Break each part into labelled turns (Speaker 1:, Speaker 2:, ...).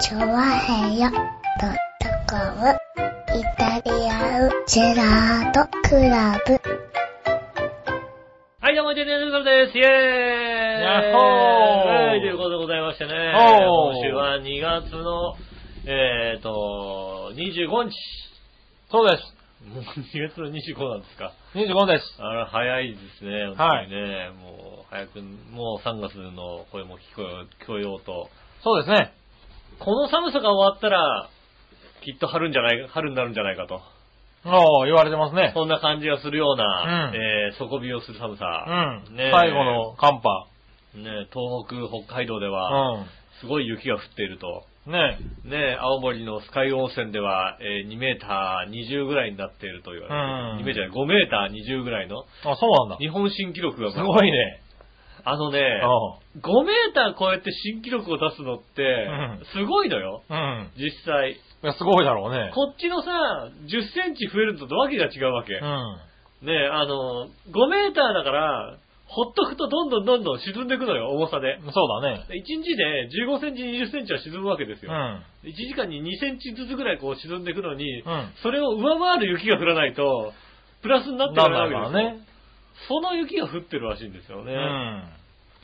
Speaker 1: チョワヘヨドットコムイタリアンジェラートクラブ。
Speaker 2: はい、どうも、イタリアンジェラートです。イェーイ
Speaker 3: やっほー
Speaker 2: はい、ということでございましてね、
Speaker 3: ほー
Speaker 2: 今週は2月の、えーと、25日。
Speaker 3: そうです。
Speaker 2: もう2月の25なんですか。
Speaker 3: 25です。
Speaker 2: あら、早いですね、本
Speaker 3: はい
Speaker 2: 当にね。もう、早く、もう3月の声も聞こえよう、聞こえようと。
Speaker 3: そうですね。
Speaker 2: この寒さが終わったら、きっと春んじゃない、春になるんじゃないかと。
Speaker 3: もう言われてますね。
Speaker 2: そんな感じがするような、
Speaker 3: うん
Speaker 2: えー底火をする寒
Speaker 3: う
Speaker 2: さ。
Speaker 3: ん。
Speaker 2: ねえ
Speaker 3: 最後の寒波。
Speaker 2: ね、東北、北海道では、
Speaker 3: う
Speaker 2: すごい雪が降っていると。
Speaker 3: ん。ね
Speaker 2: ね、青森の酸ヶ湯温泉では、えー2メーター20ぐらいになっていると言われて
Speaker 3: うん
Speaker 2: る。2メーターじゃない、5メーター20ぐらいの、
Speaker 3: え。あ、そうなんだ。
Speaker 2: 日本新記録が。
Speaker 3: すごい。ね。
Speaker 2: あのね、
Speaker 3: う
Speaker 2: 5メーター超えて新記録を出すのって
Speaker 3: ん、
Speaker 2: すごいのよ。
Speaker 3: ん。うん。
Speaker 2: 実際。
Speaker 3: いや、すごいだろうね。
Speaker 2: こっちのさ、10センチ増えるのとわけが違うわけ
Speaker 3: う。ん。
Speaker 2: ね、あの、5メーターだから、ほっとくとどんどんどんどん沈んでいくのよ、重さで。
Speaker 3: そうだね。
Speaker 2: 1日で15センチ、20センチは沈むわけです
Speaker 3: う
Speaker 2: よ。
Speaker 3: ん。
Speaker 2: 1時間に2センチずつぐらいこう沈んでいくのに、
Speaker 3: うん
Speaker 2: それを上回る雪が降らないと、プラスになって
Speaker 3: な
Speaker 2: か
Speaker 3: ん
Speaker 2: ら
Speaker 3: だ
Speaker 2: ないわ
Speaker 3: か
Speaker 2: けですよ
Speaker 3: らね。
Speaker 2: その雪が降ってるらしいんですよね。
Speaker 3: うん。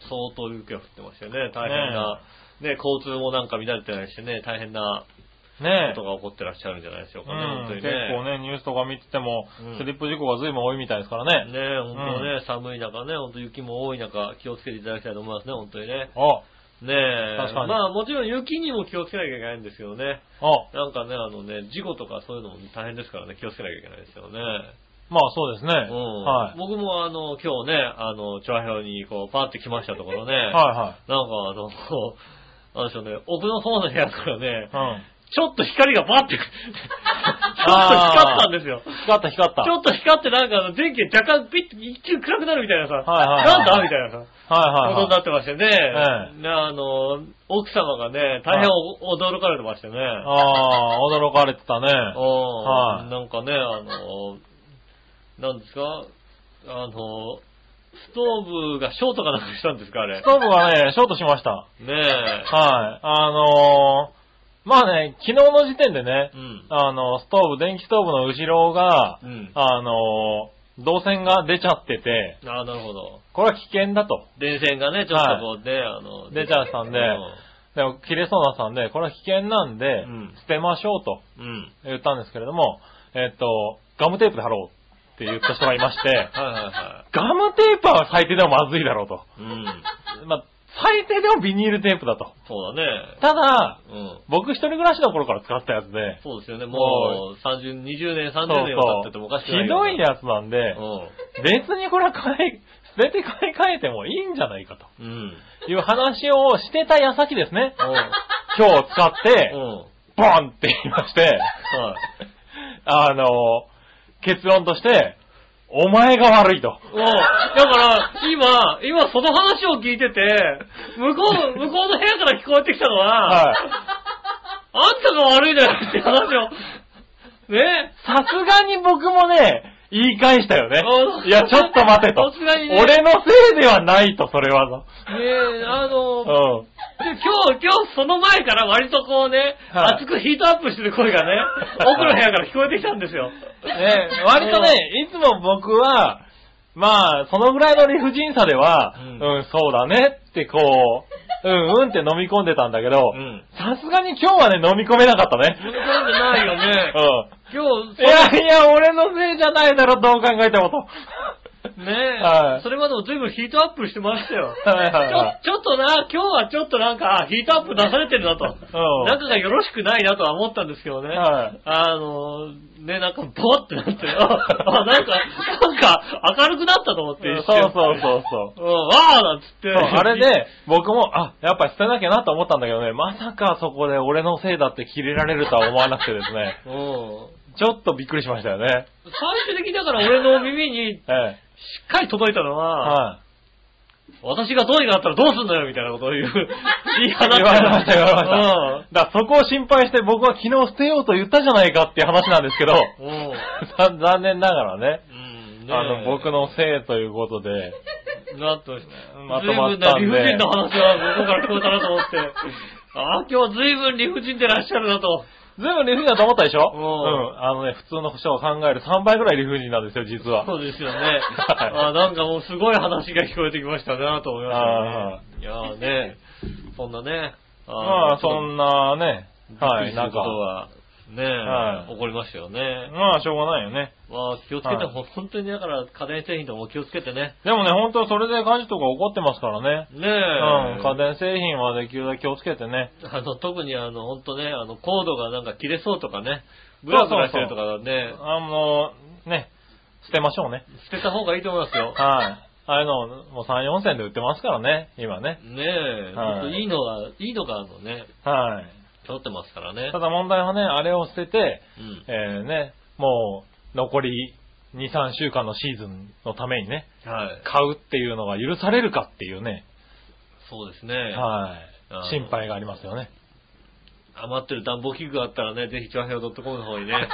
Speaker 2: 相当雪が降ってましたよね。大変な、ね交通もなんか乱れてないしね、大変な
Speaker 3: ねえ
Speaker 2: こ。とが起こってらっしゃるんじゃないでしょう
Speaker 3: う
Speaker 2: かね、本
Speaker 3: ん
Speaker 2: 当に
Speaker 3: 結
Speaker 2: ね。
Speaker 3: 構ね、ニュースとか見てても
Speaker 2: うん、
Speaker 3: スリップ事故が随分多いみたいですからね。
Speaker 2: ね本当ね、寒い中ね、本当雪も多い中、気をつけていただきたいと思いますね、本当にね。
Speaker 3: あ、
Speaker 2: ねえ。
Speaker 3: 確かに
Speaker 2: まあもちろん雪にも気をつけなきゃいけないんですけどね。
Speaker 3: あ、
Speaker 2: なんかね、あのね、事故とかそういうのも大変ですからね、気をつけなきゃいけないですよね。
Speaker 3: まあそうですね。
Speaker 2: うん
Speaker 3: はい。
Speaker 2: 僕もあの、今日ね、あの、チョアヘオにこう、パーって来ましたところね、
Speaker 3: は
Speaker 2: なんかあの、 こう、なんでしょうね、奥の方の部屋からね
Speaker 3: い、はい。
Speaker 2: ちょっと光がバーって、ちょっと光ったんですよ
Speaker 3: う。ん。光った光った。
Speaker 2: ちょっと光ってなんかあの電気が若干ピッて一気に暗くなるみたいなさ、
Speaker 3: はいはいはい
Speaker 2: なんだみたいなさ、
Speaker 3: はい
Speaker 2: こと
Speaker 3: は
Speaker 2: に
Speaker 3: いは。
Speaker 2: ないってましてね、ねあの、奥様がね、大変お驚かれてましてね。
Speaker 3: ああ、驚かれてたね。
Speaker 2: お
Speaker 3: はい
Speaker 2: なんかね、あの、なんですかあの、ストーブがショートかなんかしたんですかあれ
Speaker 3: ス。トーブがね、ショートしました。
Speaker 2: ねえ。
Speaker 3: はい。あのー、まあね、昨日の時点でね
Speaker 2: う、ん。
Speaker 3: あの、ストーブ、電気ストーブの後ろが
Speaker 2: う、ん。
Speaker 3: あのー、導線が出ちゃってて、
Speaker 2: あなるほど。
Speaker 3: これは危険だと。
Speaker 2: 電線がね、ちょっとこうね、あの、
Speaker 3: 出ちゃったんで
Speaker 2: う
Speaker 3: でも、切れそうなさんで、これは危険なんで、
Speaker 2: ん
Speaker 3: 捨てましょうと
Speaker 2: ん。うん。
Speaker 3: 言ったんですけれども、えっと、ガムテープで貼ろうって言った人がいまし て、
Speaker 2: はいはいは
Speaker 3: ガムテープは最低でもまずいだろうと。
Speaker 2: い。うん。
Speaker 3: まあ、最低でもビニールテープだと。
Speaker 2: そうだね。
Speaker 3: ただ、
Speaker 2: うん。
Speaker 3: 僕一人暮らしの頃から使ってたやつで、
Speaker 2: そうですよね。もう、30、20年、30年は経っててもおかしく
Speaker 3: ひ
Speaker 2: ないよ
Speaker 3: ど
Speaker 2: うない
Speaker 3: やつなんで、別にこれは買い、捨てて買い替えてもいいんじゃないか
Speaker 2: うん。うん。
Speaker 3: という話をしてた矢先ですね。
Speaker 2: おう
Speaker 3: 今日使って
Speaker 2: う、ん。
Speaker 3: ボンって言いまして、
Speaker 2: はい。
Speaker 3: あの、結論として、お前が悪いと。
Speaker 2: うん。だから、今、今その話を聞いてて、向こ う、向こうの部屋から聞こえてきたのは、
Speaker 3: はい。
Speaker 2: あんたが悪いだよって話 を、ね。
Speaker 3: さすがに僕もね、言い返したよね
Speaker 2: う。ん
Speaker 3: いや、ちょっと待てと
Speaker 2: さ。すがにね
Speaker 3: 俺のせいではないと、それは
Speaker 2: ねあの、で
Speaker 3: と。
Speaker 2: 今日、今日その前から割とこうね、
Speaker 3: はい
Speaker 2: 熱くヒートアップしてる声がね、奥の部屋から聞こえてきたんですよ。
Speaker 3: うん。ね、割とね、いつも僕は、まあ、そのぐらいの理不尽さでは、
Speaker 2: う
Speaker 3: うんん、そうだねってこう、うんうんって飲み込んでたんだけど
Speaker 2: う、ん。
Speaker 3: さすがに今日はね、飲み込めなかったね。
Speaker 2: 飲み込んでないよね今日、
Speaker 3: うん。いやいや、俺のせいじゃないだろ、どう考えてもと。
Speaker 2: ねえ、
Speaker 3: はい
Speaker 2: それまでも随分ヒートアップしてましたよ。
Speaker 3: はいはいはい
Speaker 2: ちょちょっとな、今日はちょっとなんか、あヒートアップ出されてるなと。
Speaker 3: うん
Speaker 2: 中がよろしくないなとは思ったんですけどね。
Speaker 3: はい
Speaker 2: あのー、ね、なんか、ボーってなって、あ、あなんか、なんか、明るくなったと思って、
Speaker 3: そう
Speaker 2: 一瞬
Speaker 3: そうそうそう。
Speaker 2: うん、わーなんつって。
Speaker 3: そうあれで、僕も、あ、やっぱり捨てなきゃなと思ったんだけどね、まさかそこで俺のせいだって切れられるとは思わなくてですね、
Speaker 2: うん。
Speaker 3: ちょっとびっくりしましたよね。
Speaker 2: 最終的にだから俺の耳にし
Speaker 3: ええ。
Speaker 2: っかり届いたのは、
Speaker 3: はい。
Speaker 2: 私がどうにかなったらどうすんだよみたいなことを 言う、言い放
Speaker 3: 言
Speaker 2: って
Speaker 3: われました、言われました。
Speaker 2: うん。
Speaker 3: だからそこを心配して僕は昨日捨てようと言ったじゃないかっていう話なんですけど、
Speaker 2: うん。
Speaker 3: ざ 残念ながらね、
Speaker 2: うんねえ
Speaker 3: あの、僕のせいということで、
Speaker 2: なんと、
Speaker 3: まとまった
Speaker 2: 随分な
Speaker 3: んで
Speaker 2: 理不尽な話が向こうから聞こえたなと思って。あ、今日随分理不尽でらっしゃるなと。
Speaker 3: 全部理不尽だと思ったでしょ
Speaker 2: う
Speaker 3: うんん。あのね、普通の人を考える3倍ぐらい理不尽なんですよ、実は。
Speaker 2: そうですよね。
Speaker 3: はい
Speaker 2: あなんかもうすごい話が聞こえてきましたなと思いま
Speaker 3: あ
Speaker 2: したね。いやーね、そんなね。
Speaker 3: まあ、
Speaker 2: ちょっ
Speaker 3: そんなね、
Speaker 2: と
Speaker 3: は
Speaker 2: びっくり
Speaker 3: い、
Speaker 2: す
Speaker 3: な
Speaker 2: る
Speaker 3: ん
Speaker 2: こと
Speaker 3: か、
Speaker 2: は、ね、
Speaker 3: はい
Speaker 2: 起こりましたよね。
Speaker 3: まあ、しょうがないよね。
Speaker 2: まあ、気をつけて、
Speaker 3: はい
Speaker 2: ほ本当にだから家電製品とも気をつけてね。
Speaker 3: でもね、本当それで家事とか起こってますからね。
Speaker 2: ねえ、
Speaker 3: うん、家電製品はできるだけ気をつけてね。
Speaker 2: あの、特にあの、本当ね、あの、コードがなんか切れそうとかね、ブラブラしてるとかね、
Speaker 3: あの、ね、捨てましょうね。
Speaker 2: 捨てた方がいいと思いますよ。
Speaker 3: はい。ああいうの、もう3、4銭で売ってますからね、今ね。
Speaker 2: ねえ、
Speaker 3: はい
Speaker 2: ほんといいのが、いいのがあのね、
Speaker 3: はい。
Speaker 2: 取ってますからね
Speaker 3: た。だ問題はね、あれを捨てて、
Speaker 2: うん。
Speaker 3: えー、ね、もう、残り2、3週間のシーズンのためにね、
Speaker 2: はい。
Speaker 3: 買うっていうのが許されるかっていうね、
Speaker 2: そうですね。
Speaker 3: は
Speaker 2: あー
Speaker 3: い。心配がありますよね。
Speaker 2: 余ってる暖房器具があったらね、ぜひ、調和表 .com の方にね、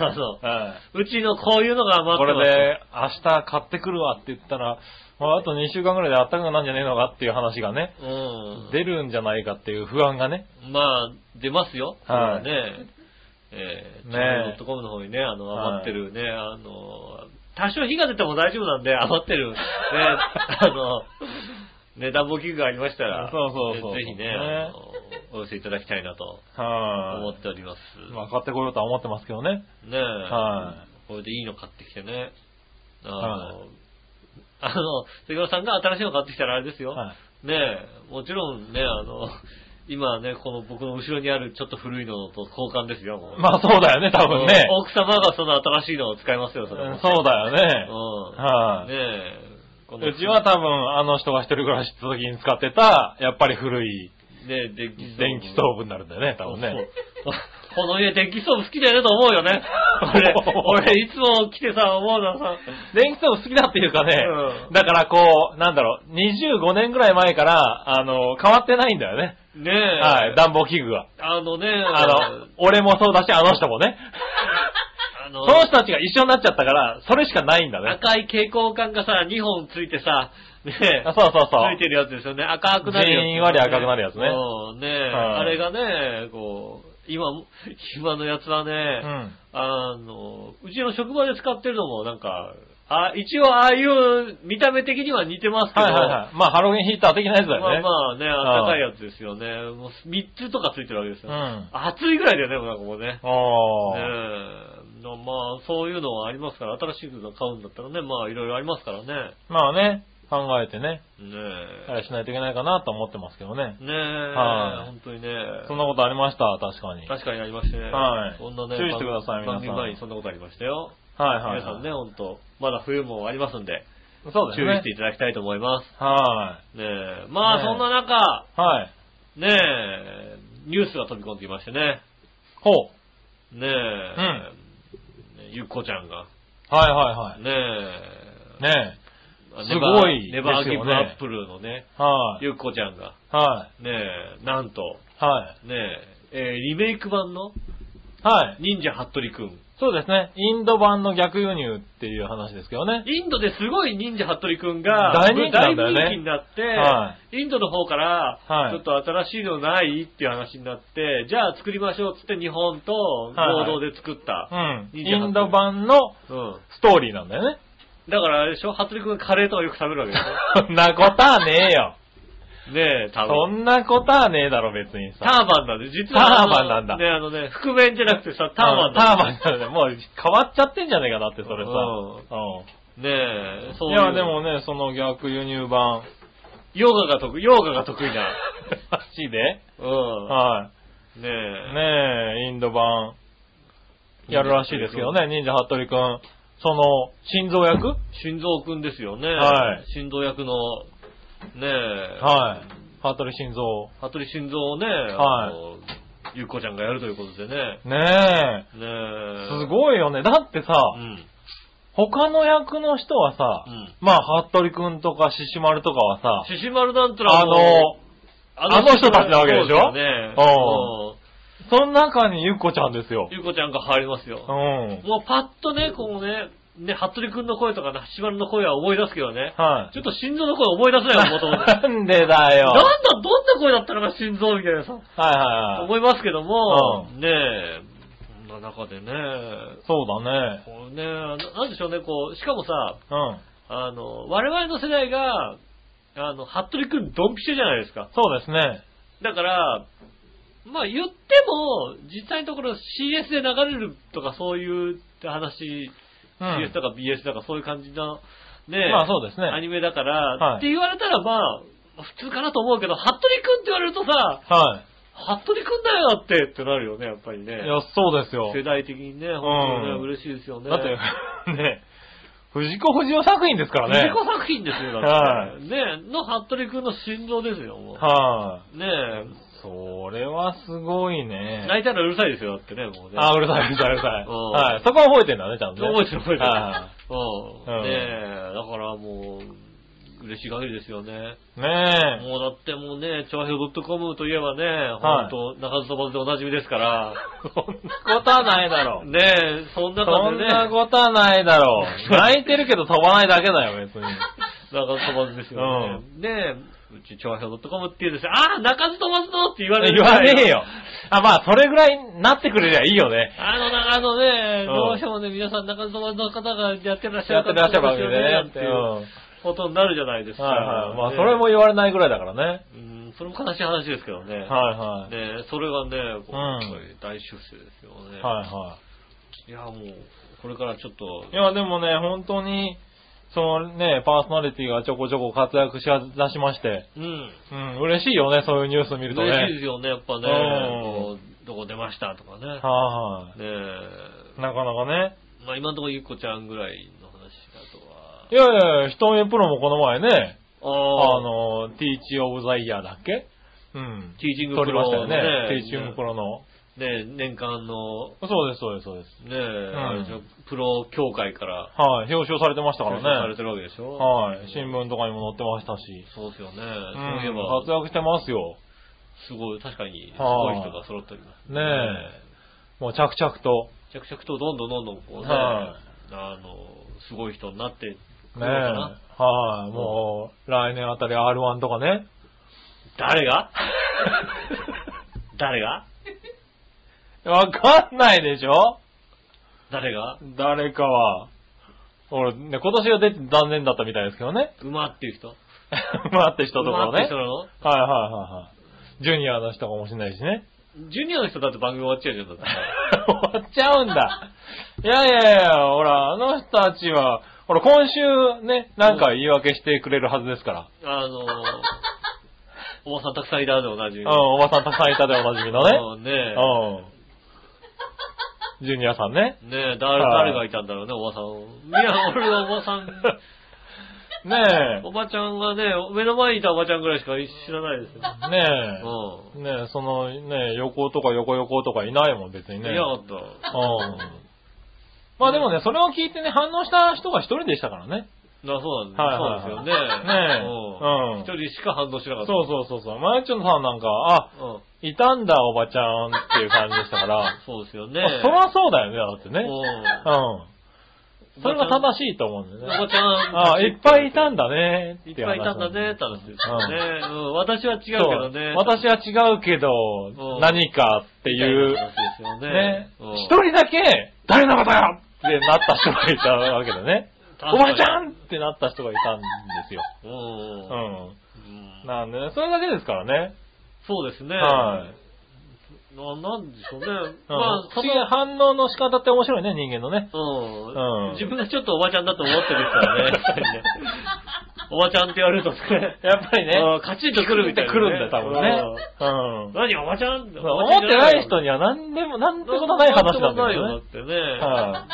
Speaker 2: あの、
Speaker 3: は
Speaker 2: うちのこういうのが
Speaker 3: い。こ
Speaker 2: 余って
Speaker 3: れ
Speaker 2: ます。
Speaker 3: で、明日買ってくるわって言ったら、まああと2週間ぐらいであったかくなんじゃねえのかっていう話がね、
Speaker 2: うん。
Speaker 3: 出るんじゃないかっていう不安がね。
Speaker 2: まあ、出ますよ。
Speaker 3: はい
Speaker 2: それはね。えー、
Speaker 3: ねえ
Speaker 2: チャンネル .com の方にね、あの、余ってるね、あの、多少火が出ても大丈夫なんで、余ってる、 ね、あの、ね、暖房器具がありましたら、
Speaker 3: そうそうそう
Speaker 2: ねぜひね、
Speaker 3: ね
Speaker 2: あのお寄せいただきたいなと思
Speaker 3: は
Speaker 2: っております。
Speaker 3: い。まあ、買ってこようとは思ってますけどね。
Speaker 2: ねえ、
Speaker 3: は
Speaker 2: これでいいの買ってきてね、あの、
Speaker 3: はい
Speaker 2: あの、杉浦さんが新しいの買ってきたらあれですよ、
Speaker 3: はい。
Speaker 2: ねえ、もちろんね、あの、今ね、この僕の後ろにあるちょっと古いのと交換ですよ、もう。
Speaker 3: まあ、そうだよね、多分ね。
Speaker 2: 奥様がその新しいのを使いますよ、それ
Speaker 3: うん
Speaker 2: も。
Speaker 3: そうだよね。
Speaker 2: うん。
Speaker 3: はい
Speaker 2: ねえ、この
Speaker 3: うちは多分あの人が一人暮らしした時に使ってた、やっぱり古い
Speaker 2: ねえ、電気ストーブ。
Speaker 3: 電気ストーブになるんだよね、多分ね。
Speaker 2: そうそう。この家電気ストーブ好きだよねと思うよね。 俺、俺いつも来てさ、思うのはさ、
Speaker 3: 電気ストーブ好きだっていうかね、
Speaker 2: うん
Speaker 3: だからこう、なんだろう、25年ぐらい前から、あの、変わってないんだよね。
Speaker 2: ねえ、
Speaker 3: はい、暖房器具が。
Speaker 2: あのね、
Speaker 3: あの、俺もそうだし、あの人もね。
Speaker 2: あ
Speaker 3: そ
Speaker 2: の
Speaker 3: の人たちが一緒になっちゃったから、それしかないんだね。
Speaker 2: 赤い蛍光管がさ、2本ついてさ、ねえ
Speaker 3: あ、そうそうそ
Speaker 2: つ
Speaker 3: う。
Speaker 2: いてるやつですよね。赤くなるやつ、
Speaker 3: じんわり赤くなるやつね
Speaker 2: うん、ねえ、
Speaker 3: はい
Speaker 2: あれがね、こう、今も、今のやつはね、
Speaker 3: うん。
Speaker 2: あの、うちの職場で使ってるのもなんか、あ一応ああいう見た目的には似てますけど、
Speaker 3: はいはいはい。まあ、ハロゲンヒーター的なやつだよね。
Speaker 2: まあまあね、あったかいやつですよね。もう3つとかついてるわけですよ。
Speaker 3: うん
Speaker 2: 暑いぐらいだよね、もうなんかもうね。
Speaker 3: おー。
Speaker 2: ねえのまあ、そういうのはありますから、新しいの買うんだったらね、まあ、いろいろありますからね。
Speaker 3: まあね、考えてね、
Speaker 2: ねえ。
Speaker 3: あれしないといけないかなと思ってますけどね。
Speaker 2: ねえ、
Speaker 3: はい
Speaker 2: 本当にね。
Speaker 3: そんなことありました、確かに。はい
Speaker 2: 確かになりましてね。
Speaker 3: はい
Speaker 2: そんなね。
Speaker 3: 注意してください
Speaker 2: 番
Speaker 3: 皆さ
Speaker 2: 番組
Speaker 3: ん
Speaker 2: 前にそんなことありましたよ。
Speaker 3: はい、は
Speaker 2: 皆
Speaker 3: い。
Speaker 2: さんね、本当まだ冬もありますんで、
Speaker 3: そうです
Speaker 2: 注
Speaker 3: ね。
Speaker 2: 意していただきたいと思いま
Speaker 3: は
Speaker 2: す。ねえ。まあ、
Speaker 3: ねえ
Speaker 2: そんな中、
Speaker 3: い。はい。
Speaker 2: ねえ、ニュースが飛び込んできましてね。
Speaker 3: ほう。
Speaker 2: ねえ、ねゆっこちゃんが、
Speaker 3: はいはいはい。
Speaker 2: ねえ、
Speaker 3: ね
Speaker 2: ネ
Speaker 3: す
Speaker 2: バー
Speaker 3: ごい
Speaker 2: ネバー
Speaker 3: です
Speaker 2: ギ
Speaker 3: よ
Speaker 2: ブ
Speaker 3: ね
Speaker 2: アップルのね、
Speaker 3: え。はい。
Speaker 2: ゆっこちゃんが、
Speaker 3: は
Speaker 2: ねえ、なんと、
Speaker 3: い。はい。
Speaker 2: ねえ、えーリメイク版の
Speaker 3: はい。
Speaker 2: 忍者ハットリくん。
Speaker 3: そうですね。インド版の逆輸入っていう話ですけどね。
Speaker 2: インドですごい忍者ハットリくんが
Speaker 3: 大人気なんだよね
Speaker 2: 大人気になって、
Speaker 3: は
Speaker 2: インドの方から、
Speaker 3: はい
Speaker 2: ちょっと新しいのないっていう話になって、じゃあ作りましょうっつって日本と合同で作った。
Speaker 3: うん。
Speaker 2: いいじゃん
Speaker 3: インド版の
Speaker 2: うん。
Speaker 3: ストーリーなん だよね。
Speaker 2: だからあれでしょ、ハットリくんカレーとかよく食べるわけで
Speaker 3: そんなことはねえよ。
Speaker 2: しょ。ねえ、多
Speaker 3: そ
Speaker 2: 分。
Speaker 3: んなことはねえだろ、別に
Speaker 2: タ
Speaker 3: さ。
Speaker 2: ーバンなんで、実はあの。
Speaker 3: ターバンなんだ
Speaker 2: ね、あのね、覆面じゃなくてさ、ターバン
Speaker 3: タ
Speaker 2: な
Speaker 3: ーバンなんだよ。もう変わっちゃってんじゃねえか、だってそれさ。
Speaker 2: うん
Speaker 3: うん
Speaker 2: ン。ねえ、そう
Speaker 3: い
Speaker 2: いう。
Speaker 3: や、でもね、その逆輸入版、
Speaker 2: ヨガが得意、ヨガが得意 な。
Speaker 3: らしいで、
Speaker 2: う
Speaker 3: は
Speaker 2: ん。ね
Speaker 3: い。
Speaker 2: え。
Speaker 3: ねえ、インド版、やるらしいですけどね、忍者ハットリくん。その、心臓役
Speaker 2: 心臓くんですよね。
Speaker 3: はい
Speaker 2: 心臓役の、ねえ。
Speaker 3: はい。ハットリ心臓。
Speaker 2: 服部心臓をね、
Speaker 3: はい
Speaker 2: あのゆっこちゃんがやるということでね。
Speaker 3: ね
Speaker 2: ね
Speaker 3: え、
Speaker 2: え。
Speaker 3: す
Speaker 2: い。
Speaker 3: ごいよね。だってさ、
Speaker 2: うん。
Speaker 3: 他の役の人はさ、
Speaker 2: うん
Speaker 3: まあ、ハットリくんとかシシマルとかはさ、
Speaker 2: 獅子丸なんてのは
Speaker 3: あ
Speaker 2: もう
Speaker 3: の、あの人たちなわけでし
Speaker 2: そう
Speaker 3: ょ
Speaker 2: すよね。
Speaker 3: その中にゆっこちゃんですよ
Speaker 2: うん。。ゆっこちゃんが入りますよ。
Speaker 3: うん。
Speaker 2: もうパッとね、こうね、ね、服部くんの声とか、しばるの声は思い出すけどね。
Speaker 3: は
Speaker 2: ちょっと心臓の声思い出せないもともと。なん だ、
Speaker 3: なんでだよ。
Speaker 2: どんな声だったのか心臓みたいなさ、
Speaker 3: はいはいはい。
Speaker 2: 思いますけども、
Speaker 3: う
Speaker 2: ねえ、そんな中でね、
Speaker 3: そうだね。
Speaker 2: こうね、ななんでしょうね、こう、しかもさ、
Speaker 3: うん。
Speaker 2: あの、我々の世代が、あの、服部くんドンピシャじゃないですか。
Speaker 3: そうですね。
Speaker 2: だから、まあ言っても、実際のところ CS で流れるとかそういう話、
Speaker 3: う
Speaker 2: CS
Speaker 3: ん。
Speaker 2: とか BS とかそういう感じの、ね、
Speaker 3: まあそうですね
Speaker 2: アニメだから、
Speaker 3: はい
Speaker 2: って言われたらまあ、普通かなと思うけど、服部くんって言われるとさ、
Speaker 3: は
Speaker 2: 服部くんだよってってなるよね、やっぱり
Speaker 3: い。
Speaker 2: ね
Speaker 3: い。や、そうですよ。
Speaker 2: 世代的にね、本当にね、嬉しいですよね。
Speaker 3: だって、 ね、藤子不二雄作品ですからね。
Speaker 2: 自己作品ですよ、だってね。ねの服部くんの心臓ですよ、もう。
Speaker 3: はい、
Speaker 2: ねえ。
Speaker 3: それはすごいね。
Speaker 2: 泣いたらうるさいですよ、だってね、もうね。
Speaker 3: あ、うるさい、うるさい、うるさい。
Speaker 2: うん
Speaker 3: はい。そこは覚えてんだね、ちゃんとね。
Speaker 2: 覚えてる覚えてる
Speaker 3: は
Speaker 2: うん。
Speaker 3: うん
Speaker 2: ねえ、だからもう、嬉しい限りですよね。
Speaker 3: いね
Speaker 2: もうだってもうね、調和表 .com といえばね、
Speaker 3: はい
Speaker 2: 本当中津そばでおなじみです から。
Speaker 3: え。ことはないだろ。
Speaker 2: ねえ、そんな
Speaker 3: そ
Speaker 2: 感
Speaker 3: ん
Speaker 2: じでね、
Speaker 3: なことはないだろ う。泣いてるけど飛ばないだけだよ、別に。
Speaker 2: 中津そばですよね。ねえ、うち調和表 .com って言うんですよ。ああ、中津そばのって言われる。
Speaker 3: 言わねえよ。。あ、まあ、それぐらいになってくれりゃいいよね。
Speaker 2: あの、なあのね、
Speaker 3: ん
Speaker 2: どうしてもね、皆さん中津そばの方がやってらっしゃ
Speaker 3: や
Speaker 2: る
Speaker 3: ってらっしゃるわけ
Speaker 2: よ
Speaker 3: でね。
Speaker 2: っていうことになるじゃないです
Speaker 3: うん
Speaker 2: か。
Speaker 3: はいはい。まあ、
Speaker 2: ね
Speaker 3: それも言われないぐらいだからね。
Speaker 2: うん、それも悲しい話ですけどね。
Speaker 3: はいはい。
Speaker 2: ねそれがね、こう
Speaker 3: うん
Speaker 2: やっぱり大出世ですよね。
Speaker 3: はいはい
Speaker 2: や、もう、これからちょっと
Speaker 3: い。い、や、でもね、本当に、そのね、パーソナリティがちょこちょこ活躍しだしまして、
Speaker 2: うん。
Speaker 3: うん、嬉しいよね、そういうニュース見るとね。
Speaker 2: 嬉しいですよね、やっぱね。こ
Speaker 3: う
Speaker 2: うどこ出ましたとかね。
Speaker 3: はいは
Speaker 2: ねえ
Speaker 3: い。なかなかね。
Speaker 2: まあ今のところゆっこちゃんぐらいの話だ
Speaker 3: いやいやいや、人目プロもこの前ね、
Speaker 2: と
Speaker 3: あ
Speaker 2: は。ああ、
Speaker 3: の、ティーチオブザイヤーだっけうん。
Speaker 2: ティーチング
Speaker 3: 撮
Speaker 2: プ
Speaker 3: りました
Speaker 2: ロ
Speaker 3: よ
Speaker 2: の
Speaker 3: ね。ティーチングプロの。
Speaker 2: ねえ年間の、
Speaker 3: そうです、そうです、そうです。
Speaker 2: ねえ、あれでしょプロ協会から、
Speaker 3: はい、表彰されてましたか
Speaker 2: 表彰さ
Speaker 3: ら
Speaker 2: れ
Speaker 3: ね。
Speaker 2: てるわけでしょ
Speaker 3: はい、新。聞とかにも載ってましたし。
Speaker 2: そうですよね。
Speaker 3: う
Speaker 2: そういえ
Speaker 3: ん
Speaker 2: ば、
Speaker 3: 活躍してますよ。
Speaker 2: すごい、確かに、すごい人が揃っております。
Speaker 3: ねえもう着々と。
Speaker 2: 着々とどんどんどんどんこうね、
Speaker 3: はい
Speaker 2: あの、すごい人になってくるの
Speaker 3: ねえ。
Speaker 2: かな。
Speaker 3: はい、もう、来年あたり R1 とかね。
Speaker 2: 誰が 誰が
Speaker 3: わかんないでしょ
Speaker 2: 誰が
Speaker 3: 誰かは。俺、ね、今年は出て残念だったみたいですけどね。
Speaker 2: 馬っていう人
Speaker 3: 待って人と
Speaker 2: 馬
Speaker 3: か
Speaker 2: って
Speaker 3: ね。
Speaker 2: 人なの
Speaker 3: はいはいはいはい。ジュニアの人かもしれないしね。
Speaker 2: ジュニアの人だって番組終わっちゃうじゃん、だって。
Speaker 3: 終わっちゃうんだ。いやいやいや、ほら、あの人たちは、ほら、今週ね、なんか言い訳してくれるはずですから。
Speaker 2: あ の、おばさんたくさんいたでおなじ
Speaker 3: う
Speaker 2: み。
Speaker 3: ん、おばさんたくさんいたでおなじみのね。
Speaker 2: うんね
Speaker 3: うん。ジュニアさんね。
Speaker 2: え。ねえ、誰、
Speaker 3: はい
Speaker 2: 誰がいたんだろうね、おばさん。いや、俺のおば さん、
Speaker 3: ね
Speaker 2: おばちゃんがね、目の前にいたおばちゃんぐらいしか知らないですよ。
Speaker 3: え。ね
Speaker 2: うん。
Speaker 3: え。ねえ、その、ねえ、横とか横横とかいないもん、別にね。
Speaker 2: いなかった。
Speaker 3: うん。まあでもね、それを聞いてね、反応した人が一人でしたからね。
Speaker 2: な、そうなんです、
Speaker 3: はいはいはい
Speaker 2: そうですよね。
Speaker 3: ねえうん
Speaker 2: うん。一人しか反応しなかった。
Speaker 3: そうそうそうそう。マヨチョンさんなんか、あ、
Speaker 2: うん。
Speaker 3: いたんだ、おばちゃんっていう感じでしたから。
Speaker 2: そうですよ ね。
Speaker 3: まあそりゃそうだよね、だってね。
Speaker 2: う
Speaker 3: うん。それが正しいと思うんだ
Speaker 2: ん。お
Speaker 3: よ
Speaker 2: ば
Speaker 3: ね。
Speaker 2: ちゃん。
Speaker 3: あ、いっぱいいたんだね。
Speaker 2: いっぱいいたんだね、って
Speaker 3: た
Speaker 2: 話ですよね。うん。私は違うけ
Speaker 3: 違う
Speaker 2: どね。
Speaker 3: 私は違うけ
Speaker 2: う
Speaker 3: ど
Speaker 2: ん、
Speaker 3: 何かって
Speaker 2: み
Speaker 3: い
Speaker 2: たいうな、話ですよ
Speaker 3: ね
Speaker 2: ね。うん。
Speaker 3: 一人だけ、誰のことよってなった人がいたわけだ ね。おばちゃんってなった人がいたんですよ。
Speaker 2: うん
Speaker 3: う
Speaker 2: うん。
Speaker 3: ん。
Speaker 2: うん
Speaker 3: なんでね、それだけですからね。
Speaker 2: そうですね。
Speaker 3: はい。
Speaker 2: な、なんでしょうね。
Speaker 3: うん
Speaker 2: まあ、
Speaker 3: 不
Speaker 2: そ
Speaker 3: 思議な反応の仕方って面白いね、人間のね。
Speaker 2: の、
Speaker 3: うん
Speaker 2: 自分がちょっとおばちゃんだと思ってるから ね確かにね。おばちゃんって言われるとね。
Speaker 3: やっぱりね
Speaker 2: うんカチンとくるみたいなね。
Speaker 3: 来るんだよ、多分ね。
Speaker 2: うん。
Speaker 3: うん。
Speaker 2: 何、おばちゃんって
Speaker 3: 思ってない人には何でも、なんてことない話なんだ
Speaker 2: な
Speaker 3: け
Speaker 2: よ
Speaker 3: ど
Speaker 2: だっ
Speaker 3: ね。
Speaker 2: てね。
Speaker 3: は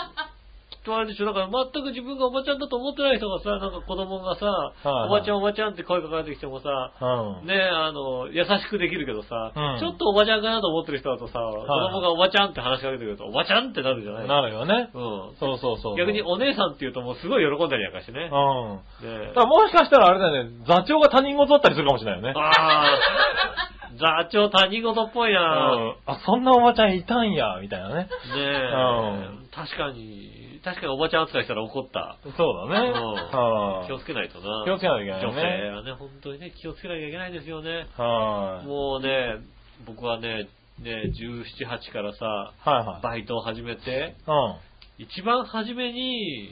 Speaker 2: きっとあれでしょ、だから全く自分がおばちゃんだと思ってない人がさ、なんか子供がさ、
Speaker 3: はい
Speaker 2: おばちゃんおばちゃんって声かかってきてもさ、
Speaker 3: い。うん。
Speaker 2: ねあの、優しくできるけどさ、
Speaker 3: うん
Speaker 2: ちょっとおばちゃんかなと思ってる人だとさ、子供がおばちゃんって話しかけてくると、おばちゃんってなるじゃない
Speaker 3: なるよね。
Speaker 2: うん。
Speaker 3: そうそうそう。
Speaker 2: 逆に
Speaker 3: うん。
Speaker 2: お姉さんって言うともうすごい喜んだりなんかしてね。ね
Speaker 3: だからもしかしたらあれだよね、座長が他人事だったりするかもしれないよね。
Speaker 2: ああ、座長他人事っぽいうな、
Speaker 3: ん。あ、そんなおばちゃんいたんや、みたいなね。
Speaker 2: ねえ、
Speaker 3: う
Speaker 2: 確かに、確かにおばちゃん扱いしたら怒った。
Speaker 3: そうだね。
Speaker 2: うん
Speaker 3: は
Speaker 2: 気をつけないとな。
Speaker 3: 気をつけないといけない
Speaker 2: 女
Speaker 3: ね
Speaker 2: 性はね、本当にね、気をつけなきゃいけないですよね。
Speaker 3: い。はい。
Speaker 2: もうね、僕はね、ね、17、8からさ、
Speaker 3: はいはい。
Speaker 2: バイトを始めて、
Speaker 3: うん。は
Speaker 2: 一番初めに、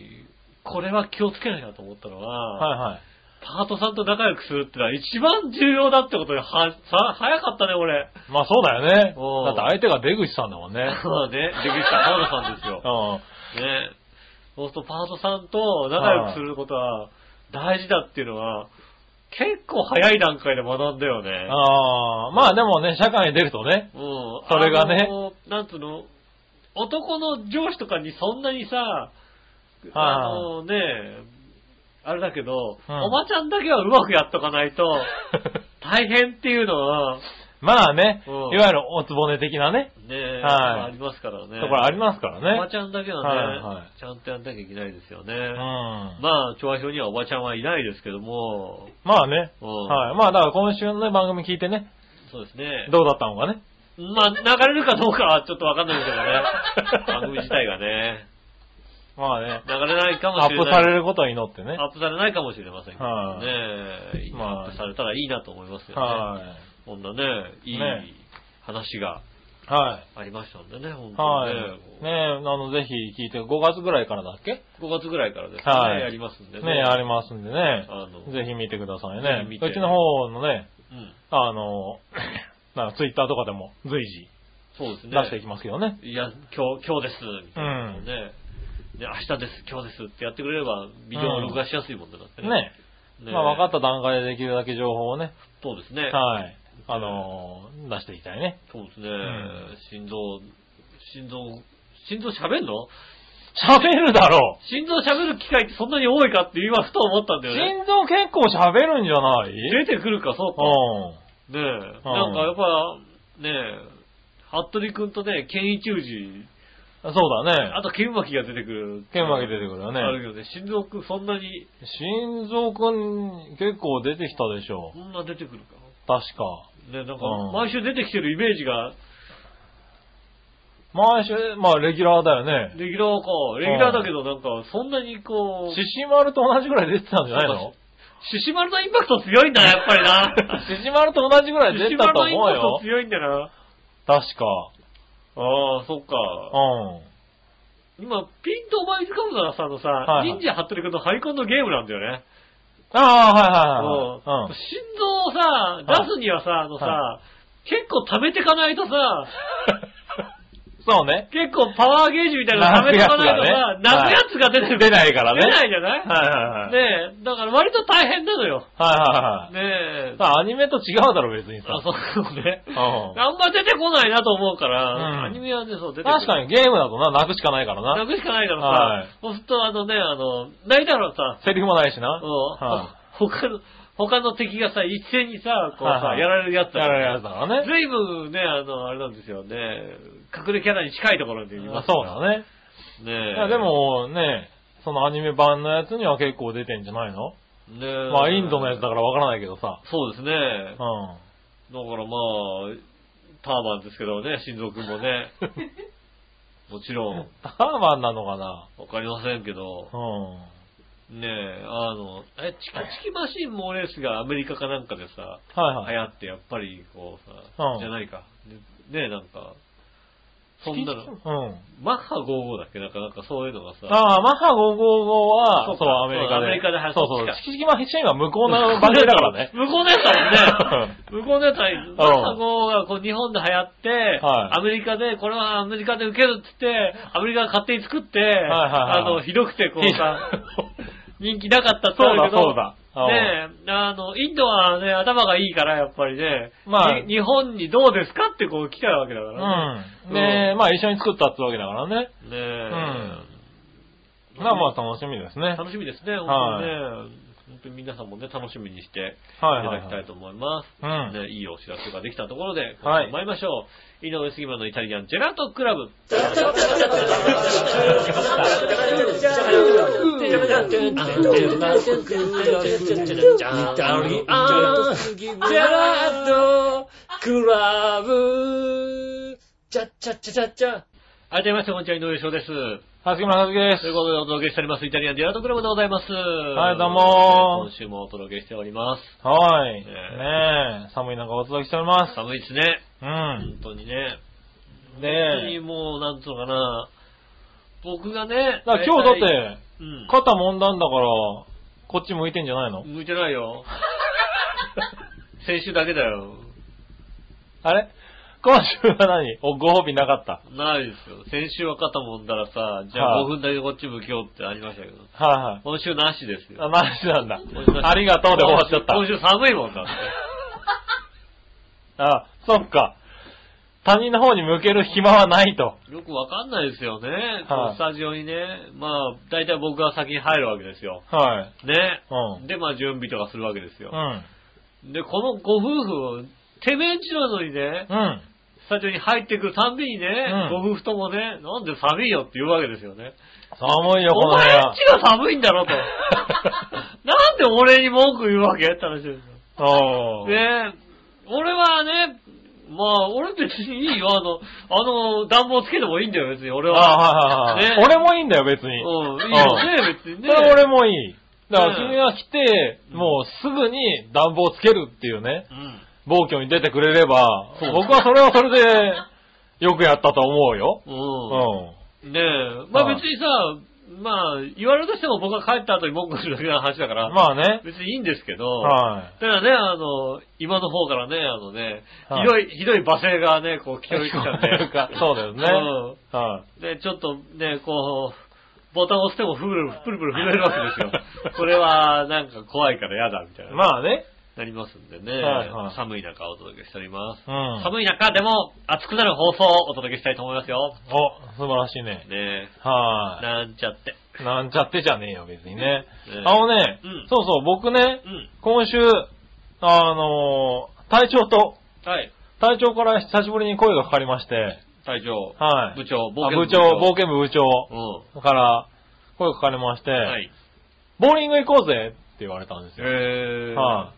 Speaker 2: これは気をつけなきゃと思ったのは、
Speaker 3: いはい。
Speaker 2: パートさんと仲良くするってのは一番重要だってことに、は、さ、早かったね、俺。
Speaker 3: まあそうだよね。
Speaker 2: うん
Speaker 3: だって相手が出口さん だもんね。
Speaker 2: まあね、出口さん、パートさんです
Speaker 3: う
Speaker 2: よ
Speaker 3: ん。。は
Speaker 2: ね。そうするとパートさんと仲良くすることは大事だっていうのは、結構早い段階で学んだよね
Speaker 3: い。ああ、まあでもね、社会に出るとね。
Speaker 2: うん。
Speaker 3: それがね
Speaker 2: あの。なんつうの、男の上司とかにそんなにさ、あのね、あれだけど、
Speaker 3: うん
Speaker 2: おばちゃんだけはうまくやっとか ないと、大変っていうのは、
Speaker 3: まあね、
Speaker 2: うん
Speaker 3: いわゆるおつぼね的なね、
Speaker 2: ね、
Speaker 3: はい
Speaker 2: ありますからね。
Speaker 3: ところありますか
Speaker 2: おば
Speaker 3: らね。
Speaker 2: ちゃんだけはね、
Speaker 3: はいはい
Speaker 2: ちゃんとやんなきゃいけないですよね。
Speaker 3: うん。
Speaker 2: まあ、調和表にはおばちゃんはいないですけども、
Speaker 3: まあね。
Speaker 2: うん
Speaker 3: はい。まあだから今週のね、番組聞いてね、
Speaker 2: そうですね。
Speaker 3: どうだったのかね。
Speaker 2: まあ、流れるかどうかはちょっとわかんないですけ どね。番組自体がね、
Speaker 3: まあね、
Speaker 2: 流れないかも
Speaker 3: ア
Speaker 2: し
Speaker 3: ッ
Speaker 2: れ
Speaker 3: プ
Speaker 2: ない。
Speaker 3: されることを祈ってね。
Speaker 2: アップされないかもしれませんけどね。
Speaker 3: はい
Speaker 2: いい
Speaker 3: まあ
Speaker 2: アップされたらいいなと思いますよね。
Speaker 3: は
Speaker 2: こんなね、いい
Speaker 3: ね
Speaker 2: 話が
Speaker 3: い。は
Speaker 2: ありましたんでね、本
Speaker 3: い。
Speaker 2: 当
Speaker 3: は
Speaker 2: にね。
Speaker 3: い。ねえ、あの、ぜひ聞いて、5月ぐらいからだっけ
Speaker 2: 5月ぐらいからですね、
Speaker 3: はい
Speaker 2: やりますんでね。
Speaker 3: ねえ、ありますんでね。
Speaker 2: あの
Speaker 3: ぜひ見てください
Speaker 2: ぜ
Speaker 3: ね
Speaker 2: ひ見。て
Speaker 3: うちの方のね、
Speaker 2: うん。
Speaker 3: あの、 なんかツイッターとかでも随時
Speaker 2: そうですね。
Speaker 3: 出していきますけどね。
Speaker 2: いや、今日、今日です、みたいなのをね。で、明日です、今日ですってやってくれれば、ビデオを録画しやすいもんだってね。
Speaker 3: ね
Speaker 2: ね
Speaker 3: まあ分かった段階でできるだけ情報をね、
Speaker 2: そうですね。
Speaker 3: はい。あのー出していきたいね。
Speaker 2: そうですね
Speaker 3: ん。
Speaker 2: 心臓、心臓、心臓喋んの
Speaker 3: 喋るだろう
Speaker 2: 心臓喋る機会ってそんなに多いかって今ふと思ったんだよね。
Speaker 3: 心臓結構喋るんじゃない
Speaker 2: 出てくるか、そうか。
Speaker 3: う
Speaker 2: ねえ。なんかやっぱ、ねえ、服部くんとね、ケンイチウジ、
Speaker 3: ん。そうだ
Speaker 2: あ
Speaker 3: ね。
Speaker 2: とケンマキが出てくる。
Speaker 3: 剣負け出てくるよ
Speaker 2: ある
Speaker 3: ね。
Speaker 2: よね。心臓くんそんなに、
Speaker 3: 心臓くん結構出てきたでしょ
Speaker 2: そ。んな出てくるか。
Speaker 3: 確か。
Speaker 2: ね、なんか
Speaker 3: うん、
Speaker 2: 毎週出てきてるイメージが、
Speaker 3: 毎週、まあレギュラーだよね。
Speaker 2: レギュラーか。レギュラーだけど、なんか、そんなにこう、
Speaker 3: 獅子丸と同じぐらい出てたんじゃない
Speaker 2: そう
Speaker 3: の
Speaker 2: か獅子丸のインパクト強いんだな、やっぱりな。
Speaker 3: 獅子丸と同じぐらい出
Speaker 2: 獅
Speaker 3: て
Speaker 2: 子
Speaker 3: たと
Speaker 2: 丸
Speaker 3: 思
Speaker 2: の
Speaker 3: う
Speaker 2: インパクト
Speaker 3: よ。
Speaker 2: 強いんだな。
Speaker 3: 確か。
Speaker 2: ああ、そっ
Speaker 3: う
Speaker 2: か。
Speaker 3: ん。
Speaker 2: 今、ピンと思いつかむのがさ、あのさ、
Speaker 3: いはい
Speaker 2: 忍者ハットリくんのハイコンのゲームなんだよね。
Speaker 3: ああ、はいはいはいはい。
Speaker 2: うん心臓をさ、出すにはさ、あのさ、
Speaker 3: は
Speaker 2: 結構溜めてかないとさ、
Speaker 3: そうね。
Speaker 2: 結構パワーゲージみたいなの溜めてかないとさ、
Speaker 3: 泣
Speaker 2: 泣く
Speaker 3: くや
Speaker 2: やつが出てる。
Speaker 3: 出ないからね。
Speaker 2: 出ないじゃない、
Speaker 3: はいはいはい。
Speaker 2: ねえ、だから割と大変なのよ。
Speaker 3: はいはいはい。
Speaker 2: ねえ。
Speaker 3: まあアニメと違うだろ、別にさ。
Speaker 2: あ、そうね。
Speaker 3: うん
Speaker 2: あんま出てこないなと思うから、
Speaker 3: うん
Speaker 2: アニメはね、そう出てこない
Speaker 3: 確かにゲームだとな、泣くしかないからな。
Speaker 2: 泣くしかないからさ、
Speaker 3: はい
Speaker 2: そうするとあのね、あの、泣いたらさ、
Speaker 3: セリフもないしな。
Speaker 2: うん
Speaker 3: は
Speaker 2: 他の、他の敵がさ、一斉にさ、こうさ、
Speaker 3: はいはい
Speaker 2: やられるやつ
Speaker 3: い。やられるやつだからね。
Speaker 2: ずいぶんね、あの、あれなんですよね、隠れキャラに近いところでいます
Speaker 3: そうだね。
Speaker 2: うだね。
Speaker 3: いやで、もね、そのアニメ版のやつには結構出てんじゃないの
Speaker 2: ねえ
Speaker 3: まあインドのやつだからわからないけどさ。
Speaker 2: そうですね。
Speaker 3: う
Speaker 2: だ
Speaker 3: ん
Speaker 2: か。らまあ、ターバンですけどね、心臓くんもね。 もちろん、
Speaker 3: ターバンなのかな
Speaker 2: わかりませんけど
Speaker 3: う、ん。
Speaker 2: ねえ、あの、え、チキチキマシンモーレースがアメリカかなんかでさ、
Speaker 3: はい
Speaker 2: 流
Speaker 3: はい。
Speaker 2: 行ってやっぱりこう
Speaker 3: う
Speaker 2: さ
Speaker 3: ん、
Speaker 2: じゃないか。ねねえ、なんか、そんな
Speaker 3: う
Speaker 2: の、
Speaker 3: ん。
Speaker 2: マッハ55だっけなんか、なんかそういうのがさ、
Speaker 3: ああ、マッハ555
Speaker 2: そう
Speaker 3: は、
Speaker 2: か
Speaker 3: そう、アメリ
Speaker 2: そ
Speaker 3: カで。
Speaker 2: うアメリカで流行った
Speaker 3: そうそ
Speaker 2: そ
Speaker 3: う
Speaker 2: っちか。
Speaker 3: チキチキマシンは向こうの番組だからね
Speaker 2: 。向こうのやつだもんね。向こうのやつは、マッハ55がこう日本で流行って、
Speaker 3: はい
Speaker 2: アメリカで、これはアメリカで受けるっつって、アメリカが勝手に作って、
Speaker 3: はいはい
Speaker 2: あの、ひどくてこう さ、人気なかったって
Speaker 3: そう
Speaker 2: な
Speaker 3: だ
Speaker 2: るけど、
Speaker 3: そうだ。
Speaker 2: ねえ、あの、インドはね、頭がいいから、やっぱりね、
Speaker 3: まあ
Speaker 2: に日本にどうですかってこう来たわけだか
Speaker 3: う
Speaker 2: らね。
Speaker 3: ん。で、まあ一緒に作ったってわけだからね。
Speaker 2: ねえ、
Speaker 3: まあまあ楽しみですね。
Speaker 2: 楽しみですね、本当にね。本当に皆さんもね、楽しみにしてい
Speaker 3: はい
Speaker 2: た
Speaker 3: は
Speaker 2: だ
Speaker 3: い
Speaker 2: き
Speaker 3: は
Speaker 2: た
Speaker 3: い
Speaker 2: い。と思います。
Speaker 3: うん
Speaker 2: ね、いいお知らせができたところで、
Speaker 3: は
Speaker 2: 今週
Speaker 3: い
Speaker 2: も参りましょう。井上杉村のイタリアンジェラートクラブ。
Speaker 4: ジェラートクラブチャチャチャチャチャ
Speaker 2: 改めまして、こんにちは、井上翔です。と
Speaker 3: はすき村はすきです。
Speaker 2: いうことで、お届けしております、イタリアンディアートクラブでございます。はい
Speaker 3: どうも
Speaker 2: 今週もお届けしております。
Speaker 3: はい。
Speaker 2: ね
Speaker 3: ねえ、寒い中お届けしております。
Speaker 2: 寒いですね。
Speaker 3: う
Speaker 2: 本
Speaker 3: ん。
Speaker 2: 当にね。本当に
Speaker 3: で、
Speaker 2: もう、なんつうのかな。僕がね、
Speaker 3: だから今日
Speaker 2: 大体、
Speaker 3: だって、
Speaker 2: うん。
Speaker 3: 肩もんだんだから、こっち向いてんじゃないの
Speaker 2: 向いてないよ。 先週だけだよ。
Speaker 3: あれ今週は何お、ご褒美なかった。
Speaker 2: ないですよ。先週は肩もんだらさ、じゃあ
Speaker 3: はい
Speaker 2: 5分だけこっち向きようってありましたけど。
Speaker 3: はい
Speaker 2: 今週なしですよ。
Speaker 3: はい。あ、マジなんだ
Speaker 2: 今週な。し
Speaker 3: ありがとうで終わっちゃった。
Speaker 2: 今週今週寒いもんだって。
Speaker 3: あ、そっか。他人の方に向ける暇はないと。
Speaker 2: よくわかんないですよね。こ
Speaker 3: は
Speaker 2: の
Speaker 3: い
Speaker 2: スタジオにね。まあ、大体僕が先に入るわけですよ。
Speaker 3: はい。
Speaker 2: ね。
Speaker 3: うん
Speaker 2: で、まあ、準備とかするわけです
Speaker 3: う
Speaker 2: よ。
Speaker 3: ん。
Speaker 2: で、このご夫婦、てめえんちなのにね
Speaker 3: う、ん。
Speaker 2: スタジオに入ってくるたんびにね、
Speaker 3: うん
Speaker 2: ご夫婦ともね、なんで寒いよって言うわけですよね。
Speaker 3: 寒いよ、こ
Speaker 2: お
Speaker 3: の部
Speaker 2: 前ん
Speaker 3: 屋
Speaker 2: ち。が寒いんだ ろと。なんで俺に文句言うわけって話ですよ。
Speaker 3: おー。
Speaker 2: ねえ、俺はね、まあ、俺別にいいよ。あの、あの、暖房つけてもいいんだよ、別に。俺は。
Speaker 3: あはいはいはい。
Speaker 2: ね
Speaker 3: 俺もいいんだよ、別に。
Speaker 2: うん、いいよね、別に
Speaker 3: そ
Speaker 2: ね。
Speaker 3: れは俺もいい。だから
Speaker 2: ね
Speaker 3: 君が来て、もうすぐに暖房つけるっていうね、
Speaker 2: うん。
Speaker 3: 暴挙に出てくれれば、
Speaker 2: そう
Speaker 3: 僕はそれはそれで、よくやったと思うよ。うん。
Speaker 2: ううん。ねえ、ま
Speaker 3: は
Speaker 2: あ
Speaker 3: い
Speaker 2: 別にさ、まあ、言われるとしても僕が帰った後に文句するだけの話だから、
Speaker 3: まあね。
Speaker 2: 別にいいんですけど、
Speaker 3: は
Speaker 2: ただね、あの、今の方からね、あのね、
Speaker 3: はい
Speaker 2: ひどい、ひどい罵声がね、こう聞こえてきたん
Speaker 3: 聞こえるか
Speaker 2: で。
Speaker 3: そうだよね
Speaker 2: うん
Speaker 3: い。は
Speaker 2: で、ちょっとね、こう、ボタンを押してもプルプルプル震えるわけです よ。これは、なんか怖いから嫌だ、みたい
Speaker 3: い。
Speaker 2: な。
Speaker 3: まあね。
Speaker 2: なりますんでね、
Speaker 3: はいはい
Speaker 2: 寒い中お届けしております。
Speaker 3: うん。
Speaker 2: 寒い中でも暑くなる放送をお届けしたいと思いますよ。
Speaker 3: お、素晴らしい
Speaker 2: ね
Speaker 3: ね。
Speaker 2: え、
Speaker 3: は
Speaker 2: なんちゃって。
Speaker 3: い。なんちゃってじゃねえよ、別にね
Speaker 2: ね。
Speaker 3: あのね
Speaker 2: うん、
Speaker 3: そうそう、僕ね
Speaker 2: う、ん。
Speaker 3: 今週、あのー、隊長と、
Speaker 2: はい。
Speaker 3: 隊長から久しぶりに声がかかりまして、
Speaker 2: 隊長。
Speaker 3: はい
Speaker 2: 部長、
Speaker 3: あ
Speaker 2: 部
Speaker 3: 部長、冒険部部長
Speaker 2: うん。
Speaker 3: から声かかりまして、
Speaker 2: はい。
Speaker 3: ボーリング行こうぜって言われたんですよ。
Speaker 2: え
Speaker 3: は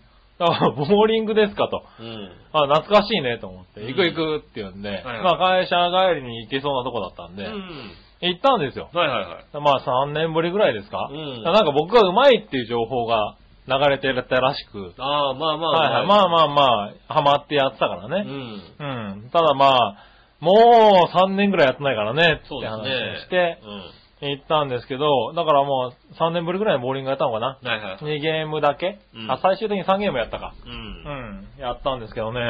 Speaker 3: い、だからボーリングですかと。
Speaker 2: うん。
Speaker 3: あ、懐かしいねと思って、
Speaker 2: うん
Speaker 3: 行く行くって言うんで、
Speaker 2: はい
Speaker 3: まあ会社帰りに行けそうなとこだったんで、
Speaker 2: うん。
Speaker 3: 行ったんですよ。
Speaker 2: はいはいはい。
Speaker 3: まあ3年ぶりぐらいですか、
Speaker 2: うん
Speaker 3: だからなんか僕がうまいっていう情報が流れてたらしく、
Speaker 2: ああ、まあまあ
Speaker 3: はいはい、まあまあまあ、ハマってやってたから
Speaker 2: あ
Speaker 3: ね
Speaker 2: う。ん。
Speaker 3: うん。ただまあ、もう3年ぐらいやってないからね、って
Speaker 2: そうです
Speaker 3: 話を
Speaker 2: ね。
Speaker 3: して、
Speaker 2: うん。
Speaker 3: 行ったんですけど、だからもう3年ぶりぐらいにボーリングやったのかな。
Speaker 2: はいはい。
Speaker 3: 2ゲームだけ、
Speaker 2: うん
Speaker 3: あ、最終的に3ゲームやったか。
Speaker 2: う。
Speaker 3: うんん。やったんですけどね。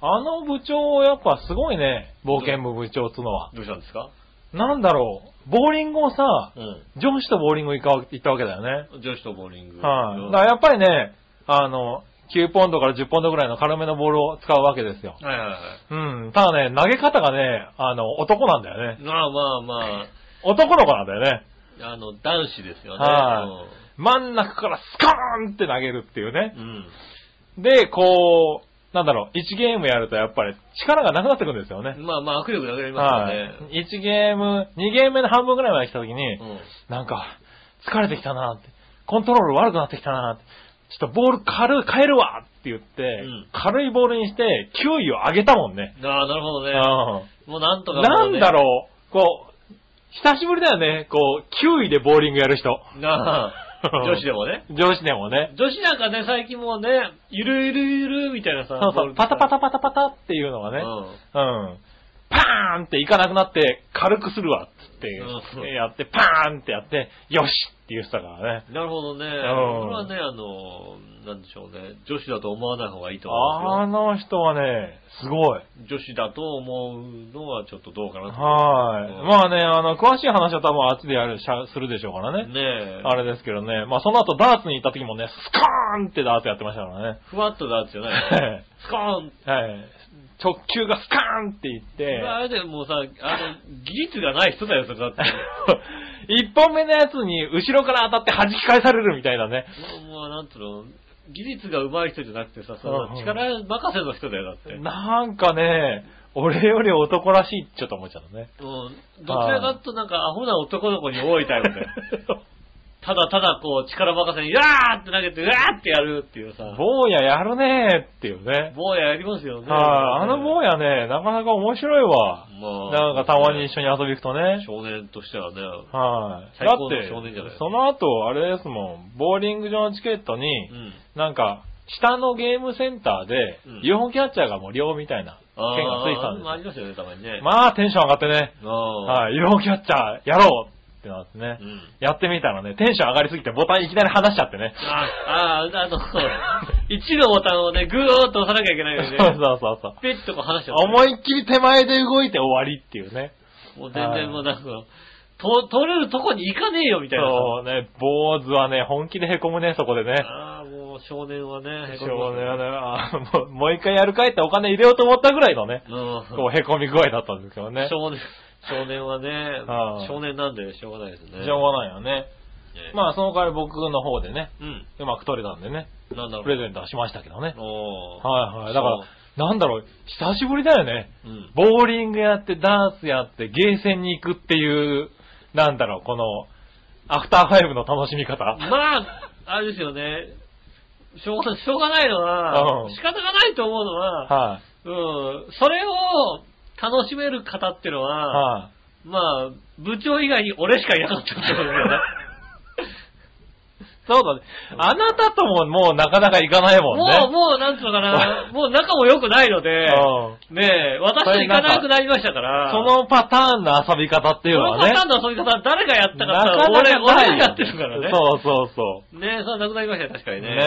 Speaker 3: あの部長、やっぱすごいね。冒険部部長っつうのは。
Speaker 2: どうしたんですか
Speaker 3: なんだろう。ボーリングをさ、
Speaker 2: うん。
Speaker 3: 上司とボーリング行か行ったわけだよね。
Speaker 2: 女子とボーリング。
Speaker 3: はい、
Speaker 2: うん
Speaker 3: だからやっぱりね、あの、9ポンドから10ポンドぐらいの軽めのボールを使うわけですよ。
Speaker 2: はいはいは
Speaker 3: うん。ただね、投げ方がね、あの、男なんだよね。
Speaker 2: い。まあまあま
Speaker 3: 男の子なんだよね。
Speaker 2: あ、あの、男子ですよね。
Speaker 3: はい真ん中からスカーンって投げるっていうね
Speaker 2: う。ん。
Speaker 3: で、こう、なんだろう、1ゲームやるとやっぱり力がなくなってくるんですよ
Speaker 2: う
Speaker 3: ね。
Speaker 2: んまあまあ、握力なくなりま
Speaker 3: は
Speaker 2: す
Speaker 3: い
Speaker 2: よね。。
Speaker 3: 1ゲーム、2ゲーム目の半分ぐらいまで来た時に、
Speaker 2: うん。
Speaker 3: なんか、疲れてきたなって、コントロール悪くなってきたなって、ちょっとボール軽い、変えるわって言って、
Speaker 2: うん
Speaker 3: 軽いボールにして、球威を上げたもんね。
Speaker 2: ああ、なるほど
Speaker 3: う
Speaker 2: ね。
Speaker 3: ん
Speaker 2: もうなんとか
Speaker 3: な
Speaker 2: もうね
Speaker 3: んだろう、こう、久しぶりだよね、こう、9位でボーリングやる人。
Speaker 2: なあ女子でもね。
Speaker 3: 女子でもね。
Speaker 2: 女子なんかね、最近もうね、ゆるゆるゆるみたいなさ
Speaker 3: そ、う
Speaker 2: ボー
Speaker 3: そ
Speaker 2: ル
Speaker 3: う、
Speaker 2: さ
Speaker 3: パタパタパタパタっていうのが
Speaker 2: う
Speaker 3: ね、うん
Speaker 2: ん。
Speaker 3: パーンっていかなくなって、軽くするわ、つって
Speaker 2: うん、
Speaker 3: やって、パーンってやって、よしって言ってたからね。
Speaker 2: なるほどね。これはね、あの、なんでしょうね。女子だと思わない方がいいと思
Speaker 3: あ
Speaker 2: いま
Speaker 3: の人はね、すごい。
Speaker 2: すよ。女子だと思うのはちょっとどうかなと
Speaker 3: はい。まあね、あの、詳しい話は多分あっちでやる、しゃするでしょうからね。
Speaker 2: ねえ。
Speaker 3: あれですけどね。まあその後ダーツに行った時もね、スカーンってダーツやってました からね。
Speaker 2: ふわっとだってじゃ ないスコーン
Speaker 3: はい。直球がスカーンっていっ
Speaker 2: それ
Speaker 3: て、
Speaker 2: あれでもうさ、あの、技術がない人だよ、それだって。
Speaker 3: 一本目のやつに後ろから当たって弾き返されるみたいなね。
Speaker 2: もう、もうなんつうの、技術が上手い人じゃなくてさ、そ
Speaker 3: うんう
Speaker 2: の
Speaker 3: ん
Speaker 2: 力任せの人だよ、だって。
Speaker 3: なんかね、俺より男らしいってちょっと思っちゃうのね。
Speaker 2: うん。どちらかというとなんかアホな男の子に多いタイプだよ。ただただこう、力任せに、うわーって投げて、うわーってやるっていうさ。
Speaker 3: 坊ややるねーっていうね。
Speaker 2: 坊ややりますよね。
Speaker 3: はい、あの坊やね、なかなか面白いわ。
Speaker 2: まあ、
Speaker 3: なんかたまに一緒に遊び行くとね。
Speaker 2: 少年としてはね、
Speaker 3: はい。
Speaker 2: 最
Speaker 3: だ
Speaker 2: 高の
Speaker 3: って
Speaker 2: 少年じゃない、
Speaker 3: その後、あれですもん、ボーリング場のチケットに
Speaker 2: う、ん。
Speaker 3: なんか、下のゲームセンターで
Speaker 2: うん、
Speaker 3: UFO キャッチャーが無料みたいな、券がついてたん
Speaker 2: あーあり
Speaker 3: で
Speaker 2: ますよね、たまにね。
Speaker 3: すよ。まあ、テンション上がってね、
Speaker 2: ああ。
Speaker 3: はい、UFO キャッチャーやろうってなってね
Speaker 2: う、ん。
Speaker 3: やってみたらね、テンション上がりすぎてボタンいきなり離しちゃってね。
Speaker 2: ああー、あの、1のボタンをね、ぐーっと押さなきゃいけない
Speaker 3: そう
Speaker 2: よね。
Speaker 3: そうそうそう。
Speaker 2: ペッとこう話しちゃった。
Speaker 3: 思いっきり手前で動いて終わりっていうね。
Speaker 2: もう全然もうなんか、と、取れるとこに行かねえよみたいなさ。
Speaker 3: そうね、坊主はね、本気で凹むね、そこでね。
Speaker 2: ああ、もう少年はね、
Speaker 3: しょ
Speaker 2: へ
Speaker 3: うが
Speaker 2: こみます
Speaker 3: ねあもうもう一回やるかいってお金入れようと思ったぐらいのね、
Speaker 2: うん。
Speaker 3: こう凹み具合だったんですけどね。しょ
Speaker 2: 少年、少年はね
Speaker 3: は、い
Speaker 2: 少年なんでしょうがないですね。
Speaker 3: うがないよね。
Speaker 2: ね
Speaker 3: まあ、その代わり僕の方でね、
Speaker 2: うん。
Speaker 3: うまく取れたんでね、
Speaker 2: なんだろう。
Speaker 3: プレゼントはしましたけどね。
Speaker 2: おー
Speaker 3: はいはい。だから
Speaker 2: そ、
Speaker 3: なんだろう、久しぶりだよね。
Speaker 2: ううん。
Speaker 3: ボーリングやって、ダーツやって、ゲーセンに行くっていう、なんだろう、この、アフターファイブの楽しみ方。
Speaker 2: まあ、あれですよね。しょう が、しょうがないの
Speaker 3: う
Speaker 2: は
Speaker 3: ん、
Speaker 2: 仕方がないと思うのは、
Speaker 3: は
Speaker 2: うん、それを楽しめる方っての
Speaker 3: い。
Speaker 2: は、
Speaker 3: はい。
Speaker 2: まあ、部長以外に俺しかいなかったってことだよ ね。
Speaker 3: そうだね。あなたとももうなかなか行かないもんね。
Speaker 2: もう、もう、なんつうのか な、もう仲も良くないので、
Speaker 3: うん
Speaker 2: ねえ、私と行かなくなりましたから、
Speaker 3: そのパターンの遊び方っていう
Speaker 2: そ
Speaker 3: の
Speaker 2: の
Speaker 3: はね
Speaker 2: パ。ターンの遊び方、誰がやったか
Speaker 3: なかなか
Speaker 2: 俺、
Speaker 3: ない
Speaker 2: 俺がやってるからね。。
Speaker 3: そうそうそう
Speaker 2: ねえ、それはなくなりましたよ、確か
Speaker 3: う。
Speaker 2: にね。
Speaker 3: ね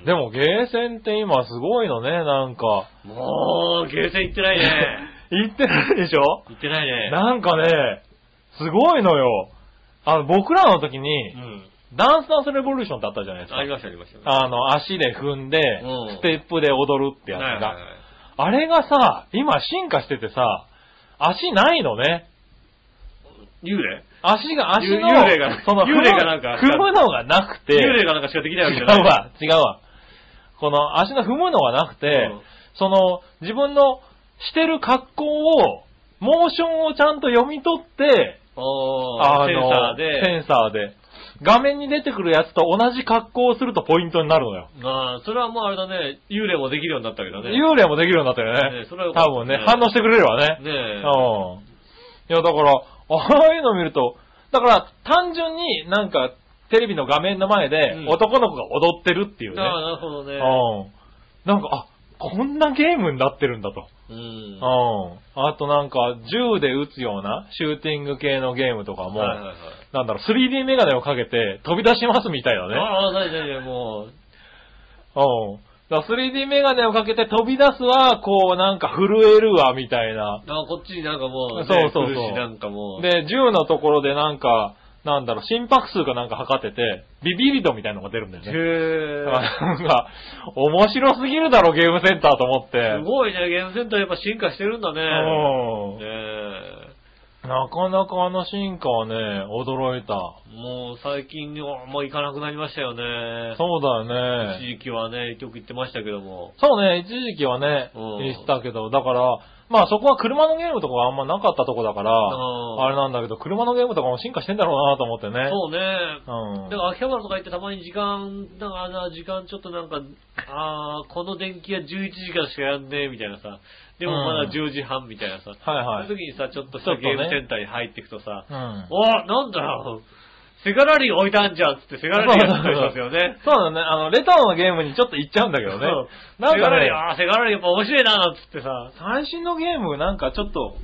Speaker 3: え。で
Speaker 2: も、
Speaker 3: もゲーセンって今すごいのね、なんか。
Speaker 2: もう、ゲーセン行ってない ね。
Speaker 3: 行ってないでしょ
Speaker 2: 行ってないね。
Speaker 3: なんかね、すごいのよ。あの、僕らの時に
Speaker 2: う、ん。
Speaker 3: ダンスダンスレボリューションってあったじゃないですか
Speaker 2: あり。ました、ありました。
Speaker 3: あの、足で踏んで
Speaker 2: うん、
Speaker 3: ステップで踊るってやつ
Speaker 2: はいはいは
Speaker 3: が。あれがさ、今進化しててさ、足ないのね。
Speaker 2: い。幽霊
Speaker 3: 足が、足の、
Speaker 2: 幽霊が
Speaker 3: その、
Speaker 2: 幽霊がなんか
Speaker 3: 踏むのがなくて、
Speaker 2: 幽霊がなんかしかできないわけ
Speaker 3: 違
Speaker 2: じ
Speaker 3: う
Speaker 2: ゃない。
Speaker 3: わ、違うわ。この足の踏むのがなくて、
Speaker 2: うん
Speaker 3: その、自分のしてる格好を、モーションをちゃんと読み取って、
Speaker 2: お
Speaker 3: あ
Speaker 2: ー、
Speaker 3: の
Speaker 2: センサー
Speaker 3: セ
Speaker 2: で。
Speaker 3: ンサーで画面に出てくるやつと同じ格好をするとポイントになるのよ。
Speaker 2: まあ、それはもうあれだね、幽霊もできるようになったわけどね。
Speaker 3: 幽霊もできるようになったよね。
Speaker 2: ねそれはよかっ
Speaker 3: 多
Speaker 2: た
Speaker 3: 分ね、反応してくれるわね。
Speaker 2: ねえ。
Speaker 3: うん。いや、だから、ああいうの見ると、だから、単純になんか、テレビの画面の前で
Speaker 2: うん、
Speaker 3: 男の子が踊ってるっていうね。
Speaker 2: ああ、なるほどね。
Speaker 3: うん。なんか、あ、こんなゲームになってるんだと。
Speaker 2: うん。
Speaker 3: うん。あとなんか、銃で撃つような、シューティング系のゲームとかも、
Speaker 2: はいはいはい。
Speaker 3: なんだろう、3D メガネをかけて飛び出しますみたいなね。
Speaker 2: ああ、ないないない、もう。
Speaker 3: うん。だから 3D メガネをかけて飛び出すわ、こうなんか震えるわ、みたいな。
Speaker 2: あこっちになんかもう、ね、
Speaker 3: そうそうそう
Speaker 2: 来るしなんかもう。
Speaker 3: で、銃のところでなんか、なんだろう、心拍数かなんか測ってて、ビビリ度みたいなのが出るんだよ
Speaker 2: へ
Speaker 3: ね。
Speaker 2: え。
Speaker 3: なんか、面白すぎるだろ、ゲームセンターと思って。
Speaker 2: すごいね、ゲームセンターやっぱ進化してるんだね。
Speaker 3: うん
Speaker 2: ねえ。
Speaker 3: なかなかあの進化はね、驚いた。
Speaker 2: もう最近はもう行かなくなりましたよね。
Speaker 3: そうだよね。
Speaker 2: 一時期はね、よく行ってましたけども。
Speaker 3: そうね、一時期はね、
Speaker 2: うん
Speaker 3: 言ってたけど、だから、まあそこは車のゲームとかがあんまなかったとこだから、
Speaker 2: うん
Speaker 3: あれなんだけど、車のゲームとかも進化してんだろうなと思ってね。
Speaker 2: そうね。
Speaker 3: う
Speaker 2: だ
Speaker 3: ん。
Speaker 2: から秋葉原とか行ってたまに時間、なんかあの時間ちょっとなんか、あーこの電気は11時からしかやんねえみたいなさ。でもま
Speaker 3: うん
Speaker 2: だ10時半みたいなさ。
Speaker 3: はいはい
Speaker 2: そういう時にさ、ちょっとし
Speaker 3: ちょ
Speaker 2: た
Speaker 3: っと
Speaker 2: ゲ
Speaker 3: ね
Speaker 2: ームセンターに入っていくとさ、
Speaker 3: うん。
Speaker 2: おなんだよセガラリー置いたんじゃんっつってセガラリーやってたりしますよね。
Speaker 3: そうだね、あの、レトロのゲームにちょっと行っちゃうんだけどね
Speaker 2: そう。
Speaker 3: な
Speaker 2: セ
Speaker 3: ん
Speaker 2: ガ
Speaker 3: か
Speaker 2: ラリー、
Speaker 3: ね、
Speaker 2: あーセガラリーやっぱ面白いななんつってさ。
Speaker 3: 最新のゲームなんかちょっと、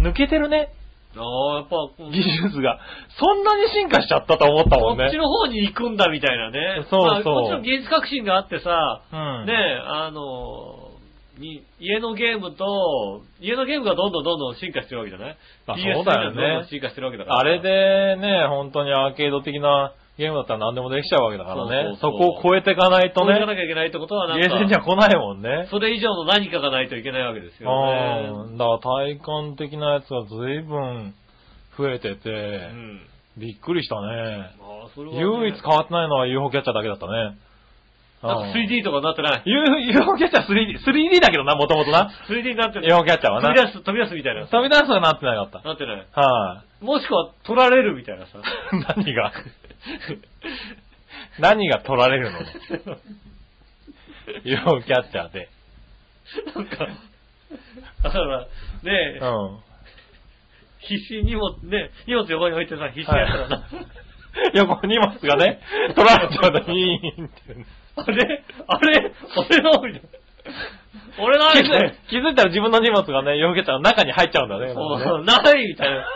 Speaker 3: 抜けてるね、
Speaker 2: ああ、やっぱ、うん
Speaker 3: 技術が。そんなに進化しちゃったと思ったもん
Speaker 2: こ
Speaker 3: ね
Speaker 2: っち。の方に行くんだみたいなね。
Speaker 3: そう
Speaker 2: まあ
Speaker 3: そう
Speaker 2: こっちの技術革新があってさ、
Speaker 3: うん
Speaker 2: ねえ、あの、に家のゲームと、家のゲームがどんどんどんどん進化してるわけじゃない
Speaker 3: あ
Speaker 2: PS
Speaker 3: そうだよね
Speaker 2: がどんどん進化してるわけだから。
Speaker 3: あれでね、本当にアーケード的なゲームだったら何でもできちゃうわけだからね。
Speaker 2: そ
Speaker 3: そう
Speaker 2: そうそう
Speaker 3: こを超えていかないと
Speaker 2: そういかな
Speaker 3: ね、
Speaker 2: きゃいけないってことはなん
Speaker 3: ゲーセンじゃ
Speaker 2: か、
Speaker 3: 来ないもんね。
Speaker 2: それ以上の何かがないといけないわけですよ
Speaker 3: う
Speaker 2: ね。
Speaker 3: ん。だから体感的なやつが随分増えて
Speaker 2: う
Speaker 3: て、
Speaker 2: ん。
Speaker 3: びっくりしたね。
Speaker 2: まあ、それはね、
Speaker 3: 唯一変わってないのは UFO キャッチャーだけだったね。
Speaker 2: なんか 3D とかになってない。
Speaker 3: UFO キャッチャー 3D、3D だけどな、もともとな。
Speaker 2: 3D になってない。
Speaker 3: UFO キャッチャーは
Speaker 2: 飛
Speaker 3: な
Speaker 2: び。出す、飛び出すみたいな。
Speaker 3: 飛び出すはなってなかっ
Speaker 2: なってない。
Speaker 3: た。はい、
Speaker 2: もしくは取られるみたいなさ。
Speaker 3: 何が何が取られ るの ?UFO キャッチャーで。
Speaker 2: なんか、だから、ねえ、
Speaker 3: うん。
Speaker 2: 必死に荷物、ね、荷物横に置いてさ、必死やからな。
Speaker 3: 横荷物がね、取られちゃうといいって。
Speaker 2: あれあれ俺のみたいな。俺の あ
Speaker 3: 気
Speaker 2: れ
Speaker 3: づい気づいたら自分の荷物がね、よけたら中に入っちゃうんだね。もうね
Speaker 2: そう、ないみたいな。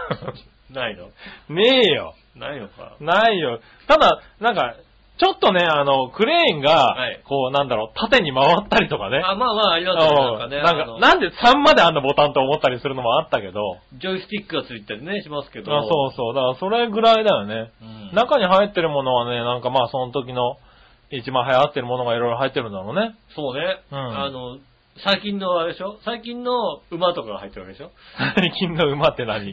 Speaker 2: ないの
Speaker 3: ねえよ。
Speaker 2: ないのか。
Speaker 3: ないよ。ただ、なんか、ちょっとね、あの、クレーンが
Speaker 2: はい、
Speaker 3: こう、なんだろう、縦に回ったりとかね。
Speaker 2: あ、まあまあ、ありま
Speaker 3: うん
Speaker 2: すよ、なんかね。
Speaker 3: なん
Speaker 2: あの
Speaker 3: か、なんで3まであんなボタンと思ったりするのもあったけど。
Speaker 2: ジョイスティックがついたりね、しますけど。
Speaker 3: あそうそう。だから、それぐらいだよね。
Speaker 2: うん。
Speaker 3: 中に入ってるものはね、なんかまあ、その時の、一番流行ってるものがいろいろ入ってるんだろうね。
Speaker 2: そうね。
Speaker 3: うん
Speaker 2: あの、最近のあれでしょ最近の馬とかが入ってるわけでしょ
Speaker 3: 最近の馬って 何
Speaker 2: 一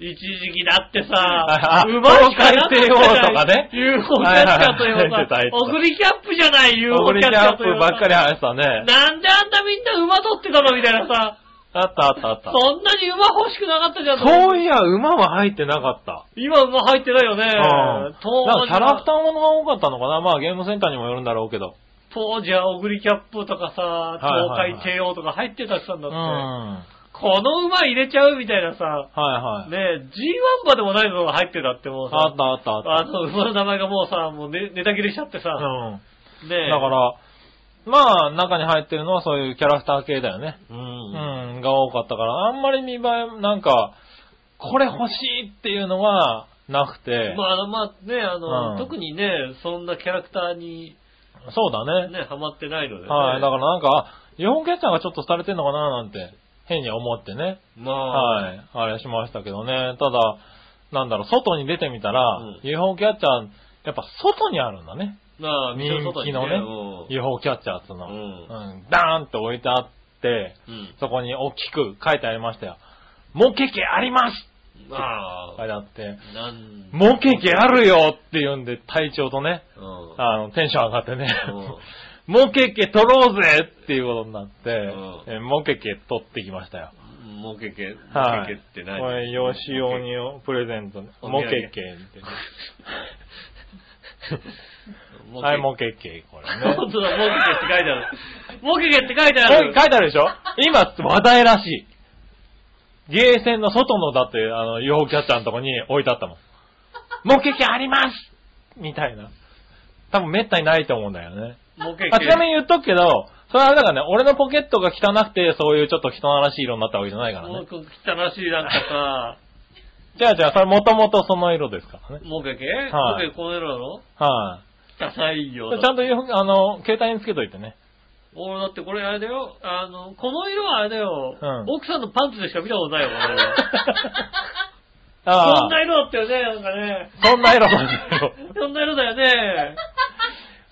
Speaker 2: 時期だって
Speaker 3: あ
Speaker 2: さ
Speaker 3: あ、
Speaker 2: 馬しかなってない。
Speaker 3: 東海帝王とかね
Speaker 2: UFO キャッチャーとい
Speaker 3: は
Speaker 2: う
Speaker 3: いはい
Speaker 2: さ
Speaker 3: はい、
Speaker 2: 送りキャップじゃない UFO
Speaker 3: オ
Speaker 2: キャ
Speaker 3: リジ
Speaker 2: ッチャ
Speaker 3: ア
Speaker 2: ー
Speaker 3: ッ
Speaker 2: と
Speaker 3: プ
Speaker 2: いう
Speaker 3: ばっかり入ってたね。
Speaker 2: なんであんなみんな馬取ってたのみたいなさ、
Speaker 3: あったあったあった。
Speaker 2: そんなに馬欲しくなかったじゃん。
Speaker 3: そういや、馬は入ってなかった。
Speaker 2: 今馬入ってないよね
Speaker 3: うん。。なんか
Speaker 2: 当
Speaker 3: キ
Speaker 2: 時
Speaker 3: ャラクタ
Speaker 2: は、
Speaker 3: ーものが多かったのかなまあゲームセンターにもよるんだろうけど。
Speaker 2: 当時は送りキャップとかさ、
Speaker 3: いはいはい
Speaker 2: 東海帝王とか入ってたりしたんだ
Speaker 3: う
Speaker 2: っ
Speaker 3: ん。
Speaker 2: て。
Speaker 3: は
Speaker 2: この馬入れちゃうみたいなさ、
Speaker 3: いはい。
Speaker 2: ねえ、G1 馬でもないのが入ってたってもうさ、
Speaker 3: あったあったあった。
Speaker 2: あの、馬の名前がもうさ、もうネネタ切れしちゃってさ、
Speaker 3: うん。
Speaker 2: ねえ。
Speaker 3: だか、ら、まあ中に入ってるのはそういうキャラクター系だよね。
Speaker 2: う。
Speaker 3: うんん。が多かったから、あんまり見栄え、なんか、これ欲しいっていうのはなくて
Speaker 2: ま。あ、あの、まあね、あの、
Speaker 3: うん
Speaker 2: 特にね、そんなキャラクターに
Speaker 3: そうだね。
Speaker 2: ね、ハマってないので、ね。
Speaker 3: はい、だからなんか、日本キャッチャーがちょっとされてんのかななんて、変に思ってね。
Speaker 2: まあ、
Speaker 3: はい、あれしましたけどね。ただ、なんだろう、外に出てみたら、
Speaker 2: うん
Speaker 3: UFO キャッチャー、やっぱ外にあるんだね。
Speaker 2: まあ、
Speaker 3: 人気のね、
Speaker 2: ね
Speaker 3: UFO キャッチャーっていうのは。
Speaker 2: うん
Speaker 3: んダーンって置いてあって、
Speaker 2: うん。うん。
Speaker 3: そこに大きく書いてありましたよ。モケケあります
Speaker 2: まあ
Speaker 3: 書いてあって、
Speaker 2: なん、
Speaker 3: モケケあるよって言うんで、隊長とね、
Speaker 2: うん。
Speaker 3: あの、テンション上がってね。
Speaker 2: うん
Speaker 3: モケケ取ろうぜっていうことになって、
Speaker 2: ん
Speaker 3: えモケケ取ってきましたよ。
Speaker 2: モケケ、モ
Speaker 3: はい。
Speaker 2: ケケって何
Speaker 3: これ、ヨシオにをプレゼント。
Speaker 2: お土産
Speaker 3: モケケってね。はい、モ
Speaker 2: ケ
Speaker 3: ケケ、 これ
Speaker 2: ケ。
Speaker 3: ね。
Speaker 2: 本当だ、モケケって書いてある。モケケって書いてあ
Speaker 3: これ
Speaker 2: る。
Speaker 3: 書いてあるでしょ今、話題らしい。ゲーセンの外のだって、あの、UFO キャッチャーのとこに置いてあったもん。モケケありますみたいな。多分めったにないと思うんだよね。
Speaker 2: モケケ。
Speaker 3: あちなみに言っとくけど、それはだからね、俺のポケットが汚くて、そういうちょっと人らしい色になったわけじゃないからね。
Speaker 2: もう汚しいなんか
Speaker 3: じゃあじゃあ、それもともとその色ですから
Speaker 2: さ、
Speaker 3: ね。
Speaker 2: モケケモ
Speaker 3: はい
Speaker 2: ケケこの色なの
Speaker 3: は
Speaker 2: ダサいよ
Speaker 3: い、。ちゃんとよあの、携帯につけといてね。
Speaker 2: 俺だってこれあれだよ、あの、この色はあれだよ、
Speaker 3: うん
Speaker 2: 奥さんのパンツでしか見たことないよ、俺は
Speaker 3: ああ。
Speaker 2: そんな色だったよね、なんかね。
Speaker 3: そんな色、そんな色。
Speaker 2: そんな色だよね。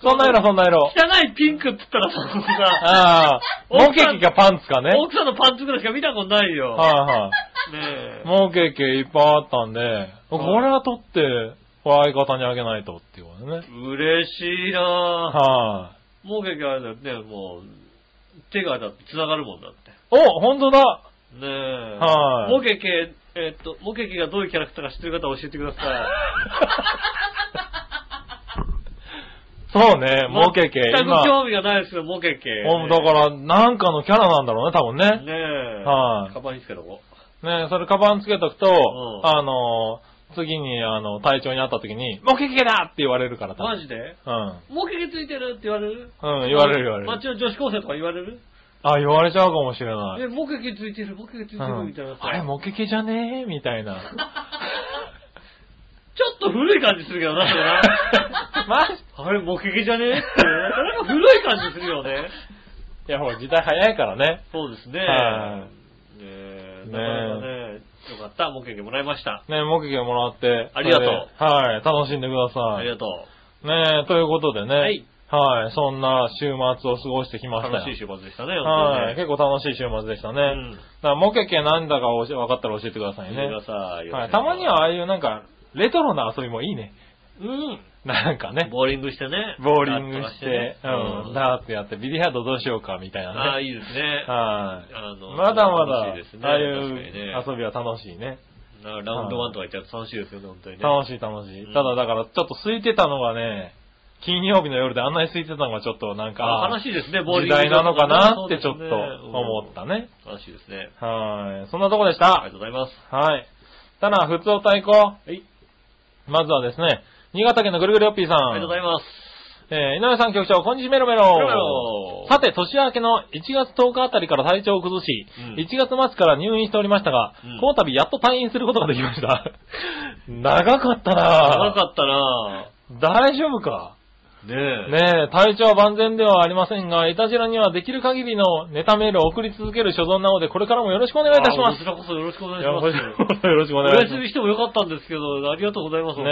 Speaker 3: そんな色、そんな色。
Speaker 2: 汚いピンクって言ったらそこが、
Speaker 3: ああ。モケケがパンツ かね。
Speaker 2: 奥さんのパンツぐらいしか見たことないよ。
Speaker 3: は
Speaker 2: ね
Speaker 3: いはい。
Speaker 2: え。
Speaker 3: モケケいっぱいあったんで、これは取って、これ相方にあげないとっていうことね。
Speaker 2: 嬉しいなぁ。
Speaker 3: はい、
Speaker 2: もう結局あれだよね、もう、手がだって繋がるもんだって。
Speaker 3: お、本当だ
Speaker 2: ねえ。
Speaker 3: はい
Speaker 2: モケケ、えっと、モケケがどういうキャラクターか知ってる方は教えてくだ さ
Speaker 3: そうね、
Speaker 2: い。
Speaker 3: モケケ。
Speaker 2: 全く
Speaker 3: 今、
Speaker 2: 興味がないですけど、モケケ。
Speaker 3: おだから、なんかのキャラなんだろうね、多分ね。
Speaker 2: ねえ。
Speaker 3: はい
Speaker 2: カバンにつけとこ
Speaker 3: ねそれカバンつけとくと、
Speaker 2: ん
Speaker 3: あの、次に、あの、隊長に会った時に、モケケだって言われるから、
Speaker 2: う。
Speaker 3: 多分
Speaker 2: マジで
Speaker 3: うん。
Speaker 2: モケケついてるって言われる
Speaker 3: うん、言われる言われる。
Speaker 2: 街の女子高生とか言われる
Speaker 3: あ、言われちゃうかもしれない。
Speaker 2: え、モケケついてる、モケケついて
Speaker 3: う
Speaker 2: る
Speaker 3: ん
Speaker 2: みたいなさ。
Speaker 3: あれ、モケケじゃねえみたい な。。
Speaker 2: ちょっと古い感じするけどな、それな
Speaker 3: マジ
Speaker 2: あれ、モケケじゃねえって。なんか古い感じするよね。
Speaker 3: いや、ほら、時代早いからね。
Speaker 2: そうですね。
Speaker 3: は
Speaker 2: ねえ、
Speaker 3: ねえ
Speaker 2: なかなかね、よかった、モケケもらいました。
Speaker 3: ね、モケケもらって。
Speaker 2: ありがとう
Speaker 3: それではい、楽しんでくだ
Speaker 2: あ
Speaker 3: さ
Speaker 2: り
Speaker 3: い。
Speaker 2: がとう。
Speaker 3: ねということでね。
Speaker 2: はい。
Speaker 3: はい、そんな週末を過ごしてきましたよ。
Speaker 2: 楽しい週末でしたね、
Speaker 3: は
Speaker 2: 本
Speaker 3: い、結構楽しい週末でし
Speaker 2: 当
Speaker 3: たね。だ
Speaker 2: にね。
Speaker 3: から、モケケなんだかおし分かったら教えてくださ
Speaker 2: う
Speaker 3: い
Speaker 2: ん。
Speaker 3: ね。
Speaker 2: 見てください。
Speaker 3: はい、たまにはああいうなんか、レトロな遊びもいいね。
Speaker 2: うん。
Speaker 3: なんかね、
Speaker 2: ボーリングしてね。
Speaker 3: ボーリングして、
Speaker 2: ダ
Speaker 3: う
Speaker 2: ーッと飛ばしてね
Speaker 3: ん、ダーツやって、ビリヤードどうしようか、みたい
Speaker 2: あ
Speaker 3: な
Speaker 2: あ、
Speaker 3: ね。
Speaker 2: いいですね。
Speaker 3: はい。
Speaker 2: あの
Speaker 3: まだまだ、
Speaker 2: 楽しいですね
Speaker 3: ああい
Speaker 2: 確
Speaker 3: う
Speaker 2: かにね
Speaker 3: 遊びは楽しいね。
Speaker 2: なんかラウンドワンとか行っちゃうと楽しいですよね、本当にね。
Speaker 3: 楽しい楽し
Speaker 2: うん
Speaker 3: い。ただだから、ちょっと空いてたのがね、金曜日の夜であんなに空いてたのがちょっとなん
Speaker 2: あ
Speaker 3: か、
Speaker 2: ー悲しいですね、ボーリ
Speaker 3: 時
Speaker 2: ング。
Speaker 3: 代なのかなってちょっ
Speaker 2: そうです
Speaker 3: と
Speaker 2: ね
Speaker 3: 思った。ね。
Speaker 2: うん悲しいですね。
Speaker 3: はい。そんなとこでし
Speaker 2: ありが
Speaker 3: た
Speaker 2: と。うございます。。
Speaker 3: はい。ただ、普通お太鼓。はいまずはですね、新潟県のぐるぐるよっぴーさん。
Speaker 2: ありがとうございます。
Speaker 3: えー、井上さん局長、こんにちメロメロ。
Speaker 2: メロメロ
Speaker 3: さて、年明けの1月10日あたりから体調を崩し、
Speaker 2: うん
Speaker 3: 1月末から入院しておりましたが、
Speaker 2: うん
Speaker 3: この度やっと退院することができま した。長かったな
Speaker 2: 長かったな
Speaker 3: 大丈夫か
Speaker 2: ぁ。ねえ。
Speaker 3: ねえ、体調は万全ではありませんが、いたじらにはできる限りのネタメールを送り続ける所存なので、これからもよろしくお願いいたしま
Speaker 2: あこ
Speaker 3: す
Speaker 2: ち。らこそよろしくお願い
Speaker 3: い
Speaker 2: し
Speaker 3: やこちら
Speaker 2: ま
Speaker 3: こそよろしくお
Speaker 2: す。お
Speaker 3: 願いし
Speaker 2: 休
Speaker 3: ます。
Speaker 2: みしてもよかったんですけど、ありがとうございます。
Speaker 3: ね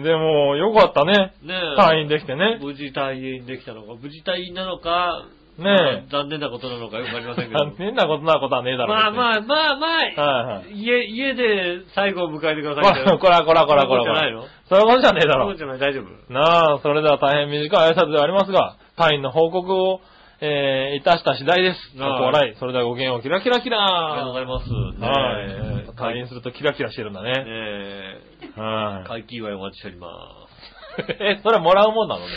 Speaker 3: え、でも、よかったね。
Speaker 2: ねえ。
Speaker 3: 退院できてね。
Speaker 2: 無事退院できたのか、無事退院なのか、
Speaker 3: ねえ
Speaker 2: まあ残念なことなのかよくわかりませんけど。
Speaker 3: 残念なことなことはねえだろう。
Speaker 2: まあまあまあまあ、
Speaker 3: はいはい。
Speaker 2: 家、家で最後を迎えてください
Speaker 3: こ
Speaker 2: みたいな
Speaker 3: らこらこらこらこ
Speaker 2: そういうことじゃない
Speaker 3: ら
Speaker 2: の。
Speaker 3: そういうことじゃねえだ
Speaker 2: そう
Speaker 3: ろ。
Speaker 2: じゃない、大丈夫。
Speaker 3: なあ、それでは大変短い挨拶ではありますが、隊員の報告を、えー、いたした次第です。
Speaker 2: はい
Speaker 3: かっこ笑い。それではご機嫌をキラキラキラ
Speaker 2: ありがとうございます。
Speaker 3: はい。
Speaker 2: ね
Speaker 3: 退院するとキラキラしてるんだ
Speaker 2: え
Speaker 3: ね。
Speaker 2: ねえ、
Speaker 3: はい。
Speaker 2: 会期祝いお待ちしております。
Speaker 3: え、それはもらうもんなのね。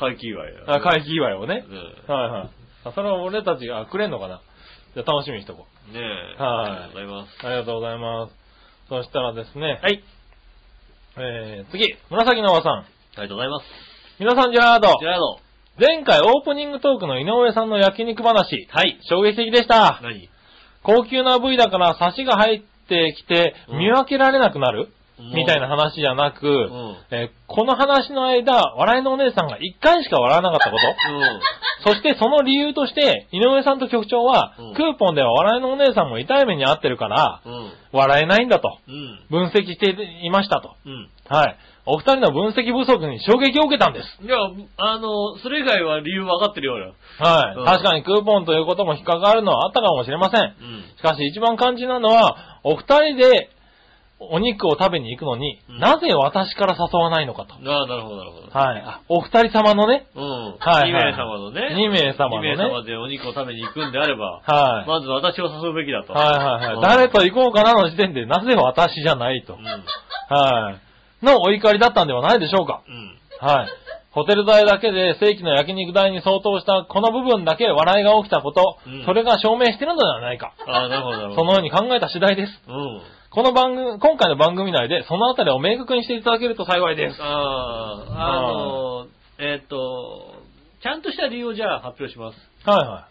Speaker 2: 会期祝いだ
Speaker 3: あ、会期祝いをね。
Speaker 2: ね
Speaker 3: はいはい。あそれは俺たちがあくれんのかな。じゃあ楽しみにしとこう。
Speaker 2: え。ねえ。
Speaker 3: は
Speaker 2: あ
Speaker 3: い
Speaker 2: りがとうございます。
Speaker 3: ありがとうございます。そしたらですね、
Speaker 2: はい。
Speaker 3: えー、次、紫のおばさん。
Speaker 2: ありがとうございます。
Speaker 3: 皆さん、ジェラード。
Speaker 2: ジェラード。
Speaker 3: 前回オープニングトークの井上さんの焼肉話。
Speaker 2: はい。
Speaker 3: 衝撃的でした。
Speaker 2: 何
Speaker 3: 高級な部位だからサシが入ってきて
Speaker 2: うん
Speaker 3: 見分けられなくなる、みたいな。話じゃなく、
Speaker 2: うん。
Speaker 3: えーこの話の間、笑いのお姉さんが一回しか笑わなかったこ
Speaker 2: うん。
Speaker 3: と、そしてその理由として、井上さんと局長は、
Speaker 2: うん
Speaker 3: クーポンでは笑いのお姉さんも痛い目に遭ってるから、
Speaker 2: うん。
Speaker 3: 笑えないんだと、
Speaker 2: うん。
Speaker 3: 分析していましたと。
Speaker 2: うん。
Speaker 3: はい。お二人の分析不足に衝撃を受けたんです。
Speaker 2: いや、あの、それ以外は理由分かってるよ、俺は。
Speaker 3: はい。
Speaker 2: うん
Speaker 3: 確かにクーポンということも引っかかるのはあったかもしれません。
Speaker 2: うん。
Speaker 3: しかし一番肝心なのは、お二人でお肉を食べに行くのに、
Speaker 2: うん
Speaker 3: なぜ私から誘わないのかと。
Speaker 2: ああ、なるほど、なるほど。
Speaker 3: はい。あお二人様のね、
Speaker 2: うん。
Speaker 3: はいは
Speaker 2: 2名
Speaker 3: い
Speaker 2: 様のね。
Speaker 3: 二名様のね
Speaker 2: 二名様でお肉を食べに行くんであれば、
Speaker 3: はい。
Speaker 2: まず私を誘うべきだと。
Speaker 3: はいはい
Speaker 2: うん
Speaker 3: はい。誰と行こうかなの時点で、なぜ私じゃないと
Speaker 2: う。ん。
Speaker 3: はい。のお怒りだったんではないでしょうか。
Speaker 2: うん。
Speaker 3: はい。ホテル代だけで正規の焼肉代に相当したこの部分だけ笑いが起きたこと
Speaker 2: うん、
Speaker 3: それが証明してるのではないか。
Speaker 2: ああ、なるほど、なる
Speaker 3: そ
Speaker 2: ほど。
Speaker 3: のように考えた次第です。
Speaker 2: うん。
Speaker 3: この番組、今回の番組内でそのあたりを明確にしていただけると幸いです。
Speaker 2: ああ、あの、えっと、ちゃんとした理由をじゃあ発表します。
Speaker 3: はいは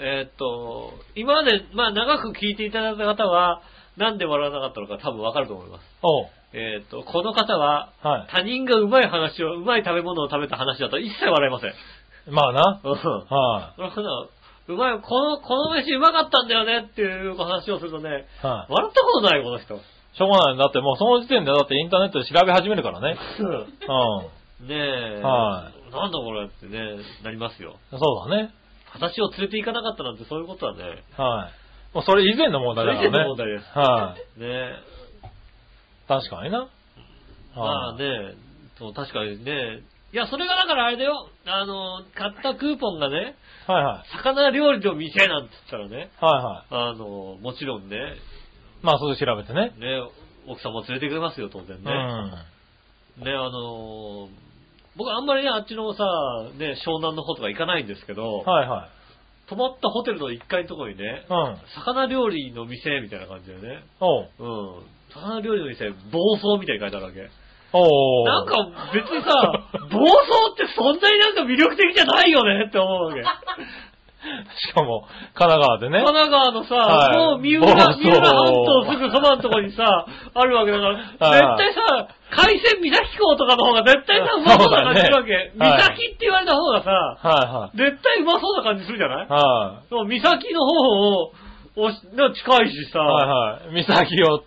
Speaker 3: い。
Speaker 2: うん。えっと、今まで、まあ長く聞いていただいた方は、なんで笑わなかったのか多分わかると思います。
Speaker 3: おう。
Speaker 2: えっと、この方は、
Speaker 3: はい。
Speaker 2: 他人がうまい話を、うまい食べ物を食べた話だと一切笑いません。
Speaker 3: まあな。
Speaker 2: うん。
Speaker 3: は
Speaker 2: そのうまい、この、この飯うまかったんだよねっていう話をするとね、
Speaker 3: い。は
Speaker 2: 笑ったことないよ、こ の人。
Speaker 3: い。しょうがない。だってもうその時点でだってインターネットで調べ始めるからね。う
Speaker 2: ねえ。
Speaker 3: は
Speaker 2: なんだこれってね、なりますよ。
Speaker 3: ん。そうだね。
Speaker 2: 私を連れて行かなかったなんてそういうことはね、
Speaker 3: はい。もうそれ以前の問題だから
Speaker 2: それ
Speaker 3: ね。
Speaker 2: 以前の問題です
Speaker 3: はい。
Speaker 2: ねえ。
Speaker 3: 確かにな。
Speaker 2: まあ
Speaker 3: はい。
Speaker 2: ね、そう確かにね、いや、それがだからあれだよ、あの、買ったクーポンがね、
Speaker 3: はいはい。
Speaker 2: 魚料理の店なんて言ったらね、
Speaker 3: はいは
Speaker 2: あの、もちろんね、
Speaker 3: い。まあ、それで調べてね。
Speaker 2: ね、奥様連れてくれますよ、当然ね。
Speaker 3: うん。
Speaker 2: ね、あのー僕あんまりね、あっちのさ、ね、湘南の方とか行かないんですけど、
Speaker 3: はいはい。
Speaker 2: 泊まったホテルの1階のとこにね、
Speaker 3: うん。
Speaker 2: 魚料理の店みたいな感じでね、
Speaker 3: おう。
Speaker 2: うん。魚料理の店、暴走みたいに書いてあるわけ。
Speaker 3: おう。
Speaker 2: なんか別にさ、暴走ってそんなになんか魅力的じゃないよねって思うわけ。
Speaker 3: しかも、神奈川でね
Speaker 2: 神。奈川のさ、
Speaker 3: はい
Speaker 2: もう三浦、
Speaker 3: 暴走
Speaker 2: 三浦半島すぐそばのとこにさ、あるわけだから、
Speaker 3: はい
Speaker 2: 絶対さ、海鮮三崎港とかの方が絶対さ、うまそうな感じするわけ。
Speaker 3: そうだねはい
Speaker 2: 三崎って言われた方がさ、
Speaker 3: は
Speaker 2: 絶対うまそうな感じするじゃない
Speaker 3: いはい。は
Speaker 2: でも三崎の方を、おしな近いしさ、
Speaker 3: い。はいはい。岬を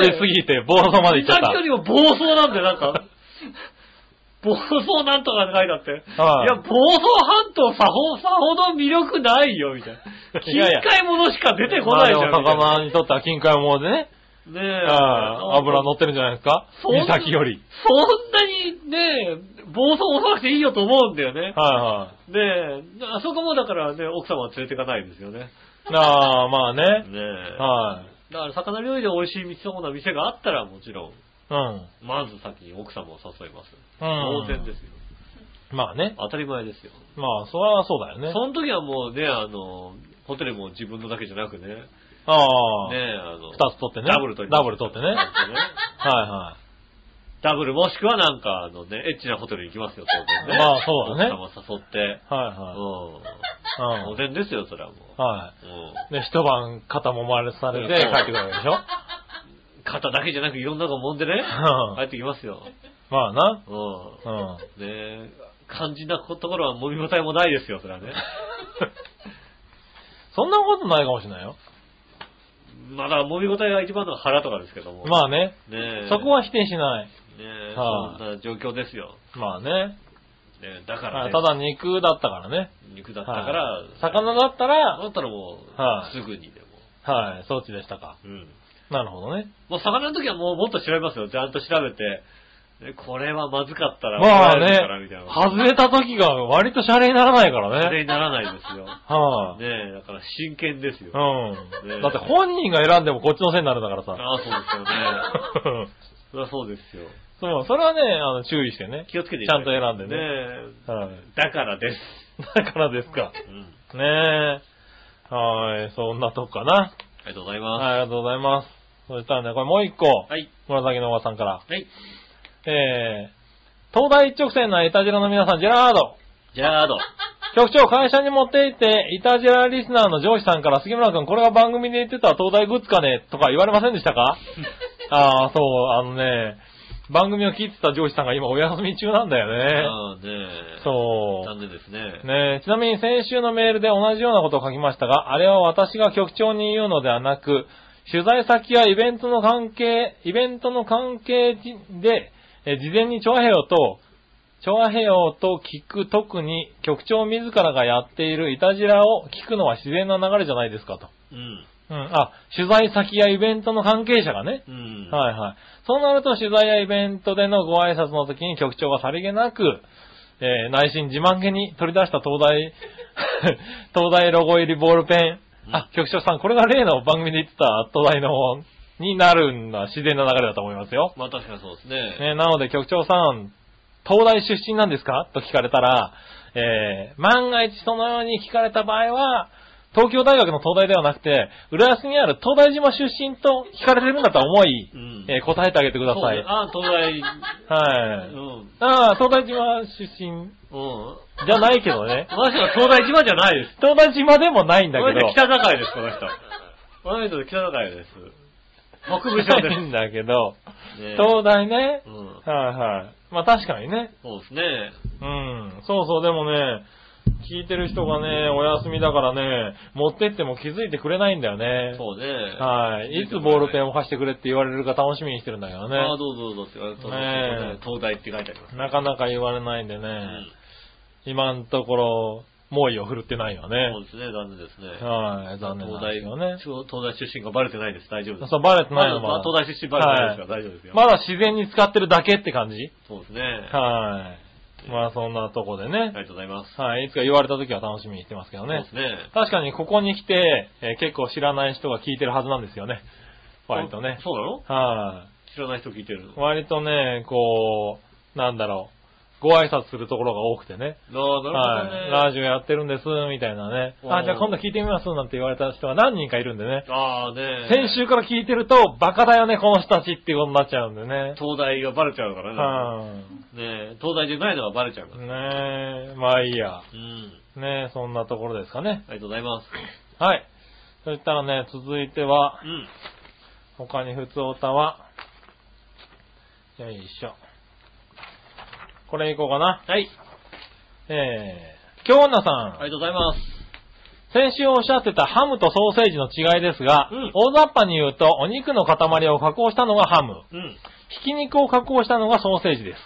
Speaker 2: ねえ
Speaker 3: 通り過ぎて、暴走まで行っちゃっ
Speaker 2: 三
Speaker 3: た
Speaker 2: 崎よ。りも暴走なんだよ、なん か。暴走なんとかって書いてあって。
Speaker 3: はい
Speaker 2: いや、暴走半島さほ、さほど魅力ないよ、みたいな。
Speaker 3: いやいや
Speaker 2: 近いものしか出てこないじゃん。
Speaker 3: まあでも
Speaker 2: みたいな
Speaker 3: 魚にとっては近海もでね、
Speaker 2: ねえ。
Speaker 3: はい油乗ってるんじゃないですか
Speaker 2: そんな
Speaker 3: 三崎より。
Speaker 2: そんなにねえ、暴走をさなくていいよと思うんだよね。
Speaker 3: は
Speaker 2: ねえ、あそこもだからね、奥様は連れていかないですよね。
Speaker 3: いはい。ああ、まあ
Speaker 2: ね
Speaker 3: ね。
Speaker 2: え。
Speaker 3: はい。
Speaker 2: だから魚料理で美味しい店そうな店があったらもちろん、
Speaker 3: うん。
Speaker 2: まず先に奥様を誘います。
Speaker 3: う
Speaker 2: 当
Speaker 3: ん
Speaker 2: 然ですよ。
Speaker 3: まあね。
Speaker 2: 当たり前ですよ。
Speaker 3: まあ、それはそうだよね。
Speaker 2: その時はもうね、あの、ホテルも自分のだけじゃなくね、ね
Speaker 3: ああ。
Speaker 2: あの、
Speaker 3: 二つ取ってね。
Speaker 2: ダブル取ります
Speaker 3: ダブル取ってね。はいは
Speaker 2: ダブルもしくはなんか、あのね、エッチなホテルに行きますよ、当然ね。
Speaker 3: まあそうだね
Speaker 2: 奥様誘って。
Speaker 3: い。
Speaker 2: う
Speaker 3: は
Speaker 2: ん。
Speaker 3: いはい。
Speaker 2: 当然ですよ、それはも
Speaker 3: うん。は
Speaker 2: う。うん。
Speaker 3: い。で、一晩肩揉まれされて
Speaker 2: そう
Speaker 3: 帰ってくるわけでしょ
Speaker 2: 肩だけじゃなくいろんなの揉んでね、帰ってきますよ。
Speaker 3: まあな。
Speaker 2: うん。
Speaker 3: うん。
Speaker 2: ねえ、肝心なところは揉み応えもないですよ、それ はね。
Speaker 3: そんなことないかもしれないよ。
Speaker 2: まあだから揉み応えが一番のは腹とかですけども。
Speaker 3: まあね。
Speaker 2: ねえ
Speaker 3: そこは否定しない。
Speaker 2: ねえ、
Speaker 3: はい
Speaker 2: そんな状況ですよ。
Speaker 3: まあね。
Speaker 2: ねえだから、
Speaker 3: は
Speaker 2: ね、
Speaker 3: いただ肉だったからね。
Speaker 2: 肉だったから、
Speaker 3: はい魚だっ
Speaker 2: だ
Speaker 3: たら、
Speaker 2: ったらもう、
Speaker 3: はい
Speaker 2: すぐにでも。
Speaker 3: はい、装置でしたか。
Speaker 2: うん。
Speaker 3: なるほどね。
Speaker 2: もう魚の時はもうもっと調べますよ。ちゃんと調べて、ねこれはまずかったら、
Speaker 3: まあ
Speaker 2: 怒られる
Speaker 3: ね
Speaker 2: からみたいな、
Speaker 3: 外れた時が割とシャレにならないから
Speaker 2: そ
Speaker 3: ね。
Speaker 2: れにならないですよ。
Speaker 3: はい、
Speaker 2: ねえ、だから真剣ですよ。
Speaker 3: う
Speaker 2: ねえ
Speaker 3: ん。だって本人が選んでもこっちのせいになるんだからさ。
Speaker 2: ああ、そうですよね。 それはそうですよ。
Speaker 3: そう、それはね、あの、注意してね。
Speaker 2: 気をつけてい
Speaker 3: ち
Speaker 2: た
Speaker 3: ゃ
Speaker 2: だ
Speaker 3: ん
Speaker 2: い
Speaker 3: と
Speaker 2: て
Speaker 3: 選んでね。
Speaker 2: ね
Speaker 3: はい。
Speaker 2: えだからです。
Speaker 3: だからですか。
Speaker 2: うん。
Speaker 3: ねえ。はい、そんなとこかな。
Speaker 2: ありがとうございます。
Speaker 3: はい、ありがとうございます。そしたらね、これもう一個。
Speaker 2: はい。
Speaker 3: 紫のおばさんから。
Speaker 2: はい。
Speaker 3: えー、東大一直線のイタジラの皆さん、ジェラード。
Speaker 2: ジェラード。
Speaker 3: 局長、会社に持って行って、イタジラリスナーの上司さんから、杉村君、これが番組で言ってた東大グッズかねとか言われませんでしたかああ、そう、あのね、番組を聞いてた上司さんが今お休み中なんだよね。
Speaker 2: ああねえ。
Speaker 3: そう。
Speaker 2: 残念ですね。
Speaker 3: ねえ、ちなみに先週のメールで同じようなことを書きましたが、あれは私が局長に言うのではなく、取材先やイベントの関係、イベントの関係で、え事前に調和平洋と、調和平洋と聞く特に局長自らがやっているいたじらを聞くのは自然な流れじゃないですかと。
Speaker 2: うん。
Speaker 3: うん、あ、取材先やイベントの関係者がね、
Speaker 2: うん。
Speaker 3: はいはい。そうなると取材やイベントでのご挨拶の時に局長がさりげなく、えー内心自慢げに取り出した東大、 東大ロゴ入りボールペン。あ、局長さん、これが例の番組で言ってた東大の方になるんだ。自然な流れだと思いますよ。
Speaker 2: まあ確かにそうですね。
Speaker 3: ね、なので局長さん、東大出身なんですかと聞かれたら、えー万が一そのように聞かれた場合は、東京大学の東大ではなくて、浦安にある東大島出身と聞かれてるんだと思い、
Speaker 2: うん
Speaker 3: えー答えてあげてくだ
Speaker 2: そう
Speaker 3: さい。
Speaker 2: ねああ、東大。
Speaker 3: は
Speaker 2: う
Speaker 3: い。
Speaker 2: ん。うん。
Speaker 3: ああ、東大島出身じゃないけど ね。
Speaker 2: 私は東大島じゃないです。
Speaker 3: 東大島でもないんだ
Speaker 2: この
Speaker 3: け
Speaker 2: 人
Speaker 3: ど。
Speaker 2: 北境です、この人。この人北境です。北部省で
Speaker 3: ないんだけど。
Speaker 2: す。ね
Speaker 3: 東大ね
Speaker 2: う。ん。
Speaker 3: はいはい。まあ確かにね。
Speaker 2: そうですね。
Speaker 3: うん。そうそう、でもね、聞いてる人がね、お休みだからね、持ってっても気づいてくれないんだよね。
Speaker 2: そうね。
Speaker 3: はい。いつボールペンを貸してくれって言われるか楽しみにしてるんだけど
Speaker 2: ああ、
Speaker 3: ね。
Speaker 2: どうぞどうぞって言われた
Speaker 3: ねえ
Speaker 2: 東大って書いてあります。
Speaker 3: なかなか言われないんで
Speaker 2: う
Speaker 3: ね。
Speaker 2: ん
Speaker 3: 今のところ、猛威を振るってないよね
Speaker 2: そう。ですね、残念ですね。
Speaker 3: はい。残念なんですよね。
Speaker 2: 東大、東大出身がバレてないです。大丈夫です。
Speaker 3: そう、バレてないの
Speaker 2: ま
Speaker 3: ま
Speaker 2: だ
Speaker 3: だ。
Speaker 2: 東大出身バレてないですから、大丈夫ですよ。
Speaker 3: まだ自然に使ってるだけって感じ
Speaker 2: そうですね。
Speaker 3: はい。まあそんなとこで
Speaker 2: あり
Speaker 3: ね。
Speaker 2: がとうございます。
Speaker 3: はい。いつか言われた時は楽しみにしてますけど
Speaker 2: そうで
Speaker 3: ね
Speaker 2: す。ね。
Speaker 3: 確かにここに来て、えー結構知らない人が聞いてるはずなんですよね。割とね
Speaker 2: あ。そうだろ
Speaker 3: は
Speaker 2: 知らない人聞いてるの
Speaker 3: い。。割とね、こう、なんだろう。ご挨拶するところが多くてね。
Speaker 2: ああ、
Speaker 3: は。
Speaker 2: ないる
Speaker 3: ラ
Speaker 2: ほどね。
Speaker 3: ジオやってるんです、みたいなね。
Speaker 2: おー
Speaker 3: あ、じゃあ今度聞いてみます、なんて言われた人が何人かいるんでね。
Speaker 2: ああね。
Speaker 3: 先。週から聞いてると、バカだよね、この人たちっていうことになっちゃうんでね。
Speaker 2: 東大がバレちゃうからね。
Speaker 3: はい。
Speaker 2: ねえ東大じゃないのがバレちゃうから。
Speaker 3: ねえ、まあいいや。
Speaker 2: うん。
Speaker 3: ねえ、そんなところですかね。
Speaker 2: ありがとうございます。
Speaker 3: はい。そしたらね、続いては
Speaker 2: う、ん。
Speaker 3: 他に普通おたは、よいしょ。これいこうかな。
Speaker 2: はい。
Speaker 3: えー、京女さ
Speaker 2: あ
Speaker 3: ん、
Speaker 2: りがとうございます。
Speaker 3: 先週おっしゃってたハムとソーセージの違いですが、
Speaker 2: うん
Speaker 3: 大雑把に言うと、お肉の塊を加工したのがハム、
Speaker 2: うん。
Speaker 3: ひき肉を加工したのがソーセージです。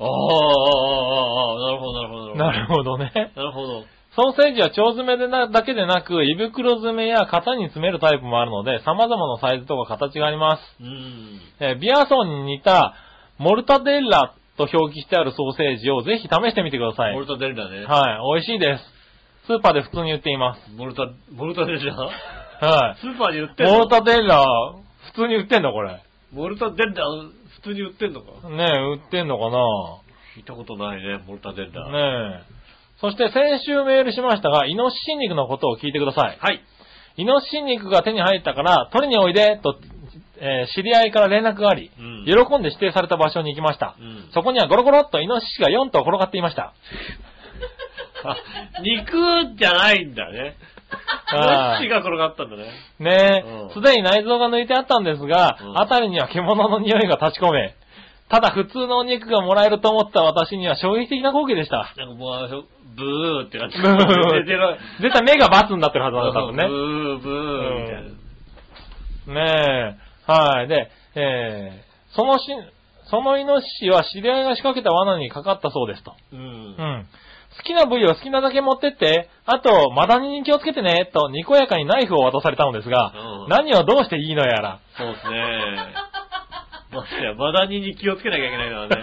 Speaker 2: ああ、ああ、ああ、ああ、なるほど、なるほど。
Speaker 3: なるほどね。
Speaker 2: なるほど。
Speaker 3: ソーセージは腸詰めでなだけでなく、胃袋詰めや型に詰めるタイプもあるので、様々なサイズとか形があります。
Speaker 2: うん。
Speaker 3: えービアソンに似た、モルタデッラと表記してあるソーセージをぜひ試してみてください。
Speaker 2: モルタデルだね。
Speaker 3: はい、美味しいです。スーパーで普通に売っています。
Speaker 2: モルタ、モルタデルだ
Speaker 3: は
Speaker 2: スーパーに売っ
Speaker 3: い。
Speaker 2: てんの
Speaker 3: モルタデッラ、普通に売ってんのこれ。ね
Speaker 2: モルタデルだ普通に売ってんのか
Speaker 3: え、売ってんのかな
Speaker 2: 聞いたことないね、モルタデルだ。
Speaker 3: ねえ。そして先週メールしましたが、イノシシ肉のことを聞いてください。
Speaker 2: はい。
Speaker 3: イノシシ肉が手に入ったから、取りにおいで、と、えー知り合いから連絡があり、
Speaker 2: うん
Speaker 3: 喜んで指定された場所に行きました。
Speaker 2: うん
Speaker 3: そこにはゴロゴロっとイノシシが4頭転がってい ました。
Speaker 2: あ肉じゃないんだね。
Speaker 3: は
Speaker 2: どっち
Speaker 3: い
Speaker 2: が転がったんだね。
Speaker 3: ね
Speaker 2: うん
Speaker 3: え、すでに内臓が抜いてあったんですが
Speaker 2: う、ん
Speaker 3: あたりには獣の匂いが立ち込め、ただ普通のお肉がもらえると思った私には衝撃的な光景でした。
Speaker 2: なんかもうあの、ブーってなって
Speaker 3: ブー
Speaker 2: 出てる。
Speaker 3: 絶対目がバツになってるはずなんだ、多分ね。
Speaker 2: ブー、ブー、みたいな。
Speaker 3: ねえ、はい。で、えー、そのし、そのイノシシは知り合いが仕掛けた罠にかかったそうですと。
Speaker 2: う。
Speaker 3: うんん。好きな部位を好きなだけ持ってって、あと、マダニに気をつけてね、と、にこやかにナイフを渡されたのですが、
Speaker 2: うん
Speaker 3: 何をどうしていいのやら。
Speaker 2: そうですね。ましてや、マダニに気をつけなきゃいけないのはね。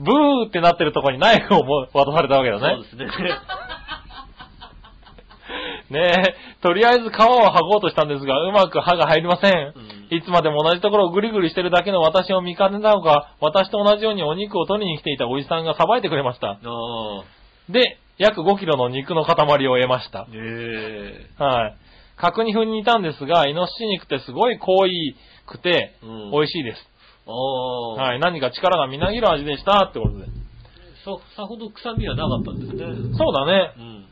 Speaker 3: ブーってなってるとこにナイフをも渡されたわけだね。
Speaker 2: そうですね。
Speaker 3: ねえ、とりあえず皮を剥ごうとしたんですが、うまく歯が入りません。
Speaker 2: うん
Speaker 3: いつまでも同じところをぐりぐりしてるだけの私を見かねたのか、私と同じようにお肉を取りに来ていたおじさんがさばいてくれました。
Speaker 2: あ
Speaker 3: で、約5キロの肉の塊を得ました
Speaker 2: あ、。ええ
Speaker 3: はい。角煮風に煮たんですが、イノシシ肉ってすごい濃いくて、
Speaker 2: うん
Speaker 3: 美味しいです。
Speaker 2: ああ、
Speaker 3: はい。何か力がみなぎる味でしたってことで。
Speaker 2: そ、さほど臭みはなかったんですね。
Speaker 3: そうだ
Speaker 2: う
Speaker 3: ね。
Speaker 2: ん。ね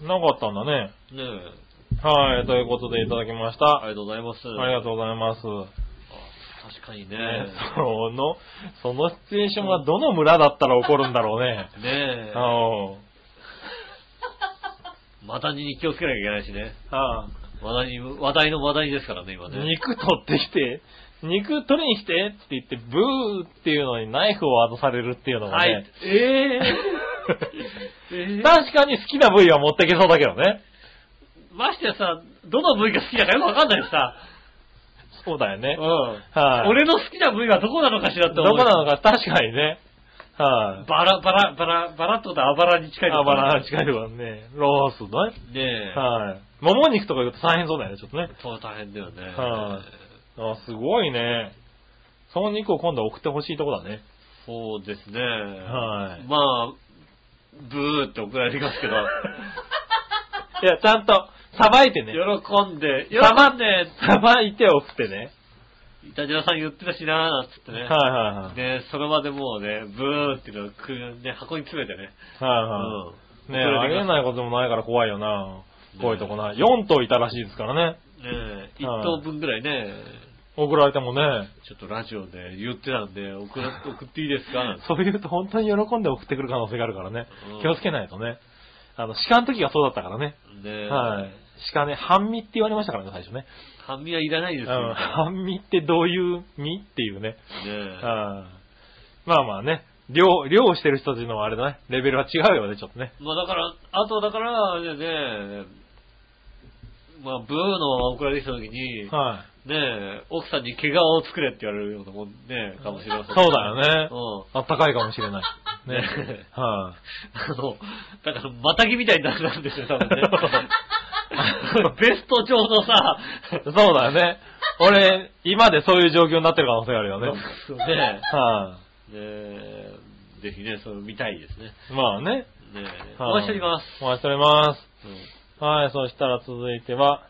Speaker 3: うん。なかったんだね。
Speaker 2: え。
Speaker 3: はい。ということでいただきました。
Speaker 2: ありがとうございます。
Speaker 3: ありがとうございます。
Speaker 2: あ確かにね。
Speaker 3: ねその、そのシチュエーションがどの村だったら起こるんだろうね。
Speaker 2: ねえ。
Speaker 3: うん
Speaker 2: マダニに気をつけなきゃいけないしね。
Speaker 3: ああ
Speaker 2: マダニ、話題のマダニですからね、今ね。
Speaker 3: 肉取ってきて、肉取りに来てって言って、ブーっていうのにナイフを渡されるっていうのが
Speaker 2: は
Speaker 3: ね。
Speaker 2: い。ええ ええ
Speaker 3: 確かに好きな部位は持っていけそうだけどね。
Speaker 2: ましてやさ、どの部位が好きだかよくわかんないしさ。
Speaker 3: そうだよね。
Speaker 2: うん。
Speaker 3: はい、
Speaker 2: 俺の好きな部位はどこなのかしらって
Speaker 3: ど
Speaker 2: 思う。
Speaker 3: こなのか確かにね。はい、
Speaker 2: バラ、バラ、バラ、バラってことはあばらに近い
Speaker 3: あばら
Speaker 2: に
Speaker 3: 近いところね。ロースのね。
Speaker 2: 近い。ねえ。
Speaker 3: はい、もも肉とか言うと大変そうだよね、ちょっとね。
Speaker 2: そう大変だよね。
Speaker 3: はいあすごいね。その肉を今度送ってほしいとこだね。
Speaker 2: そうですね。
Speaker 3: はい
Speaker 2: まあ、ブーって送られてきますけ ど、
Speaker 3: いや、ちゃんと、さばいてね。
Speaker 2: 喜んで、喜
Speaker 3: さば
Speaker 2: んで、
Speaker 3: さばいて送ってね。
Speaker 2: いたじらさん言ってたしなーなんつって
Speaker 3: はい
Speaker 2: ね。
Speaker 3: はいはい。
Speaker 2: で、それまでもうね、ブーっていうのをくるね、箱に詰めてね。
Speaker 3: はいう
Speaker 2: ん。
Speaker 3: はい。ねえ、ありえ
Speaker 2: い。
Speaker 3: ないこともないから怖いよな。
Speaker 2: ね
Speaker 3: こういうとこな。4頭いたらしいですからね。
Speaker 2: ねえ、一等分ぐらいね、
Speaker 3: 送られてもね。
Speaker 2: ちょっとラジオで言ってたんで、送 ら送っていいですかなんて
Speaker 3: そういうと本当に喜んで送ってくる可能性があるからね
Speaker 2: うん。
Speaker 3: 気をつけないとね。あの、鹿の時がそうだったからね。
Speaker 2: ねえ、
Speaker 3: はい。鹿ね、半身って言われましたからね、最初ね。
Speaker 2: 半身はいらないで
Speaker 3: う
Speaker 2: すよ。
Speaker 3: ん。
Speaker 2: ね
Speaker 3: 半身ってどういう身っていうね。
Speaker 2: え
Speaker 3: はいまあまあね。漁、漁をしてる人たちのあれだね。レベルは違うよね、ちょっとね。
Speaker 2: まあだから、あとだから、あれだよね、まあブーの送られてきた時に、
Speaker 3: はい。
Speaker 2: ねえ、奥さんに毛皮を作れって言われるようなもんね、かもしれません。
Speaker 3: そうだよね。
Speaker 2: うん。
Speaker 3: あったかいかもし れない。ね。
Speaker 2: ね
Speaker 3: は。
Speaker 2: あの、だから、またぎみたいになるんですよ、多分ねベスト調のさ、
Speaker 3: い。そうだよね。俺、今でそういう状況になってる可能性があるよね。
Speaker 2: ね
Speaker 3: は
Speaker 2: ねえぜひね、それ見たいですね。
Speaker 3: い。まあね。
Speaker 2: ねえ
Speaker 3: はい
Speaker 2: お会いしております。。
Speaker 3: お会いしておりま
Speaker 2: うん
Speaker 3: す。はい、そしたら続いては、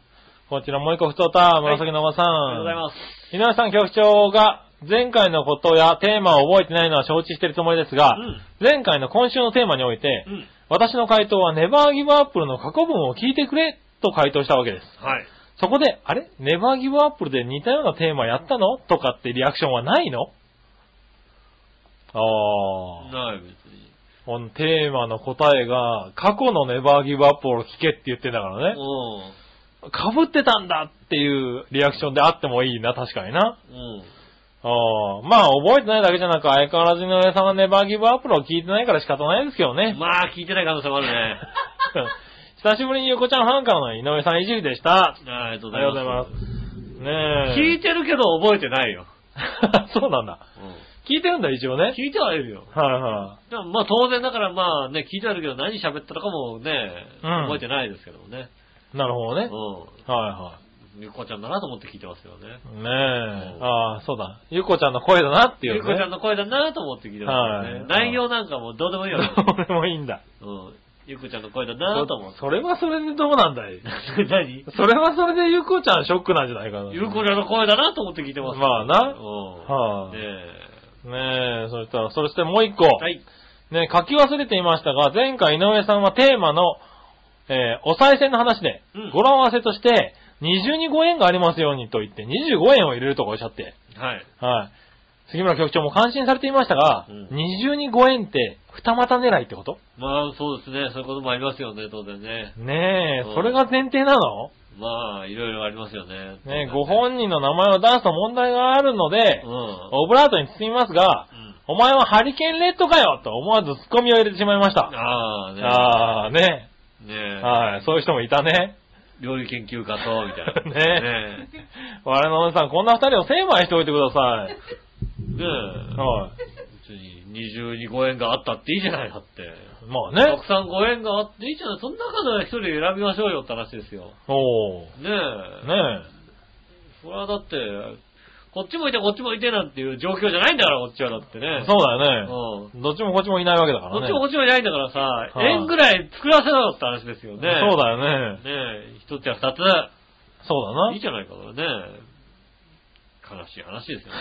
Speaker 3: こちらもう一個太った、紫のおばさん。
Speaker 2: ありがとうございます。
Speaker 3: 井上さん局長が前回のことやテーマを覚えてないのは承知してるつもりですが、
Speaker 2: うん
Speaker 3: 前回の今週のテーマにおいて、
Speaker 2: うん。
Speaker 3: 私の回答はネバーギブアップルの過去文を聞いてくれと回答したわけです。
Speaker 2: はい。
Speaker 3: そこで、あれネバーギブアップルで似たようなテーマやったのとかってリアクションはないのああ。
Speaker 2: ない、別に。
Speaker 3: このテーマの答えが、過去のネバーギブアップルを聞けって言ってたからね。
Speaker 2: うん。
Speaker 3: 被ってたんだっていうリアクションであってもいいな、確かにな。
Speaker 2: うん。
Speaker 3: ああ。まあ、覚えてないだけじゃなく、相変わらずの上さんはネバーギブアップルを聞いてないから仕方ないですけどね。
Speaker 2: まあ、聞いてない可能性もあるね。
Speaker 3: 久しぶりに横ちゃんファンからの井上さんいじりでし
Speaker 2: あ
Speaker 3: た。
Speaker 2: りがと
Speaker 3: あ
Speaker 2: う
Speaker 3: り
Speaker 2: ご
Speaker 3: が
Speaker 2: ざ
Speaker 3: とう
Speaker 2: い
Speaker 3: ござい
Speaker 2: ま。
Speaker 3: ますす。ね
Speaker 2: 聞
Speaker 3: え。
Speaker 2: いてるけど覚えてないよ。
Speaker 3: そうなんだ。聞いてるんだ、一応ね。
Speaker 2: 聞いてはいるよ。
Speaker 3: はいは
Speaker 2: でもまあ当然だからまあね、聞いてはいるけど何喋ったのかもね、
Speaker 3: うん
Speaker 2: 覚えてないですけどもね。
Speaker 3: い。なるほどね。
Speaker 2: う
Speaker 3: は
Speaker 2: ん。ゆっこちゃんだなと思って聞いてますよね。
Speaker 3: いはい。ねえ。ああ、そうだ。ゆっこちゃんの声だなっていう
Speaker 2: ゆ
Speaker 3: ね。
Speaker 2: っこちゃんの声だなと思って聞いてますよね。
Speaker 3: はい
Speaker 2: 内容なんかもうどうでもいいよね。
Speaker 3: そ れもいいんだ。
Speaker 2: うん。ゆっこちゃんの声だなと思って。
Speaker 3: それはそれでどうなんだい
Speaker 2: 何
Speaker 3: それはそれでゆっこちゃんショックなんじゃないかな。
Speaker 2: ゆっこちゃんの声だなと思って聞いてます。
Speaker 3: まあな
Speaker 2: うん。
Speaker 3: はい
Speaker 2: ね
Speaker 3: ねえ、そしたら、そしてもう一個。
Speaker 2: え。はい。
Speaker 3: ね、書き忘れていましたが、前回井上さんはテーマの、えーお賽銭の話で、
Speaker 2: うん
Speaker 3: 語呂合わせとして、二重にご縁がありますようにと言って、25円を入れるとかおっしゃって、
Speaker 2: はい。
Speaker 3: はい。杉村局長も感心されていましたが、
Speaker 2: うん
Speaker 3: 二重にご縁って、二股狙いってこと
Speaker 2: まあそうですね。そういうこともありますよね、当然ね。
Speaker 3: ねえ、
Speaker 2: うん
Speaker 3: それが前提なの
Speaker 2: まあ、いろいろありますよね。
Speaker 3: ねえ、ご本人の名前を出すと問題があるので、
Speaker 2: うん。う
Speaker 3: オブラートに包みますが、
Speaker 2: ん。
Speaker 3: お前はハリケーンレッドかよと思わずツッコミを入れてしまいました。
Speaker 2: ああ、ね
Speaker 3: ああ、ね
Speaker 2: ね
Speaker 3: え。
Speaker 2: え。
Speaker 3: はい、そういう人もいたね。
Speaker 2: 料理研究家と、みたいな。
Speaker 3: ね
Speaker 2: ね
Speaker 3: 我々のおじさん、こんな二人を成敗しておいてください。
Speaker 2: え。ねえ。
Speaker 3: は
Speaker 2: 別に二重にご縁があったっていいじゃないだって。
Speaker 3: い。まあ
Speaker 2: た
Speaker 3: ね。
Speaker 2: くさんご縁があっていいじゃない。その中から一人選びましょうよって話ですよ。
Speaker 3: おー。
Speaker 2: ねえ。
Speaker 3: ね
Speaker 2: それはだって、こっちもいてこっちもいてなんていう状況じゃないんだから、こっちはだって
Speaker 3: え
Speaker 2: ね。。
Speaker 3: そうだよね。
Speaker 2: うん。
Speaker 3: どっちもこっちもいないわけだか
Speaker 2: こ
Speaker 3: ら
Speaker 2: っ
Speaker 3: ね。
Speaker 2: ちもこっちもいないんだからさ、
Speaker 3: い
Speaker 2: 縁ぐらい作らせろよって話ですよね。
Speaker 3: そうだ
Speaker 2: ね
Speaker 3: よね。
Speaker 2: え、一つや二つ。
Speaker 3: そうだ
Speaker 2: いい
Speaker 3: な。
Speaker 2: じゃないか、それね。悲しい話ですよ。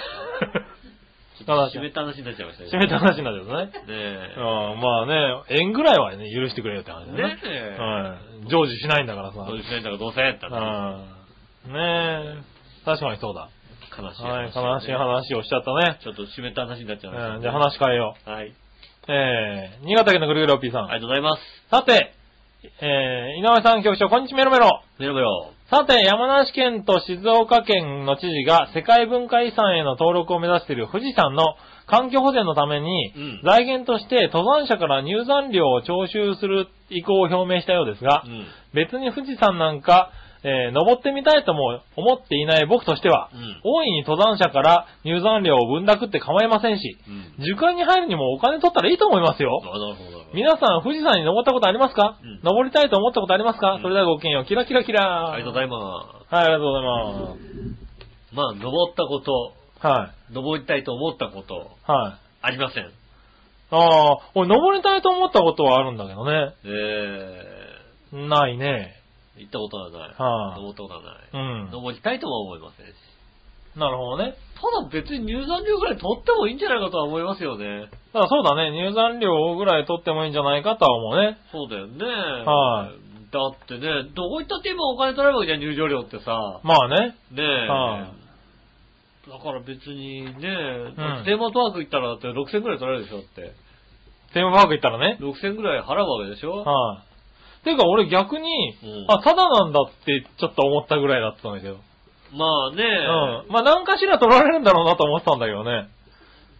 Speaker 3: 悲し い
Speaker 2: 締めた話になっちゃいました
Speaker 3: 締めた
Speaker 2: ね
Speaker 3: 話になるよね。
Speaker 2: え
Speaker 3: うん、まあね、縁ぐらいはね、許してくれよって話だよ
Speaker 2: ね
Speaker 3: ね。
Speaker 2: え。
Speaker 3: はい。成就しないんだからさ。
Speaker 2: そういうだからどうせやったら
Speaker 3: うん。ねえ。確かにそうだ。
Speaker 2: 悲しい話、
Speaker 3: はい、悲しい。話をしちゃったね。
Speaker 2: ちょっと締めた話になっちゃいました、
Speaker 3: うん、じゃあ話変えよ
Speaker 2: はい。
Speaker 3: う。えー、新潟県のぐるぐるおっぴーさん。
Speaker 2: ありがとうございます。
Speaker 3: さて、えー、井上さん局長、こんにちはメロメロ。
Speaker 2: メロメロ。
Speaker 3: さて、山梨県と静岡県の知事が世界文化遺産への登録を目指している富士山の環境保全のために、
Speaker 2: うん
Speaker 3: 財源として登山者から入山料を徴収する意向を表明したようですが、
Speaker 2: うん。
Speaker 3: 別に富士山なんか、えー登ってみたいとも思っていない僕としては、
Speaker 2: うん
Speaker 3: 大いに登山者から入山料を分諾って構いませんし、
Speaker 2: うん。
Speaker 3: 受験に入るにもお金取ったらいいと思いますよ。
Speaker 2: あ、なるほど、なるほど。
Speaker 3: 皆さん、富士山に登ったことありますか、
Speaker 2: うん
Speaker 3: 登りたいと思ったことありますか、
Speaker 2: うん
Speaker 3: それではごきげんよう。キラキラキラ
Speaker 2: ありがとうございま。
Speaker 3: はい、ありがとうございます
Speaker 2: まあ、登ったこと、
Speaker 3: す。はい。
Speaker 2: 登りたいと思ったこと、
Speaker 3: はい。
Speaker 2: ありません。
Speaker 3: ああ、俺登りたいと思ったことはあるんだけどね。
Speaker 2: え
Speaker 3: ないね。
Speaker 2: ー、行ったことはない。
Speaker 3: はい
Speaker 2: 登ったことはない。
Speaker 3: うん。
Speaker 2: 登りたいとも思いませんし。
Speaker 3: なるほどね。
Speaker 2: ただ別に入山料ぐらい取ってもいいんじゃないかとは思いますよね。
Speaker 3: だからそうだね。入山料ぐらい取ってもいいんじゃないかとは思うね。
Speaker 2: そうだよね。。
Speaker 3: はい
Speaker 2: だってね、どこ行ったって今お金取られるわけじゃん、入場料ってさ。
Speaker 3: まあね。
Speaker 2: ねえ。
Speaker 3: はい
Speaker 2: だから別にね、テーマパーク行ったらだって6000ぐらい取られるでしょって。
Speaker 3: テーマパーク行ったらね。
Speaker 2: 6000ぐらい払うわけでしょ
Speaker 3: はい。ていうか俺逆に、
Speaker 2: うん
Speaker 3: あ、ただなんだってちょっと思ったぐらいだったんだけど。
Speaker 2: まあね、
Speaker 3: うん。まあ何かしら取られるんだろうなと思ってたんだけどね。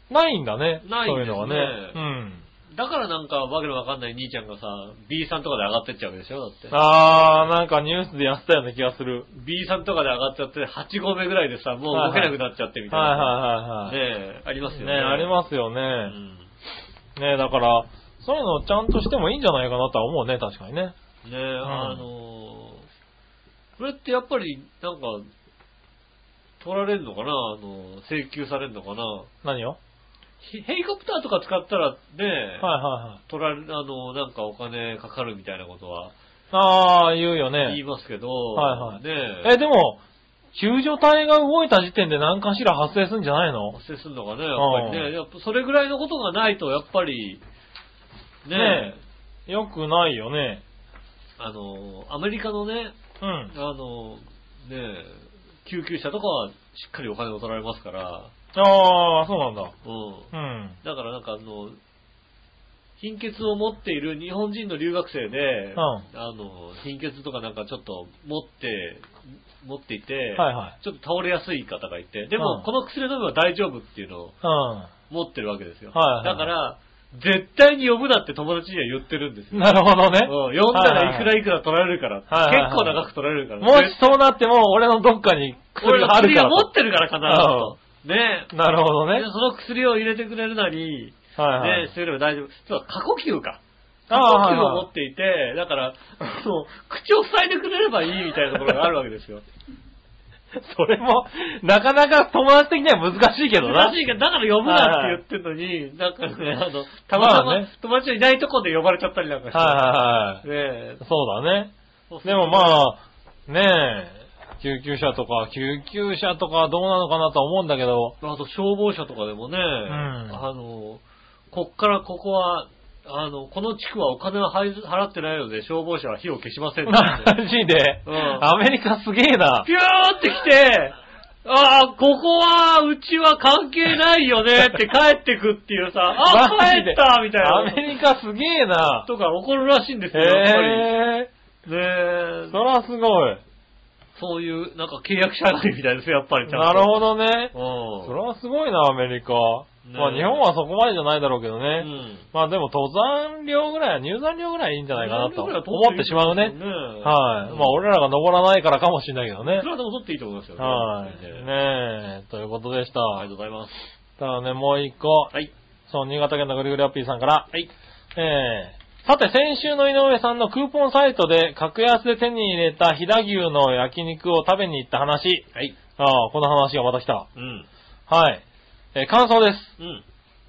Speaker 3: ないんだね。
Speaker 2: ないん
Speaker 3: そうい
Speaker 2: ですね
Speaker 3: うのはね。うん。
Speaker 2: だからなんかわけのわかんない兄ちゃんがさ、B さんとかで上がってっちゃうわけでしょだって。
Speaker 3: あー、なんかニュースでやってたような気がする。
Speaker 2: B さんとかで上がっちゃって、8合目ぐらいでさ、もう動けなくなっちゃってみたいな。
Speaker 3: はいはいはいはい。
Speaker 2: ねえ、ありますよね。
Speaker 3: ねありますよね。
Speaker 2: うん。
Speaker 3: ねだから、そういうのちゃんとしてもいいんじゃないかなとは思うね、確かにね。
Speaker 2: ねえ、あのー、これってやっぱり、なんか、取られるのかなあの、請求されるのかな
Speaker 3: 何を
Speaker 2: ヘヘリコプターとか使ったらね
Speaker 3: はい、はいはい。
Speaker 2: 取られ、あの、なんかお金かかるみたいなことは
Speaker 3: あー、言うよ
Speaker 2: 言い
Speaker 3: ね。
Speaker 2: ますけど、
Speaker 3: はいはい
Speaker 2: ね
Speaker 3: え、でも、救助隊が動いた時点で何かしら発生するんじゃないの
Speaker 2: 発生するのかね、やっぱり
Speaker 3: う
Speaker 2: ね。
Speaker 3: ん
Speaker 2: やっぱそれぐらいのことがないと、やっぱり、ね
Speaker 3: ねよくないよね。
Speaker 2: あの、アメリカのね、
Speaker 3: うん
Speaker 2: あ。の、ね救急車とかはしっかりお金を取られますから、
Speaker 3: あー、そうなん
Speaker 2: う
Speaker 3: だ。
Speaker 2: ん。
Speaker 3: うん。
Speaker 2: だからなんかあの、貧血を持っている日本人の留学生で、
Speaker 3: うん
Speaker 2: あの、貧血とかなんかちょっと持って、持っていて、
Speaker 3: はいは
Speaker 2: ちょっと倒れやすい方がいて、で
Speaker 3: う
Speaker 2: も
Speaker 3: ん
Speaker 2: この薬を飲めば大丈夫っていうのを
Speaker 3: うん。
Speaker 2: 持ってるわけですよ。
Speaker 3: はいはい
Speaker 2: だから、絶対に呼ぶなって友達には言ってるんですよ。
Speaker 3: なるほどね。
Speaker 2: うん、呼んだらいく
Speaker 3: は
Speaker 2: ら
Speaker 3: い
Speaker 2: いくら取られるからって。
Speaker 3: はいはいはい
Speaker 2: 結構長く取られるから。
Speaker 3: もしそうなっても、俺のどっかに
Speaker 2: 俺
Speaker 3: 薬
Speaker 2: の
Speaker 3: がある
Speaker 2: 薬
Speaker 3: か
Speaker 2: を
Speaker 3: ら
Speaker 2: 持
Speaker 3: と。
Speaker 2: ってるから必ずと。ね
Speaker 3: なるほどね
Speaker 2: で。その薬を入れてくれるなり、
Speaker 3: はいは
Speaker 2: ね
Speaker 3: い。、
Speaker 2: してくれれば大丈夫。そう、過呼吸か。過
Speaker 3: あ
Speaker 2: 呼
Speaker 3: ー
Speaker 2: 吸を
Speaker 3: はい
Speaker 2: 持っていて、だ から、あの、口を塞いでくれればいいみたいなところがあるわけですよ。
Speaker 3: それも、なかなか友達的には難 しいけどな。
Speaker 2: 難しいけど、だから呼ぶなって言ってんのに、なんかね、あの、たまた
Speaker 3: まあ
Speaker 2: ま
Speaker 3: ね
Speaker 2: 友達のいないとこで呼ばれちゃったりなんかして。
Speaker 3: はいはいはい。
Speaker 2: ね
Speaker 3: そうだね。
Speaker 2: そうそう
Speaker 3: でもまあ、ねえ、救急車とか、救急車とかどうなのかなとは思うんだけど、
Speaker 2: あと消防車とかでもね、あの、こっからここは、あの、この地区はお金を払払ってないので消防車は火を消しませんって言
Speaker 3: マ
Speaker 2: って。
Speaker 3: ジで、
Speaker 2: うん
Speaker 3: アメリカすげえな。
Speaker 2: ピューって来て、ああ、ここは、うちは関係ないよ ねって帰ってくっていうさ、あ、
Speaker 3: マジ
Speaker 2: 帰
Speaker 3: で
Speaker 2: ったみたい
Speaker 3: ア
Speaker 2: な。
Speaker 3: メリカすげえな。
Speaker 2: とか起こるらしいんですよ、やっぱり。
Speaker 3: へえ、
Speaker 2: ねえ
Speaker 3: そらすごい。
Speaker 2: そういう、なんか契約社会みたいですよ、やっぱりちゃんと。
Speaker 3: なるほどね。
Speaker 2: ほ
Speaker 3: それはすごいな、アメリカ。
Speaker 2: ねえ
Speaker 3: まあ日本はそこまでじゃないだろうけど
Speaker 2: う
Speaker 3: ね。
Speaker 2: ん。
Speaker 3: まあでも登山料ぐらいは、入山料ぐらいいいんじゃないかなと思ってしまうね。はい。まあ俺らが登らないからかもしれないけど
Speaker 2: い
Speaker 3: ね
Speaker 2: く。らでも取っていいと思いますよ。
Speaker 3: はい。
Speaker 2: ね
Speaker 3: ねえ、ということでした。
Speaker 2: ありがとうございます。
Speaker 3: ただね、もう一個。
Speaker 2: はい。
Speaker 3: そう、新潟県のぐりぐりアッピーさんから。
Speaker 2: はい。
Speaker 3: えー、さて、先週の井上さんのクーポンサイトで格安で手に入れた飛騨牛の焼肉を食べに行った話。
Speaker 2: はい。
Speaker 3: ああ、この話がまた来た。
Speaker 2: うん。
Speaker 3: はい。えー感想です。
Speaker 2: うん。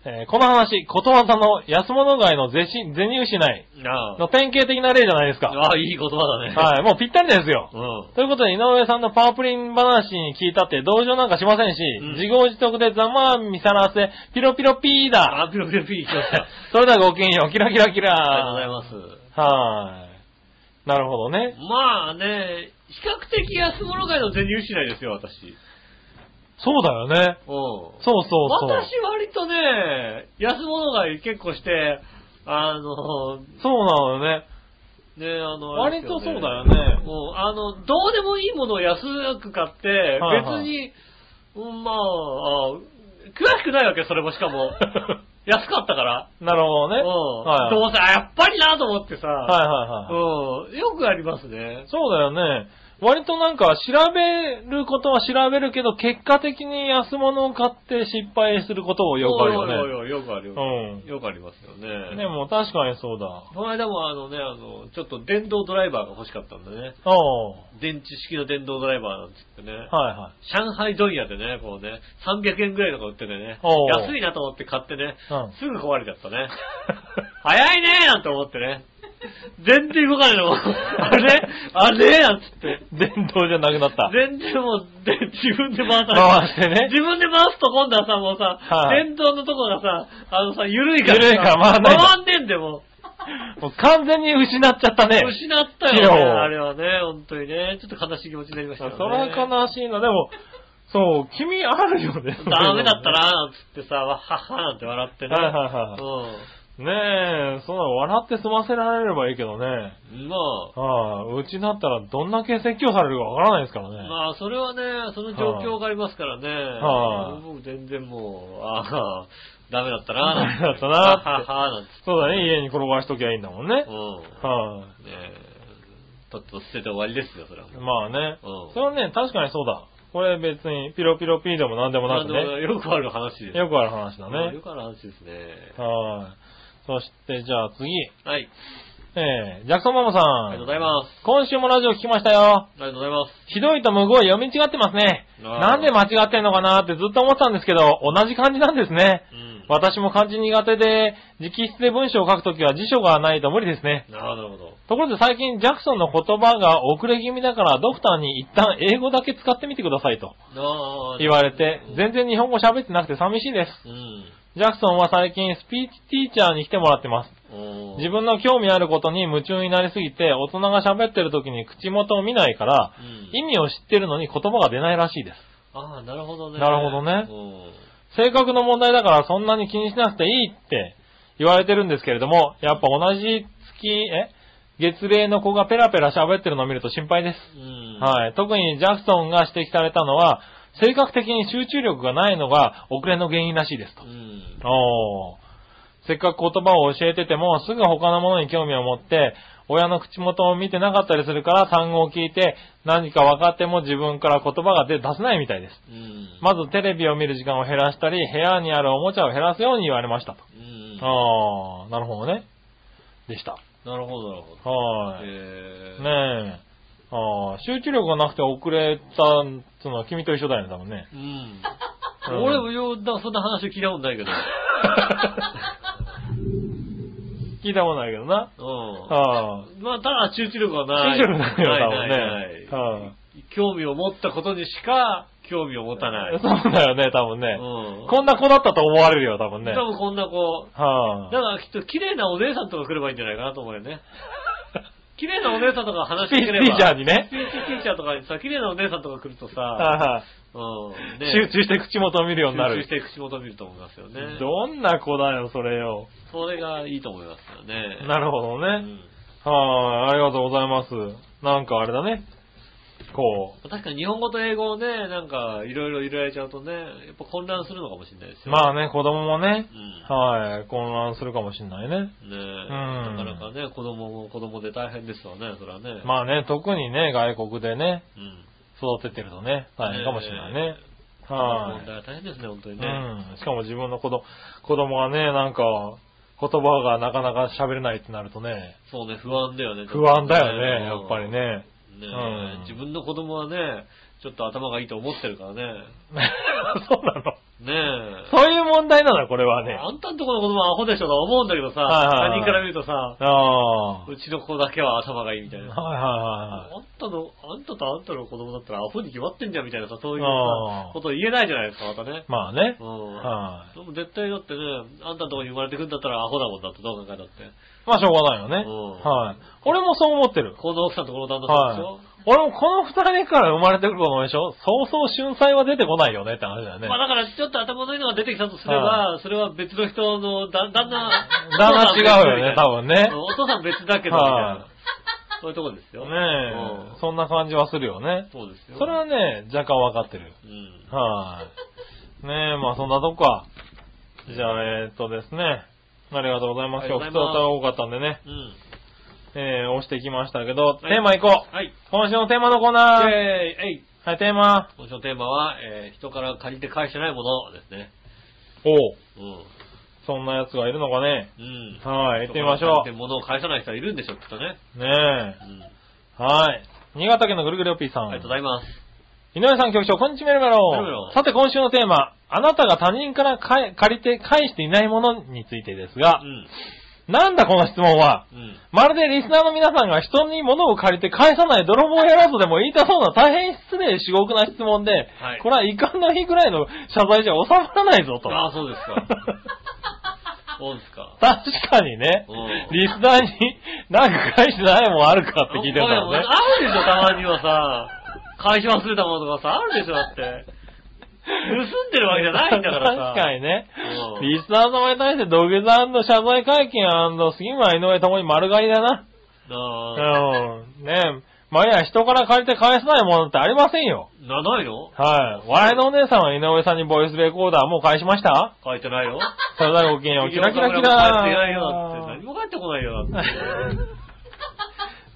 Speaker 3: えーこの話、ことわざの安物買いの税し銭失い
Speaker 2: あ
Speaker 3: の典型的な例じゃないですか。
Speaker 2: ああ、いい言葉だね。
Speaker 3: はい、もうぴったりですよ。
Speaker 2: うん。
Speaker 3: ということで、井上さんのパワープリン話に聞いたって同情なんかしませんし、
Speaker 2: うん
Speaker 3: 自業自得でざまあ見さらせ、ピロピロピーだ。
Speaker 2: あ、ピロピロピー来ました。
Speaker 3: それではごきげんよう、キラキラキラ。
Speaker 2: ありがとうございま
Speaker 3: はい。なるほどね。
Speaker 2: す。まあね、比較的安物買いの全入しないですよ、私。
Speaker 3: そうだよね。
Speaker 2: うん。
Speaker 3: そうそうそう。
Speaker 2: 私割とね、安物買い結構して、あの、
Speaker 3: そうなのよね。
Speaker 2: ねあの、
Speaker 3: 割
Speaker 2: あ
Speaker 3: と
Speaker 2: れです
Speaker 3: そうだよね
Speaker 2: もう、あの、どうでもいいものを安く買って、
Speaker 3: はいはい
Speaker 2: 別に、うんまああ、詳しくないわけ、それもしか も。安かったから。
Speaker 3: なるほど
Speaker 2: うん
Speaker 3: ね。はい。
Speaker 2: どうせ、あ、やっぱりなと思ってさ、
Speaker 3: はいはいはい。
Speaker 2: うん、よくありますね。
Speaker 3: そうだよね。割となんか調べることは調べるけど、結果的に安物を買って失敗することをよくある
Speaker 2: おい
Speaker 3: よね。
Speaker 2: おいおいよくあるよ。
Speaker 3: う
Speaker 2: よくありますよね。
Speaker 3: ん。でも確かにそうだ。
Speaker 2: この間もあのね、あの、ちょっと電動ドライバーが欲しかったんでね。
Speaker 3: おう
Speaker 2: 電池式の電動ドライバーなんつってね。
Speaker 3: はいはい。
Speaker 2: 上海問屋でね、こうね、300円ぐらいのが売っててね
Speaker 3: お、う
Speaker 2: 安いなと思って買ってね、
Speaker 3: うん
Speaker 2: すぐ壊れちゃったね。早いねーなんて思ってね。全然動かないの。あれあれなんつって。
Speaker 3: 電動じゃなくなった。
Speaker 2: 全然もう、で自分で回さない。
Speaker 3: 回してね。
Speaker 2: 自分で回すと今度はさ、もうさ、
Speaker 3: はい
Speaker 2: 電動のところがさ、あのさ、緩いからさ。
Speaker 3: 緩いから回んないんだ
Speaker 2: 回んねんでも
Speaker 3: もう完全に失っちゃったね。
Speaker 2: う。失ったよ
Speaker 3: 器
Speaker 2: ね、
Speaker 3: 用
Speaker 2: あれはね、本当にね。ちょっと悲しい気持ちになりまし
Speaker 3: そ
Speaker 2: た
Speaker 3: れ
Speaker 2: ね。
Speaker 3: は悲しいな。でも、そう、君あるよね。
Speaker 2: ダメだったな、なんつってさ、わっはっはなんて笑ってね。
Speaker 3: はいはいはいねえ、そんな笑って済ませられればいいけどね。
Speaker 2: うん。まあ、
Speaker 3: ああ、うちだったらどんだけ説教されるかわからないですからね。
Speaker 2: まあ、それはね、その状況がありますからね。
Speaker 3: はい
Speaker 2: 僕全然もう、ああ、 ダメだったな。
Speaker 3: ダメだったな
Speaker 2: はははなんつっ
Speaker 3: そうだね、家に転がしときゃいいんだもん
Speaker 2: て。
Speaker 3: ね
Speaker 2: う。ん。
Speaker 3: は
Speaker 2: ねえ、とっとと捨てて終わりですよ、それは。
Speaker 3: い、まあね。
Speaker 2: うん
Speaker 3: それはね、確かにそうだ。これ別にピロピロピーでも何でもなく
Speaker 2: なんでも
Speaker 3: ね。
Speaker 2: よくある話です。
Speaker 3: よくある話だ
Speaker 2: よ
Speaker 3: ね。
Speaker 2: くある話ですね。
Speaker 3: はい、そしてじゃあ次。
Speaker 2: はい。
Speaker 3: えー、ジャクソンママさ
Speaker 2: ありがとうご
Speaker 3: ん。
Speaker 2: ざいます。
Speaker 3: 今週もラジオ聞きましたよ。
Speaker 2: ありがとうございます。
Speaker 3: ひどいとむごい読み違ってますね。
Speaker 2: あー
Speaker 3: なんで間違ってんのかなってずっと思ってたんですけど、同じ漢字なんですね。
Speaker 2: うん。
Speaker 3: 私も漢字苦手で、直筆で文章を書くときは辞書がないと無理ですね。
Speaker 2: なるほど。
Speaker 3: ところで最近ジャクソンの言葉が遅れ気味だからドクターに一旦英語だけ使ってみてくださいと
Speaker 2: ああ
Speaker 3: 言われて
Speaker 2: う、ん
Speaker 3: 全然日本語喋ってなくて寂しいです。
Speaker 2: うん。
Speaker 3: ジャクソンは最近スピーチティーチャーに来てもらってます。
Speaker 2: おー
Speaker 3: 自分の興味あることに夢中になりすぎて、大人が喋ってる時に口元を見ないから、
Speaker 2: うん
Speaker 3: 意味を知ってるのに言葉が出ないらしいです。
Speaker 2: ああ、なるほどね。
Speaker 3: なるほどね
Speaker 2: うん。
Speaker 3: 性格の問題だからそんなに気にしなくていいって言われてるんですけれども、やっぱ同じ月、え月齢の子がペラペラ喋ってるのを見ると心配です。
Speaker 2: うん。
Speaker 3: はい。特にジャクソンが指摘されたのは、性格的に集中力がないのが遅れの原因らしいですと
Speaker 2: う。ん。
Speaker 3: おー。せっかく言葉を教えてても、すぐ他のものに興味を持って、親の口元を見てなかったりするから、単語を聞いて、何か分かっても自分から言葉が出出せないみたいです。
Speaker 2: うん。
Speaker 3: まずテレビを見る時間を減らしたり、部屋にあるおもちゃを減らすように言われましたと。
Speaker 2: うん。
Speaker 3: ああ、なるほどね。でした。
Speaker 2: なるほど、なるほ
Speaker 3: は
Speaker 2: ど。
Speaker 3: い。
Speaker 2: え
Speaker 3: ね
Speaker 2: ー、
Speaker 3: え。ああ、集中力がなくて遅れた、その、君と一緒だよね、多分ね。
Speaker 2: うん。
Speaker 3: うん
Speaker 2: 俺もようだそんな話を聞いたこと ないけど。
Speaker 3: 聞いたことないけどな。
Speaker 2: う
Speaker 3: あ
Speaker 2: ん。まあ、ただ集中力はな
Speaker 3: あ。
Speaker 2: い。
Speaker 3: 集中力ないよ、多
Speaker 2: な
Speaker 3: 分
Speaker 2: い
Speaker 3: ね。
Speaker 2: ないない
Speaker 3: は
Speaker 2: 興味を持ったことにしか興味を持たない。
Speaker 3: い。 そうだよね、多分ね。
Speaker 2: うん。
Speaker 3: こんな子だったと思われるよ、多分ね。
Speaker 2: 多分こんな子。
Speaker 3: は
Speaker 2: だ
Speaker 3: い
Speaker 2: からきっと綺麗なお姉さんとか来ればいいんじゃないかなと思うよ ね。綺麗なお姉さんとか話
Speaker 3: ス
Speaker 2: してく
Speaker 3: ピーチ
Speaker 2: れ
Speaker 3: テ
Speaker 2: ば。
Speaker 3: ィーチャーにね
Speaker 2: スピ。ーチティーチャーとかにさ、綺麗なお姉さんとか来るとさ、
Speaker 3: は
Speaker 2: うん。
Speaker 3: い
Speaker 2: ね
Speaker 3: はい集中して口元を見るようにな
Speaker 2: 集中
Speaker 3: る
Speaker 2: し。て口元を見ると思いますよね。
Speaker 3: どんな子だよ、それよ。
Speaker 2: それがいいと思いますよね。
Speaker 3: なるほど
Speaker 2: う
Speaker 3: ね。
Speaker 2: ん
Speaker 3: はい、ありがとうございます。なんかあれだね。こ
Speaker 2: 確かに日本語と英語をね、なんかいろいろ入れられちゃうとね、やっぱ混乱するのかもしれないです
Speaker 3: う。
Speaker 2: よ。
Speaker 3: ま
Speaker 2: あ。
Speaker 3: あね、子供もね
Speaker 2: う、ん。
Speaker 3: はい、混乱するかもしんないね。
Speaker 2: ねえ、
Speaker 3: ん
Speaker 2: なかなかね、子供も子供で大変ですわね、それはね。
Speaker 3: まあね、特にね、外国でね、
Speaker 2: うん。
Speaker 3: 育ててるとね、大変かもしれないね。
Speaker 2: え。
Speaker 3: は
Speaker 2: 問
Speaker 3: い、
Speaker 2: 題は大変ですね、本当にね。
Speaker 3: うん。しかも自分の子供、子供がね、なんか、言葉がなかなか喋れないってなるとね、
Speaker 2: そうね、不安だよね。
Speaker 3: 不安だよね、
Speaker 2: うん
Speaker 3: やっぱり。ね。
Speaker 2: ねえ
Speaker 3: うん
Speaker 2: 自分の子供はね、ちょっと頭がいいと思ってるからね。
Speaker 3: そうなの。
Speaker 2: ねえ。
Speaker 3: そういう問題なの、これはね。
Speaker 2: あんたんとこの子供はアホでしょと思うんだけどさ、
Speaker 3: はいはいはい
Speaker 2: 他人から見るとさ、
Speaker 3: ああー。は
Speaker 2: うちの子だけは頭がいいみたい
Speaker 3: いはい
Speaker 2: な。
Speaker 3: はいはい。
Speaker 2: あんたの、あんたとあんたの子供だったらアホに決まってんじゃんみたいなさ、そういう
Speaker 3: あ
Speaker 2: さ
Speaker 3: ー
Speaker 2: こと言えないじゃないですか、またね。
Speaker 3: まあね。
Speaker 2: うん。
Speaker 3: は
Speaker 2: でも絶対だってね、あんたのとこに生まれてくんだったらアホだもんだって、どう考えたって。
Speaker 3: まあしょうがないよね。
Speaker 2: うん
Speaker 3: はい。俺もそう思ってる。
Speaker 2: この奥さんとこの旦那さんでしょ、
Speaker 3: はい。俺もこの二人から生まれてくる子供でしょそうそう春菜は出てこないよねって話だよね。
Speaker 2: まあだからちょっと頭のいいのが出てきたとすれば、
Speaker 3: は
Speaker 2: それは別の人のだ旦那。
Speaker 3: 旦那違うよね、多分ね。
Speaker 2: お父さん別だけど、みたい
Speaker 3: は
Speaker 2: な。そういうとこですよ。
Speaker 3: ね
Speaker 2: うん
Speaker 3: え。そんな感じはするよね。
Speaker 2: そうですよ。
Speaker 3: それはね、若干わかってる。
Speaker 2: うん。
Speaker 3: はい。ねえ、まあそんなとこか。じゃあ、えーっとですね。ありがとうございます。
Speaker 2: ありがとうございます
Speaker 3: 今日、普通が多かったんでね、
Speaker 2: うん。
Speaker 3: えー、押してきましたけど、
Speaker 2: い
Speaker 3: テーマいこう。
Speaker 2: はい。
Speaker 3: 今週のテーマのコーナー。
Speaker 2: えー、えい。
Speaker 3: はい、テーマ。
Speaker 2: 今週のテーマは、えー人から借りて返してないものですね。
Speaker 3: おう
Speaker 2: うん。
Speaker 3: そんな奴がいるのかね。
Speaker 2: うん。
Speaker 3: はい、行ってみまし
Speaker 2: 人から
Speaker 3: ょ
Speaker 2: 借りて物を返さない人はいるんでしょう、きっとね。
Speaker 3: う。ね
Speaker 2: うん。
Speaker 3: え。はい。新潟県のぐるぐるおっぴーさん。
Speaker 2: ありがとうございます。
Speaker 3: 井上さん局長、こんにちはメルメ
Speaker 2: メルメロ
Speaker 3: ロ。さて、今週のテーマ、あなたが他人からかえ借りて返していないものについてですが
Speaker 2: う、ん。
Speaker 3: なんだこの質問は。
Speaker 2: うん。
Speaker 3: まるでリスナーの皆さんが人に物を借りて返さない泥棒やらずでも言いたそうな大変失礼至極な質問で、
Speaker 2: はい
Speaker 3: これは遺憾の日ぐらいの謝罪じゃ収まらないぞと。
Speaker 2: ああ、そうですか。そうですか。
Speaker 3: 確かにね
Speaker 2: うん、
Speaker 3: リスナーになんか返してないもんあるかって聞いてるからね。
Speaker 2: あるでしょ、たまにはさ。返し忘れたものとかさ、あるでしょ、だって。盗んでるわけじゃないんだからさ。
Speaker 3: 確かにね
Speaker 2: う。ん
Speaker 3: リスナー様に対して土下座謝罪会見杉村井上ともに丸刈りだな。
Speaker 2: な
Speaker 3: うん。ねまあいや、人から借りて返さないものってありませんよ。
Speaker 2: な、ないの
Speaker 3: はい。笑いのお姉さんは井上さんにボイスレコーダーもう返しました
Speaker 2: 書いてないよ。
Speaker 3: それではごきげんよう。キラキラ
Speaker 2: 返っ
Speaker 3: キ
Speaker 2: てないよ、だって。
Speaker 3: ラ
Speaker 2: 何も返ってこないよ、だって。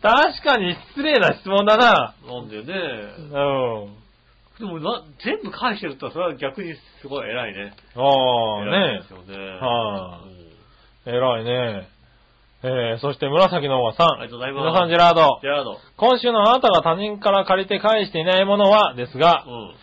Speaker 3: 確かに失礼な質問だな。
Speaker 2: なんで
Speaker 3: う
Speaker 2: ね。
Speaker 3: ん。
Speaker 2: でもな、全部返してるってのはそれは逆にすごい偉いね。
Speaker 3: ああ、
Speaker 2: 偉い
Speaker 3: ね
Speaker 2: ですよね。
Speaker 3: は
Speaker 2: う
Speaker 3: い
Speaker 2: ん
Speaker 3: 偉いね。えー、そして紫のおばさん。
Speaker 2: ありがとうございます
Speaker 3: 皆さん、ジェラード
Speaker 2: ジ。ェラード。
Speaker 3: 今週のあなたが他人から借りて返していないものは、ですが
Speaker 2: う、ん。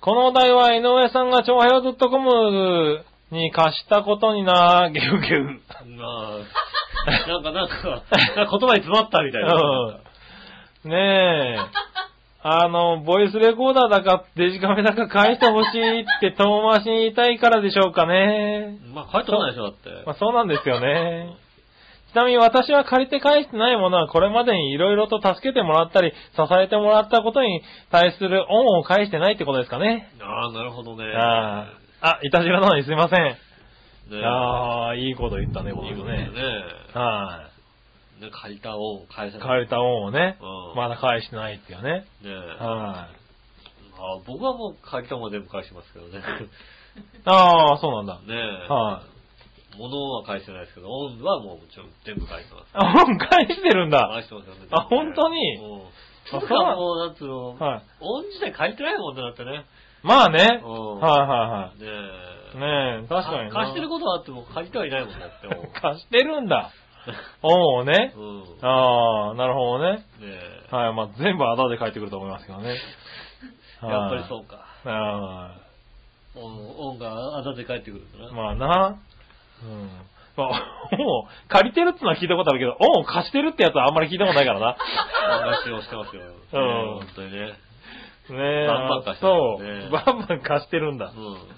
Speaker 3: このお題は井上さんが長平をずっとコムに貸したことにな、ゲウゲウ。うん。
Speaker 2: まあ、 なんか、なんか、なんか言葉に詰まったみたいな。
Speaker 3: ねえ。あの、ボイスレコーダーだかデジカメだか返してほしい って遠回しに言いたいからでしょうかね。
Speaker 2: まあ、返ってこないでしょ、だって。
Speaker 3: まあそうなんですよね。ちなみに私は借りて返してないものはこれまでに色々と助けてもらったり、支えてもらったことに対する恩を返してないってことですかね。
Speaker 2: ああ、なるほどね。
Speaker 3: ああ、あ、いたじらなのにすいません。
Speaker 2: ね
Speaker 3: ああ、いいこと言ったね、僕
Speaker 2: いいことだ
Speaker 3: ね
Speaker 2: よ。ね。
Speaker 3: は
Speaker 2: ね、借りたを返さ
Speaker 3: い。
Speaker 2: ない。
Speaker 3: 借りた恩をね
Speaker 2: うん、
Speaker 3: まだ返してないっていうね。
Speaker 2: ね
Speaker 3: は
Speaker 2: あー僕はもう借りたもんは全部返しますけどね。ね
Speaker 3: い。ああ、そうなんだ。はい。
Speaker 2: 物は返してないですけど、オンはもうもちろん全部返してます。
Speaker 3: あ、本返してるん だ。
Speaker 2: 返してますよね。
Speaker 3: あ本当に
Speaker 2: うん。
Speaker 3: あ
Speaker 2: つう
Speaker 3: そうな
Speaker 2: か
Speaker 3: の
Speaker 2: もう、なんつうの、
Speaker 3: はい。
Speaker 2: オン自体借りてないもんだってね。
Speaker 3: まあね。
Speaker 2: うん
Speaker 3: はいはい
Speaker 2: ねえ。
Speaker 3: はい。ねえ、確かにな
Speaker 2: か貸してることはあっても借りてはいないもんだって、もう
Speaker 3: 貸してるんだ。おうね。
Speaker 2: うん。ね
Speaker 3: ああ、なるほどね。
Speaker 2: え。
Speaker 3: はい、まあ全部あだで書いてくると思いますけどね。。
Speaker 2: やっぱりそううか。
Speaker 3: あ
Speaker 2: うん音があだで帰ってくるんだ
Speaker 3: あ、
Speaker 2: な。
Speaker 3: まあな。うん。まあ、 もう、借りてるってのは聞いたことあるけど、おう、貸してるってやつはあんまり聞いたことないか らな。
Speaker 2: 話をしてますよ。ねえ本当にね。
Speaker 3: ねえ。
Speaker 2: バンバン貸してる
Speaker 3: そ
Speaker 2: んだね
Speaker 3: う。バンバン貸してるん
Speaker 2: う
Speaker 3: だ。
Speaker 2: ん。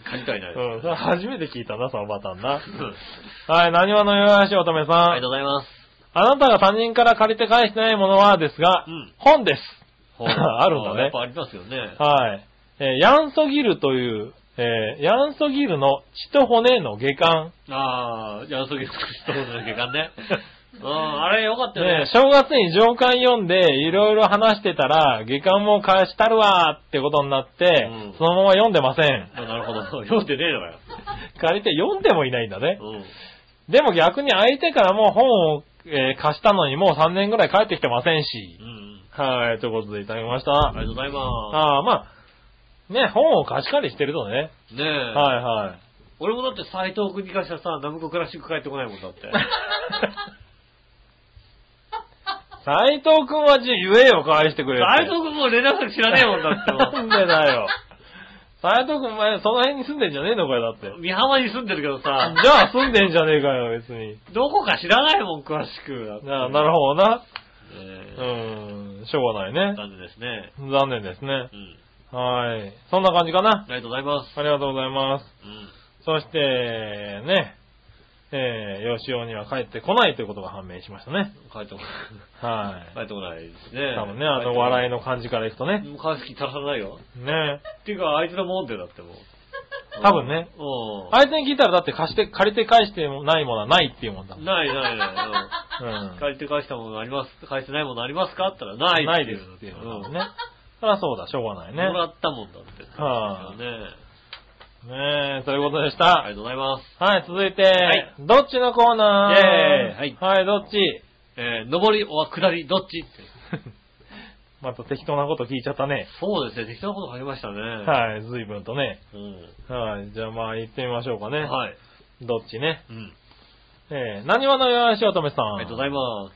Speaker 2: 借りてはいな
Speaker 3: う
Speaker 2: いです。
Speaker 3: ん。それ初めて聞いたな、そのパターンな。
Speaker 2: うん
Speaker 3: はい、何話のよやしおとめさん。
Speaker 2: ありがとうございます。
Speaker 3: あなたが他人から借りて返してないものはですが、
Speaker 2: うん
Speaker 3: 本です。
Speaker 2: ほう
Speaker 3: あるんだね
Speaker 2: やっぱありますよね。
Speaker 3: はい。えーヤンソギルという、えーヤンソギルの血と骨の下巻。
Speaker 2: ああ、じゃあ、そういう人の時間 ね。うん、あれよかったよ
Speaker 3: ね
Speaker 2: ね。
Speaker 3: 正月に上巻読んで、いろいろ話してたら、下巻も返したるわーってことになって、
Speaker 2: うん
Speaker 3: そのまま読んでません。
Speaker 2: あなるほど。読んでねえのかよ。
Speaker 3: 借りて読んでもいないんだね。
Speaker 2: うん。
Speaker 3: でも逆に相手からも本を、えー貸したのにもう3年ぐらい返ってきてませんし
Speaker 2: う。ん。
Speaker 3: はい、ということでいただきました。
Speaker 2: ありがとうございま
Speaker 3: ああ、まあ、ね、本を貸し借りしてるとね。
Speaker 2: す。ねえ。
Speaker 3: はいはい。
Speaker 2: 俺もだって斎藤君に関してはさ、ナムコクラシック帰ってこないもん だって。
Speaker 3: 斎藤くんはじ言えよ、返してくれって。
Speaker 2: 斎藤君もう連絡先知らねえもんだって
Speaker 3: なんでだよ。斎藤くんお前、その辺に住んでんじゃねえのかよ、だって。
Speaker 2: もう。美浜に住んでるけどさ、
Speaker 3: じゃあ住んでんじゃねえかよ、別に。
Speaker 2: どこか知らないもん、詳しく。だって
Speaker 3: ななるほどな。
Speaker 2: ね
Speaker 3: う
Speaker 2: え
Speaker 3: ん、しょうがないね。
Speaker 2: 感じですね。
Speaker 3: 残念ですね
Speaker 2: う。ん。
Speaker 3: はい。そんな感じかな
Speaker 2: あ。りがとうございます。
Speaker 3: ありがとうございます。
Speaker 2: うん。
Speaker 3: そして、ね、えー、吉尾には帰ってこないということが判明しましたね。
Speaker 2: 帰ってこない。
Speaker 3: はい。
Speaker 2: 帰ってこないですね。
Speaker 3: 多分ね、あの笑い
Speaker 2: い
Speaker 3: の感じからいくとね。
Speaker 2: もう川崎足らないよ。
Speaker 3: ね
Speaker 2: っていうか、あいつのもんでだってもう。
Speaker 3: 多分ね
Speaker 2: うん。
Speaker 3: 相手に聞いたらだって貸して、借りて返してもないものはないっていうもんだもん。
Speaker 2: ないないな
Speaker 3: うん
Speaker 2: い。。借りて返したものあります返してないものありますかって言ったら、ない
Speaker 3: ないですっていうの
Speaker 2: う
Speaker 3: は
Speaker 2: ん。
Speaker 3: ね。そりゃそうだ、しょうがない
Speaker 2: もら
Speaker 3: ね。
Speaker 2: ったもんだって。
Speaker 3: はい
Speaker 2: ね
Speaker 3: ねえ、ということでし
Speaker 2: ありが
Speaker 3: た。
Speaker 2: とうございます。
Speaker 3: はい、続いて、
Speaker 2: はい
Speaker 3: どっちのコーナー
Speaker 2: イェーイ
Speaker 3: はい、どっち
Speaker 2: えー、上り、お下り、どっちって
Speaker 3: また適当なこと聞いちゃったね。
Speaker 2: そうですね、適当なこと書きましたね。い。
Speaker 3: はい、随分とね。
Speaker 2: うん。
Speaker 3: はい、じゃあまあ行ってみましょうかね。
Speaker 2: はい。
Speaker 3: どっちね。
Speaker 2: うん。
Speaker 3: えー、何話のよしおとめさん。
Speaker 2: ありがとうございます。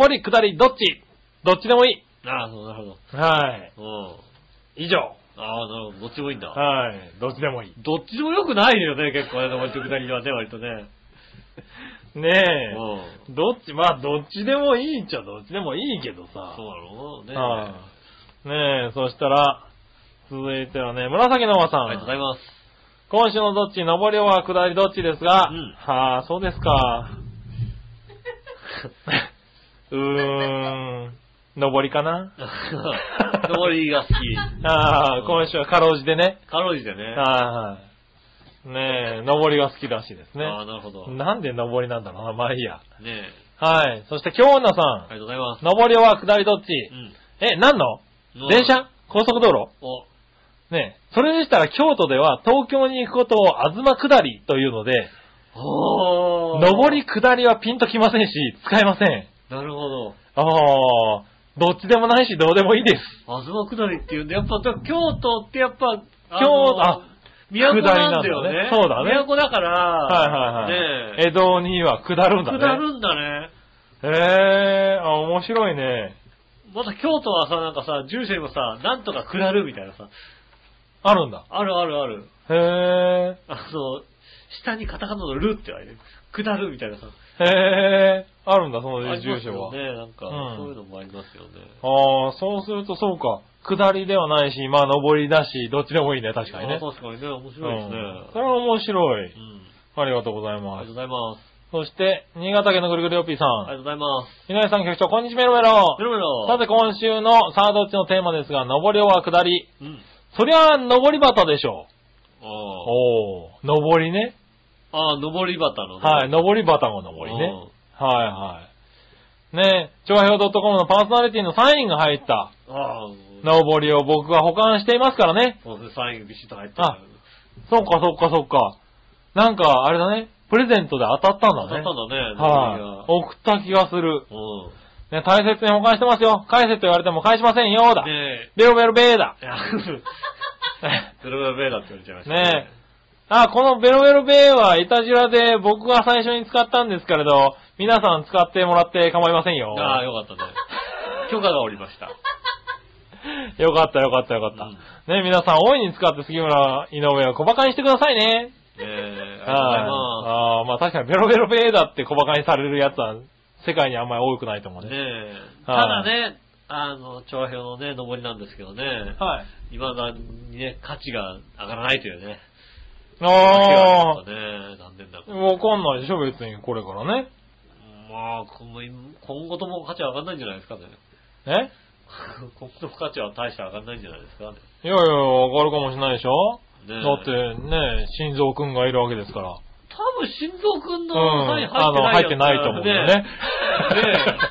Speaker 3: 上り、下り、どっちどっちでもい
Speaker 2: ああ、そうなるほ
Speaker 3: い。はい。
Speaker 2: ど。
Speaker 3: 以上。
Speaker 2: うん。ああ、なるほど。どっちでもいいんだ。
Speaker 3: はい。どっちでもい
Speaker 2: どっちでも良くないよね、結構ね、上りと下りはね、割とね。
Speaker 3: い。ね
Speaker 2: うん。
Speaker 3: え。どっち、まあ、どっちでもいいっちゃどっちでもいいけどさ。
Speaker 2: そうだろうね。
Speaker 3: はあねえ、そしたら、続いてはね、紫の馬さん。
Speaker 2: ありがとうございます。
Speaker 3: 今週のどっち、上りは下りどっちですが、
Speaker 2: うん
Speaker 3: はあ、そうですか。 うーん、上りかな
Speaker 2: 上りが好き。
Speaker 3: ああ、今週はかろうじでね。
Speaker 2: かろうじてね。
Speaker 3: はいはい。ねえ、上りが好きらしいですね。
Speaker 2: ああ、なるほど。ね
Speaker 3: なんで上りなんだろうな、まあいいや。
Speaker 2: え。
Speaker 3: はい。そして、京女さ
Speaker 2: あり
Speaker 3: ん。
Speaker 2: がとうございます。
Speaker 3: 上りは下りどっち、
Speaker 2: う
Speaker 3: え、何の
Speaker 2: ん。
Speaker 3: 電車高速道路
Speaker 2: お、
Speaker 3: ねえそれでしたら京都では東京に行くことをあずま下りというので、
Speaker 2: おー
Speaker 3: 上り下りはピンときませんし、使えません。
Speaker 2: なるほど。
Speaker 3: ああ、どっちでもないしどうでもいいです。
Speaker 2: あずま下りっていうんで、やっぱ、だ京都ってやっぱ、あの
Speaker 3: 京都あ
Speaker 2: 都なんだよ
Speaker 3: 下りなんだ
Speaker 2: ね
Speaker 3: ね。そうだね
Speaker 2: 都だから、
Speaker 3: はいはいはい。
Speaker 2: ね
Speaker 3: 江戸には下るんだね。
Speaker 2: 下るんだね。
Speaker 3: へえ、あ、面白いね。
Speaker 2: また京都はさ、なんかさ、住所にもさ、なんとか下るみたいなさ、
Speaker 3: あるんだ。
Speaker 2: あるあるある。
Speaker 3: へ
Speaker 2: あの、下にカタカナのルってある。下るみたいなさ。
Speaker 3: え、へえ、あるんだ、そ
Speaker 2: あ
Speaker 3: の
Speaker 2: りま
Speaker 3: 住
Speaker 2: す
Speaker 3: 所
Speaker 2: よ
Speaker 3: は。
Speaker 2: ね、なんか、
Speaker 3: うん
Speaker 2: そういうのもありますよね。
Speaker 3: ああ、そうするとそうか。下りではないし、まあ上りだし、どっちでもいいね、確かにね。
Speaker 2: あ確かにね、面白いですね。
Speaker 3: うんそれは面白い。
Speaker 2: うん。
Speaker 3: ありがとうござ
Speaker 2: あ
Speaker 3: いま
Speaker 2: りがとうご。
Speaker 3: す
Speaker 2: ざいます。
Speaker 3: そして、新潟県のぐるぐるよっぴーさ
Speaker 2: ありがと
Speaker 3: ん。
Speaker 2: うございます。
Speaker 3: 井上さん局長、こんにちはメロメロ
Speaker 2: メ。ロメロ。
Speaker 3: さて、今週のサードっちのテーマですが、上りは下り。
Speaker 2: うん。
Speaker 3: そりゃ、上り旗でしょう。
Speaker 2: あ
Speaker 3: おー、上りね。
Speaker 2: あ。ああ、上り旗のね。
Speaker 3: はい、上り旗も上りね。はいはい。ねえ、調和表 .com のパーソナリティのサインが入った
Speaker 2: うん。ああ、
Speaker 3: 上りを僕が保管していますからね。
Speaker 2: そうですね、サインビシッと入って
Speaker 3: あそっかそっかそっか。なんか、あれだね。プレゼントで当たったん
Speaker 2: 当
Speaker 3: だ
Speaker 2: たっ
Speaker 3: ね。
Speaker 2: たんだね。
Speaker 3: はい。送った気がする。
Speaker 2: うん。
Speaker 3: ね、大切に保管してますよ。返せと言われても返しませんよ、だ。
Speaker 2: ね
Speaker 3: レオベルベー だ。
Speaker 2: え。 それはベーだって言われちゃいました
Speaker 3: ねあ、このベロベロベーはいたじらで僕が最初に使ったんですけれど、皆さん使ってもらって構いませんよ。
Speaker 2: ああ、よかったね。許可がおりました。
Speaker 3: よかったよかったよかった。ね、皆さん大いに使って杉村井上を小馬鹿にしてくださいね。
Speaker 2: ねえ、あ
Speaker 3: ああー、まあ確かにベロベロベーだって小馬鹿にされるやつは世界にあんまり多くないと思う
Speaker 2: りがとうございます。
Speaker 3: ね。
Speaker 2: ねえ。た
Speaker 3: は
Speaker 2: だ
Speaker 3: い
Speaker 2: ね、あの、長編のね、上りなんですけどね。
Speaker 3: はい。
Speaker 2: いまだにね、価値が上がらないというね。
Speaker 3: ああ、
Speaker 2: ねえ、残念だ。
Speaker 3: わかんないでしょ、別にこれからね。
Speaker 2: まあ、この今後とも価値は上がらないんじゃないですかね。
Speaker 3: え
Speaker 2: 今後とも価値は大して上がらないんじゃないですかね。
Speaker 3: いやいや、わかるかもしれないでしょ
Speaker 2: ねえ
Speaker 3: だってね、心臓くんがいるわけですから。
Speaker 2: 多分、心臓くんの
Speaker 3: うん
Speaker 2: 中に
Speaker 3: あの
Speaker 2: 入っ
Speaker 3: 入ってて
Speaker 2: な
Speaker 3: ないい
Speaker 2: やつ
Speaker 3: と思うんだよね
Speaker 2: ね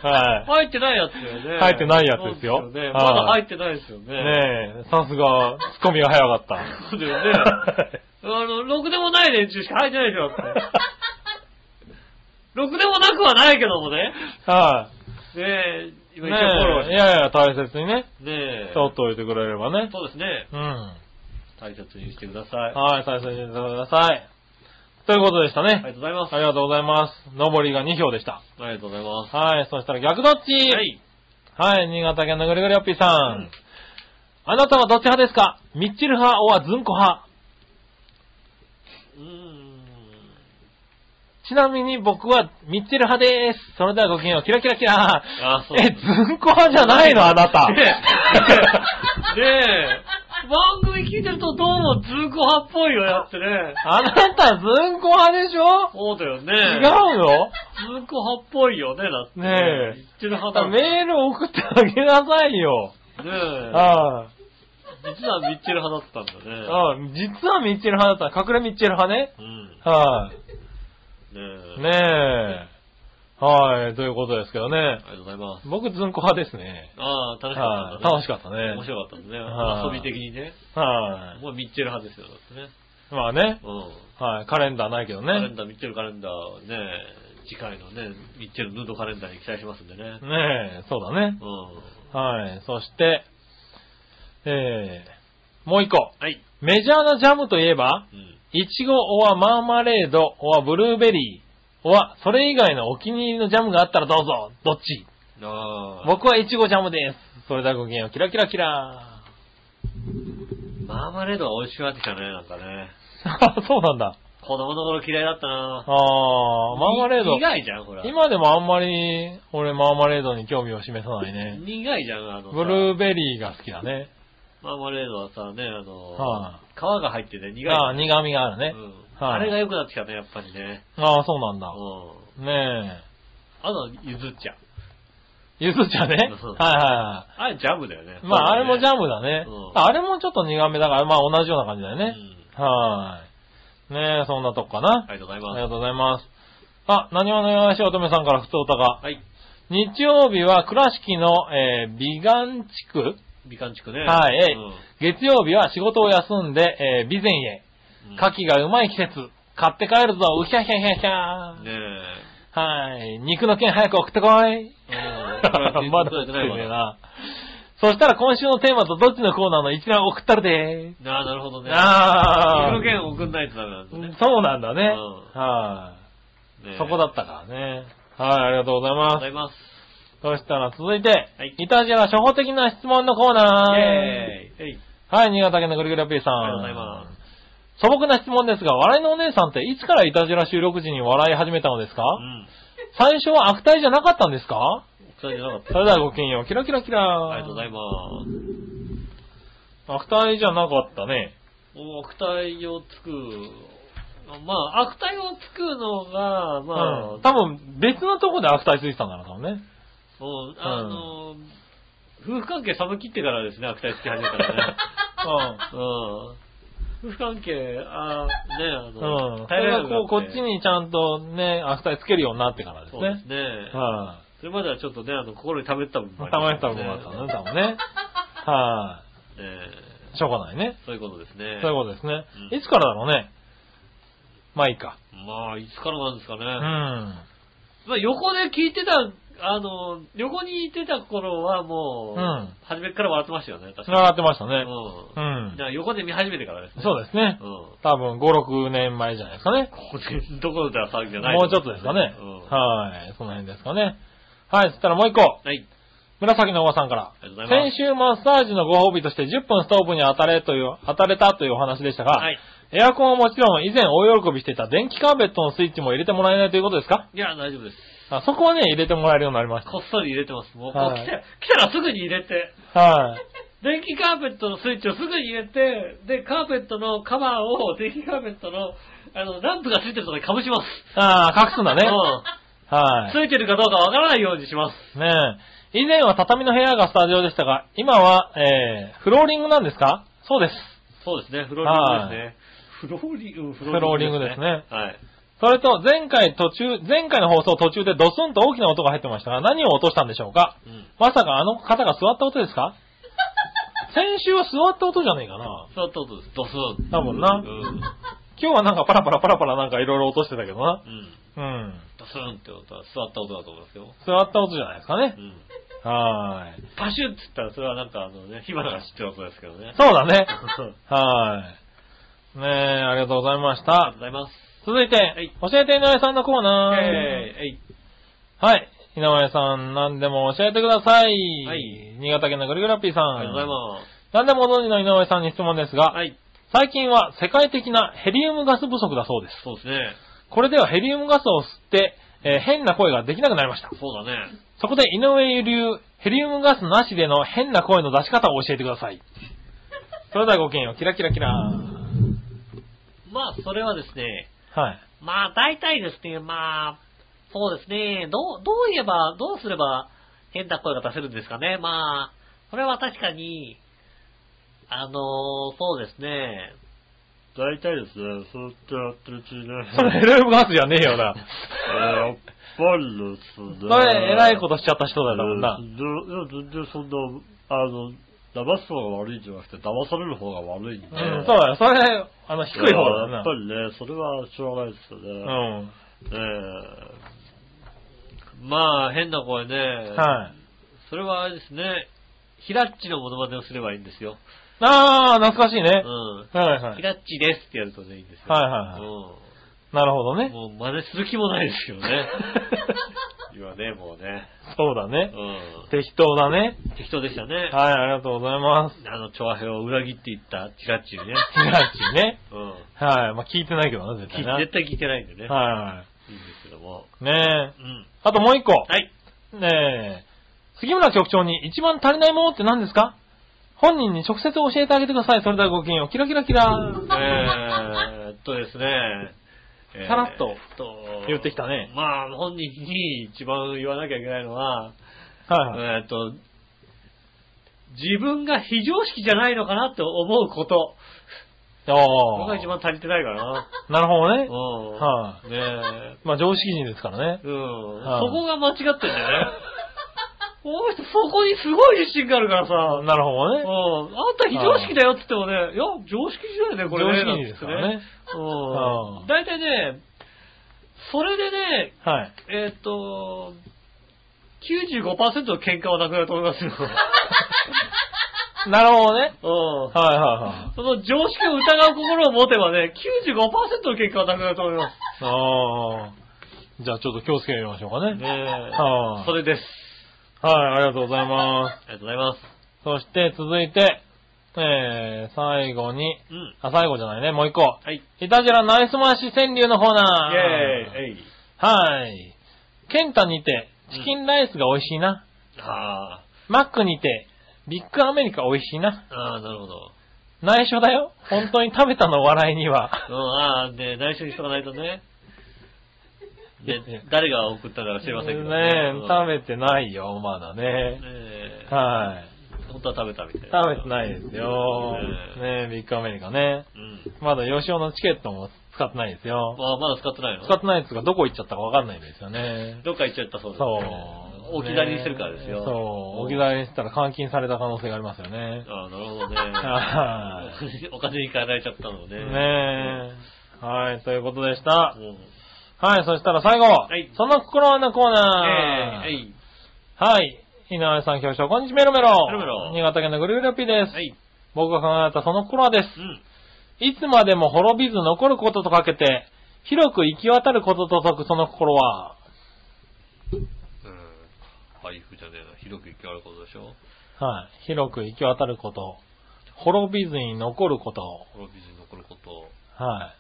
Speaker 2: え
Speaker 3: はい
Speaker 2: 入ってないやつだよね。
Speaker 3: 入ってないやつですよ
Speaker 2: そうね
Speaker 3: はい
Speaker 2: まだ入ってないですよね。
Speaker 3: ねえ、さすが、ツッコミが早か った。
Speaker 2: そうだ よね。あの、ろくでもない連中しか入ってないでしょ、だって。ろくでもなくはないけどもね。
Speaker 3: は
Speaker 2: ねえ、
Speaker 3: い。
Speaker 2: 今
Speaker 3: ね
Speaker 2: 一応フォロー
Speaker 3: え、いやいや、大切にね、
Speaker 2: して。ねえ。
Speaker 3: 取っておいてくれればね。
Speaker 2: そうですね。
Speaker 3: うん。
Speaker 2: 大切にしてください。あ
Speaker 3: はい、大切にしてください。ということでした
Speaker 2: りがと
Speaker 3: ね。
Speaker 2: うございます。
Speaker 3: ありがとうございます。上りが2票でした。
Speaker 2: ありがとうございます。
Speaker 3: はい、そしたら逆どっち
Speaker 2: はい。
Speaker 3: はい、新潟県のぐりぐりおっぴーさ
Speaker 2: う
Speaker 3: ん。
Speaker 2: ん
Speaker 3: あなたはどっち派ですかミッチル派、おはずんこ派。
Speaker 2: うーん。
Speaker 3: ちなみに僕はミッチル派です。それではごきげんよう、キラキラキラ
Speaker 2: あ、そう。
Speaker 3: え、ずんこ派じゃないのあなた。
Speaker 2: ねえ、ねえ、番組聞いてるとどうもズーコ派っぽいよ、やってね。
Speaker 3: あなた、ずんこ派でしょ
Speaker 2: そうだよね。
Speaker 3: 違
Speaker 2: ズ
Speaker 3: うの
Speaker 2: ーコ派っぽいよね、だって。
Speaker 3: ねえ
Speaker 2: 言ってる派だもん。ね
Speaker 3: メール送ってあげなさいよ。
Speaker 2: え。
Speaker 3: あ
Speaker 2: 実はミッチェル派だったんだね。
Speaker 3: あ、ああ、実はミッチェル派だった。隠れミッチェル派ね。
Speaker 2: うん。ね
Speaker 3: はい、
Speaker 2: え。
Speaker 3: ねえ。はい、ということですけどね
Speaker 2: あり。がとうございます。
Speaker 3: 僕、ずんこ派ですね。
Speaker 2: ああ、楽しか
Speaker 3: は
Speaker 2: っ
Speaker 3: い、
Speaker 2: た、ね。
Speaker 3: 楽しかったね
Speaker 2: 面。白かったですね。
Speaker 3: はい
Speaker 2: 遊び的にね。
Speaker 3: はい、
Speaker 2: もうミッチェル派ですよ、だってね。
Speaker 3: まあね。
Speaker 2: うん。
Speaker 3: はい、カレンダーないけど
Speaker 2: カレン
Speaker 3: ね。
Speaker 2: ダー、ミッチェルカレンダーね、次回のね、ミッチェルヌードカレンダーに期待しますんでね。
Speaker 3: ねえ、そうだね。
Speaker 2: うん。
Speaker 3: はい、そして、えー、もう一個。
Speaker 2: はい。
Speaker 3: メジャーなジャムといえば、
Speaker 2: うん。
Speaker 3: いちご、おはマーマレード、おはブルーベリー、おはそれ以外のお気に入りのジャムがあったらどうぞ、どっち
Speaker 2: ああ。
Speaker 3: 僕はいちごジャムです。それではごきげんよう、キラキラキラー。
Speaker 2: マーマレードは美味しくなってきたね、なんかね。
Speaker 3: あ そうなんだ。
Speaker 2: 子供の頃嫌いだったな
Speaker 3: あー、マーマレード
Speaker 2: に。苦いじゃん、ほら。
Speaker 3: 今でもあんまり、俺マーマレードに興味を示さないね。
Speaker 2: 苦いじゃん、あのさ。
Speaker 3: ブルーベリーが好きだね。
Speaker 2: マーマレードはさ、ね、あの、
Speaker 3: は
Speaker 2: 皮が入ってて苦い。
Speaker 3: あー、苦味があるね。
Speaker 2: うん
Speaker 3: はい
Speaker 2: あれが良くなってきたね、やっぱりね。
Speaker 3: ああ、そうなん
Speaker 2: う
Speaker 3: だ。
Speaker 2: ん。
Speaker 3: ね
Speaker 2: あと、ゆず茶。
Speaker 3: え。ゆず茶ね。
Speaker 2: そう
Speaker 3: はいは
Speaker 2: あれジャムだよね。
Speaker 3: いはい。まあ、あれもジャムだね
Speaker 2: うん。
Speaker 3: ああれもちょっと苦めだから、まあ同じような感じだよ
Speaker 2: ム
Speaker 3: ね。はい。ねえ、そんなとこかな
Speaker 2: あ。りがとうござい
Speaker 3: あ
Speaker 2: ま
Speaker 3: り
Speaker 2: す。
Speaker 3: がとうございます。あ、何話のよしおとめさんから普通歌が。
Speaker 2: はい。
Speaker 3: 日曜日は倉敷の、えー、美顔地区。
Speaker 2: 美観地区ね。
Speaker 3: はいえいう月曜日は仕事を休んで、えー、備前
Speaker 2: ん。
Speaker 3: へ。牡蠣がうまい季節。買って帰るぞ。うひゃひゃひゃひゃ。
Speaker 2: ね
Speaker 3: はい。肉の件早く送ってこい。
Speaker 2: え。うん
Speaker 3: まだ来てねえ。な。そしたら今週のテーマとどっちのコーナーの一覧送ったるでー
Speaker 2: ああ、なるほどね。
Speaker 3: あー
Speaker 2: 岐阜県送んないとダメなんですね。
Speaker 3: そうなんだね。
Speaker 2: う
Speaker 3: は
Speaker 2: ね
Speaker 3: い。
Speaker 2: え
Speaker 3: そこだったからね。はい、ありがとうござい
Speaker 2: ありがとう
Speaker 3: ま
Speaker 2: ござ
Speaker 3: す。
Speaker 2: います。
Speaker 3: そしたら続いて、
Speaker 2: はい
Speaker 3: イタジア初歩的な質問のコーナー。
Speaker 2: イェーイ。えい
Speaker 3: はい、新潟県のぐるぐるピーさん。。
Speaker 2: ありがとうございます
Speaker 3: 素朴な質問ですが、笑いのお姉さんっていつからイタジラ収録時に笑い始めたのですか、
Speaker 2: うん。
Speaker 3: 最初は悪態じゃなかったんですか
Speaker 2: それじゃなかっ
Speaker 3: そ
Speaker 2: た。
Speaker 3: れではごきげんよう、キラキラキラ
Speaker 2: ありがとうございます。
Speaker 3: 悪態じゃなかったね。
Speaker 2: もう悪態をつく。まあ、悪態をつくのが、まあ、
Speaker 3: うん多分別のとこで悪態ついてたんだろう、多分ね。
Speaker 2: そう、あの、夫婦関係寒切ってからですね、悪態つき始めたらね。うん。夫婦関係、あーね、あ
Speaker 3: う
Speaker 2: の、
Speaker 3: ん。うん。そ
Speaker 2: 耐え
Speaker 3: れ
Speaker 2: られ
Speaker 3: が
Speaker 2: なく
Speaker 3: こ
Speaker 2: な
Speaker 3: う、こっち
Speaker 2: て。
Speaker 3: にちゃんとね、悪態つけるようになってからです
Speaker 2: そうで
Speaker 3: ね
Speaker 2: す。ね。
Speaker 3: は
Speaker 2: それまではちょっとね、あの、心に溜めてた部分
Speaker 3: い、
Speaker 2: もあり
Speaker 3: たま
Speaker 2: ま
Speaker 3: に
Speaker 2: し
Speaker 3: した
Speaker 2: た
Speaker 3: こ
Speaker 2: ね
Speaker 3: とがあったのね、多分ね。は
Speaker 2: え
Speaker 3: い、しょうがないね。
Speaker 2: えそういうことですね。
Speaker 3: そういうことですね
Speaker 2: うん
Speaker 3: いつからだろうね。まあいいか。
Speaker 2: まあ、いつからなんですかね。
Speaker 3: うん。
Speaker 2: ま
Speaker 3: は
Speaker 2: あ、横で聞いてた、あの、横にいてた頃はもう、
Speaker 3: うん
Speaker 2: 初めから笑ってましたよね、確かに。
Speaker 3: がってましたね。う
Speaker 2: うんじゃ。あ横で見始めてからですね。
Speaker 3: そうですね。
Speaker 2: うん。
Speaker 3: 多分5、6年前じゃないですかね。
Speaker 2: ここで、どこだったわけじゃない。
Speaker 3: もうちょっとですかね。
Speaker 2: うん。は
Speaker 3: はい。その辺ですかね。はい。そしたらもう一個。
Speaker 2: い。
Speaker 3: 紫のおばさんから
Speaker 2: ありがとうご。ざいま
Speaker 3: 先
Speaker 2: す
Speaker 3: 週マッサージのご褒美として10分ストーブに当たれという、当たれたというお話でしたが、
Speaker 2: はい。
Speaker 3: エアコンはもちろん以前大喜びしていた電気カーペットのスイッチも入れてもらえないということですか
Speaker 2: いや、大丈夫です。
Speaker 3: あそこはね、入れてもらえるようになりまし
Speaker 2: こっそり入れてます。もう、こう
Speaker 3: は
Speaker 2: 来た
Speaker 3: い
Speaker 2: 来たらすぐに入れて。
Speaker 3: た。はい。
Speaker 2: 電気カーペットのスイッチをすぐに入れて、で、カーペットのカバーを、電気カーペットの、あの、ランプがついてるとこにかぶします。
Speaker 3: ああ、隠すんだね。
Speaker 2: う
Speaker 3: は
Speaker 2: ん。ついてるかどうかわからないようにします。
Speaker 3: い。ねえ。以前は畳の部屋がスタジオでしたが、今は、えー、フローリングなんですかそうです。
Speaker 2: そうですね、フローリングですね。フローリング、フ
Speaker 3: フローリングです
Speaker 2: はい。
Speaker 3: それと、前回途中、前回の放送途中でドスンと大きな音が入ってましたが、何を落としたんでしょうか
Speaker 2: うん。
Speaker 3: まさかあの方が座った音で すか先週は座った音じゃねえかな
Speaker 2: そうってことです。ドスン。
Speaker 3: 多分な
Speaker 2: うん。うん。
Speaker 3: 今日はなんかパラパラパラパラなんかいろいろ落としてたけどな。うん。
Speaker 2: ドスンって音は座った音だと思いますよ。
Speaker 3: 座った音じゃないですか
Speaker 2: う
Speaker 3: ね。
Speaker 2: ん。
Speaker 3: はーい。
Speaker 2: パシュッつったら、それはなんかあのね、火花が散ってる音ですけどね。
Speaker 3: そうだね。
Speaker 2: そう
Speaker 3: はーい。ねえ、ありがとうございまし
Speaker 2: ありがとう
Speaker 3: た
Speaker 2: ご。ざいます。
Speaker 3: 続いて、
Speaker 2: い
Speaker 3: 教えて井上さんのコーナー。
Speaker 2: えーえい。
Speaker 3: はい。井上さん、何でも教えてください。
Speaker 2: はい
Speaker 3: 新潟県のぐるぐらっぴーさん。
Speaker 2: ありがとうございます。
Speaker 3: 何でもご存知の井上さんに質問ですが、
Speaker 2: はい。
Speaker 3: 最近は世界的なヘリウムガス不足だそうです。
Speaker 2: そうですね。
Speaker 3: これではヘリウムガスを吸って、えー変な声ができなくなりました。
Speaker 2: そうだね。
Speaker 3: そこで井上流ヘリウムガスなしでの変な声の出し方を教えてください。それではごきげんよう。キラキラキラー。
Speaker 2: まあ、それはですね、
Speaker 3: はい。
Speaker 2: まあ、大体ですね、まあ、そうですね、どう、どう言えば、どうすれば変な声が出せるんですかね。まあ、これは確かに、あのー、そうですね。大体ですね、そうやってやってるうちにね
Speaker 3: それヘリウムガスじゃねえよな。
Speaker 2: やっぱりです ね。
Speaker 3: それ、偉いことしちゃった人だよ、多分な。
Speaker 2: 全然全然そんな、あの、騙す方が悪いんじゃなくて、騙される方が悪いんで。
Speaker 3: うん、そうだよ。それ、あの、低い方だよ
Speaker 2: や
Speaker 3: な
Speaker 2: っぱ。りね、それはしょうがないですよね。
Speaker 3: うん。
Speaker 2: ええまあ、変な声ね。
Speaker 3: はい。
Speaker 2: それはあれですね、ヒラッチのモノマネをすればいいんですよ。
Speaker 3: あー、懐かしいね
Speaker 2: う。ん。
Speaker 3: はいは
Speaker 2: ヒ
Speaker 3: い。
Speaker 2: ラッチですってやるとね、いいんですよ。
Speaker 3: はいはいはなるほど
Speaker 2: うん。
Speaker 3: ね。
Speaker 2: もう真似する気もないですよ ね。今ね、もうね。
Speaker 3: そうだね
Speaker 2: う。ん。
Speaker 3: 適当だね。
Speaker 2: 適当でしたね。
Speaker 3: はい、ありがとうございます。
Speaker 2: あの、調和兵を裏切っていったヒラッチね。
Speaker 3: キラッチね。
Speaker 2: うん。
Speaker 3: はい。まあ、聞いてないけどな、絶対な。
Speaker 2: 聞い絶対聞いてないんでね。。
Speaker 3: はい
Speaker 2: いんですけども。
Speaker 3: い。ねえ。
Speaker 2: うん。
Speaker 3: あともう一個。
Speaker 2: はい。
Speaker 3: ねえ。杉村局長に一番足りないものって何ですか本人に直接教えてあげてください。それではごきげんよう。キラキラキラー。
Speaker 2: えーっとです ね。えー
Speaker 3: さらっと言ってきたね
Speaker 2: まあ、本人に一番言わなきゃいけないのは、
Speaker 3: はいはい。
Speaker 2: えーっと、自分が非常識じゃないのかなって思うこと。こ
Speaker 3: あ
Speaker 2: れが一番
Speaker 3: あ。
Speaker 2: 足りてないか な。
Speaker 3: なるほど
Speaker 2: う
Speaker 3: ね
Speaker 2: ん。。
Speaker 3: は
Speaker 2: ねえ。
Speaker 3: まあ、常識人ですからね。
Speaker 2: うん。
Speaker 3: はい
Speaker 2: そこが間違ってんだよね。この人、そこにすごい自信があるからさ。
Speaker 3: なるほど
Speaker 2: う
Speaker 3: ね。
Speaker 2: ん。あんた非常識だよって言ってもね、いや、常識じゃないね、これね。
Speaker 3: 常識人ですからね。
Speaker 2: う。
Speaker 3: うんん
Speaker 2: 大体ね、それでね、
Speaker 3: はい。
Speaker 2: えーっと、95%の喧嘩はなくなると思い ますよ。
Speaker 3: なるほどね。
Speaker 2: うん。
Speaker 3: はいはいはい。
Speaker 2: その常識を疑う心を持てばね、95%の喧嘩はなくなると思いま
Speaker 3: ああ。じゃあちょっと気をつけてみましょうか
Speaker 2: す。
Speaker 3: ね。
Speaker 2: ね
Speaker 3: は
Speaker 2: え。
Speaker 3: い
Speaker 2: それです。
Speaker 3: はい、ありがとうございま
Speaker 2: ありがとうございます。
Speaker 3: す。そして続いて、えー、最後に、
Speaker 2: うん。
Speaker 3: あ、最後じゃないね、もう一個。
Speaker 2: はい。イ
Speaker 3: いたじらナイス回し川柳のコーナー。
Speaker 2: ェーイ。えい。
Speaker 3: はい。ケンタにて、チキンライスが美味しいな。
Speaker 2: あ
Speaker 3: マックにて、ビッグアメリカ美味しいな。
Speaker 2: あ、ああ、なるほど。
Speaker 3: 内緒だよ。本当に食べたの笑いには。
Speaker 2: うん、ああ、ね、内緒にしとかないと ね。
Speaker 3: ね
Speaker 2: で、誰が送ったか知りませんけど
Speaker 3: ね
Speaker 2: うん
Speaker 3: え、食べてないよ、まだね。
Speaker 2: ねえ
Speaker 3: はい。
Speaker 2: 本当は食べたみたいな。
Speaker 3: 食べてないですよ。
Speaker 2: ね
Speaker 3: ねえ、ビッグアメリカね。
Speaker 2: えうん。
Speaker 3: まだ吉尾のチケットも使ってないですよ。
Speaker 2: まあ、まだ使ってないの
Speaker 3: 使ってないやつがどこ行っちゃったかわかんないですよね。
Speaker 2: どっか行っちゃったそうです、
Speaker 3: そう。
Speaker 2: 置き去りにしてるからですよ。
Speaker 3: ねえそう。置き去りにしたら監禁された可能性がありますよね。
Speaker 2: ああ、なるほどね。
Speaker 3: は
Speaker 2: お金に変えられちゃったのね。
Speaker 3: ねえ。はい、ということでした
Speaker 2: う。ん
Speaker 3: はい、そしたら最後。
Speaker 2: い
Speaker 3: その心はのコーナー。
Speaker 2: えい。
Speaker 3: はい。井上さん、局長、こんにちは、メロメロ。
Speaker 2: メロメロ
Speaker 3: 新潟県のぐるぐるぴです。
Speaker 2: はい。
Speaker 3: 僕が考えたその心はです。
Speaker 2: うん。
Speaker 3: いつまでも滅びず残ることとかけて、広く行き渡ることと解くその心は。
Speaker 2: うん。配布じゃねえな。広く行きあることでしょ
Speaker 3: はい。広く行き渡ること。滅びずに残ること。
Speaker 2: 滅びずに残ること。
Speaker 3: は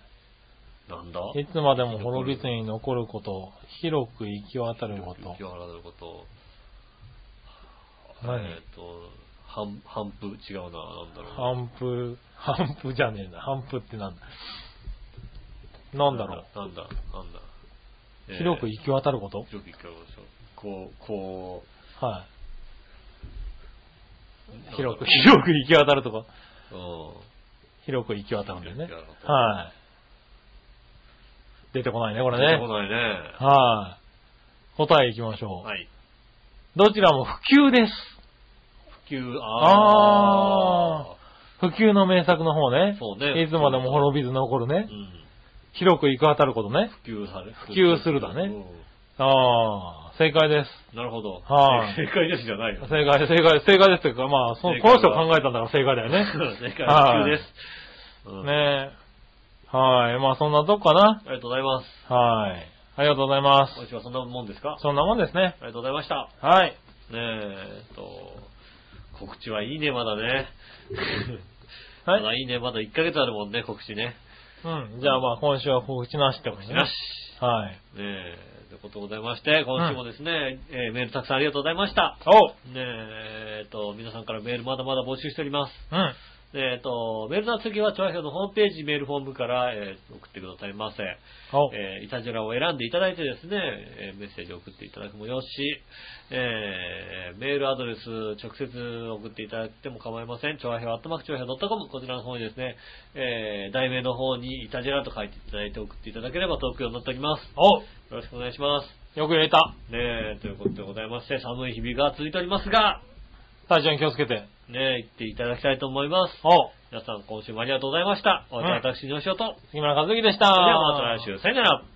Speaker 2: なんだ
Speaker 3: い。いつまでも滅びずに残ること。広く行き渡るこ
Speaker 2: 広く行
Speaker 3: と
Speaker 2: き。渡ること。
Speaker 3: 何
Speaker 2: えっと、半、半分違うな。なんだろう。
Speaker 3: 反復、反復じゃねえな。反復ってなんだ。なんだろう。
Speaker 2: なんだ、なんだ。えー
Speaker 3: 広く行き渡ること
Speaker 2: 広く行き渡ることでしょ。こう、こ
Speaker 3: は
Speaker 2: う。
Speaker 3: い。広く、広く行き渡るとか。
Speaker 2: うん。
Speaker 3: 広く行き渡るんだよね
Speaker 2: 広く行き。渡る
Speaker 3: はい。出てこないね、これ
Speaker 2: 出てこな
Speaker 3: ね。
Speaker 2: いね。
Speaker 3: はい。答え行きましょう。
Speaker 2: はい。
Speaker 3: どちらも普及です。
Speaker 2: 普及、
Speaker 3: あ
Speaker 2: あ
Speaker 3: 普及の名作の方ね。
Speaker 2: そうね
Speaker 3: いつまでも滅びず残る
Speaker 2: ー。
Speaker 3: ね
Speaker 2: う。ん。
Speaker 3: 広く行く当たることね。
Speaker 2: 普及され。普
Speaker 3: 及するだね
Speaker 2: うん
Speaker 3: ああ、正解です。
Speaker 2: なるほど。
Speaker 3: はい
Speaker 2: 正解ですじゃないよ。
Speaker 3: 正解、正解、正解ですというか、まあ、そ
Speaker 2: 正解だ
Speaker 3: この人が考えたんだから正解だ よね。
Speaker 2: 正解は
Speaker 3: は
Speaker 2: 普及で
Speaker 3: い
Speaker 2: す。うん
Speaker 3: ねえ。はい。まあ、そんなとこかな。
Speaker 2: ありがとうございます。
Speaker 3: はい。ありがとうございます。
Speaker 2: 今週はそんなもんですか
Speaker 3: そんなもんですね。
Speaker 2: ありがとうございました。
Speaker 3: はい。
Speaker 2: ねえ、えっと、告知はいいね、まだね。
Speaker 3: は
Speaker 2: まだ
Speaker 3: い。
Speaker 2: いいね、まだ1ヶ月あるもんね、告知ね。
Speaker 3: うん。じゃあまあ、今週は告知なしってことね。
Speaker 2: よし。
Speaker 3: はい。
Speaker 2: ねえ、ということでございまして、今週もですね、えーメールたくさんありがとうございました。
Speaker 3: おう。
Speaker 2: ねえ、えっと、皆さんからメールまだまだ募集しております。
Speaker 3: うん。
Speaker 2: でえっと、メールの次は、調和表のホームページメールフォームから、えー送ってくださいませ。
Speaker 3: おう。
Speaker 2: えー、イタジェラを選んでいただいてですね、えーメッセージを送っていただくもよし、えー、メールアドレス直接送っていただいても構いません。調和表、アットマーク調和表 .com、こちらの方にですね、えー、題名の方にイタジェラと書いていただいて送っていただければ届くようになっております。
Speaker 3: おう。
Speaker 2: よろしくお願いします。
Speaker 3: よく入れた。
Speaker 2: ねえ、ということでございまして、寒い日々が続いておりますが、
Speaker 3: 体調に気をつけて。
Speaker 2: ねえ、行っていただきたいと思います。
Speaker 3: おう。
Speaker 2: 皆さん、今週もありがとうございました。お会いいたい私、西尾と。
Speaker 3: 杉村和之でした。
Speaker 2: では、また来週。さよなら。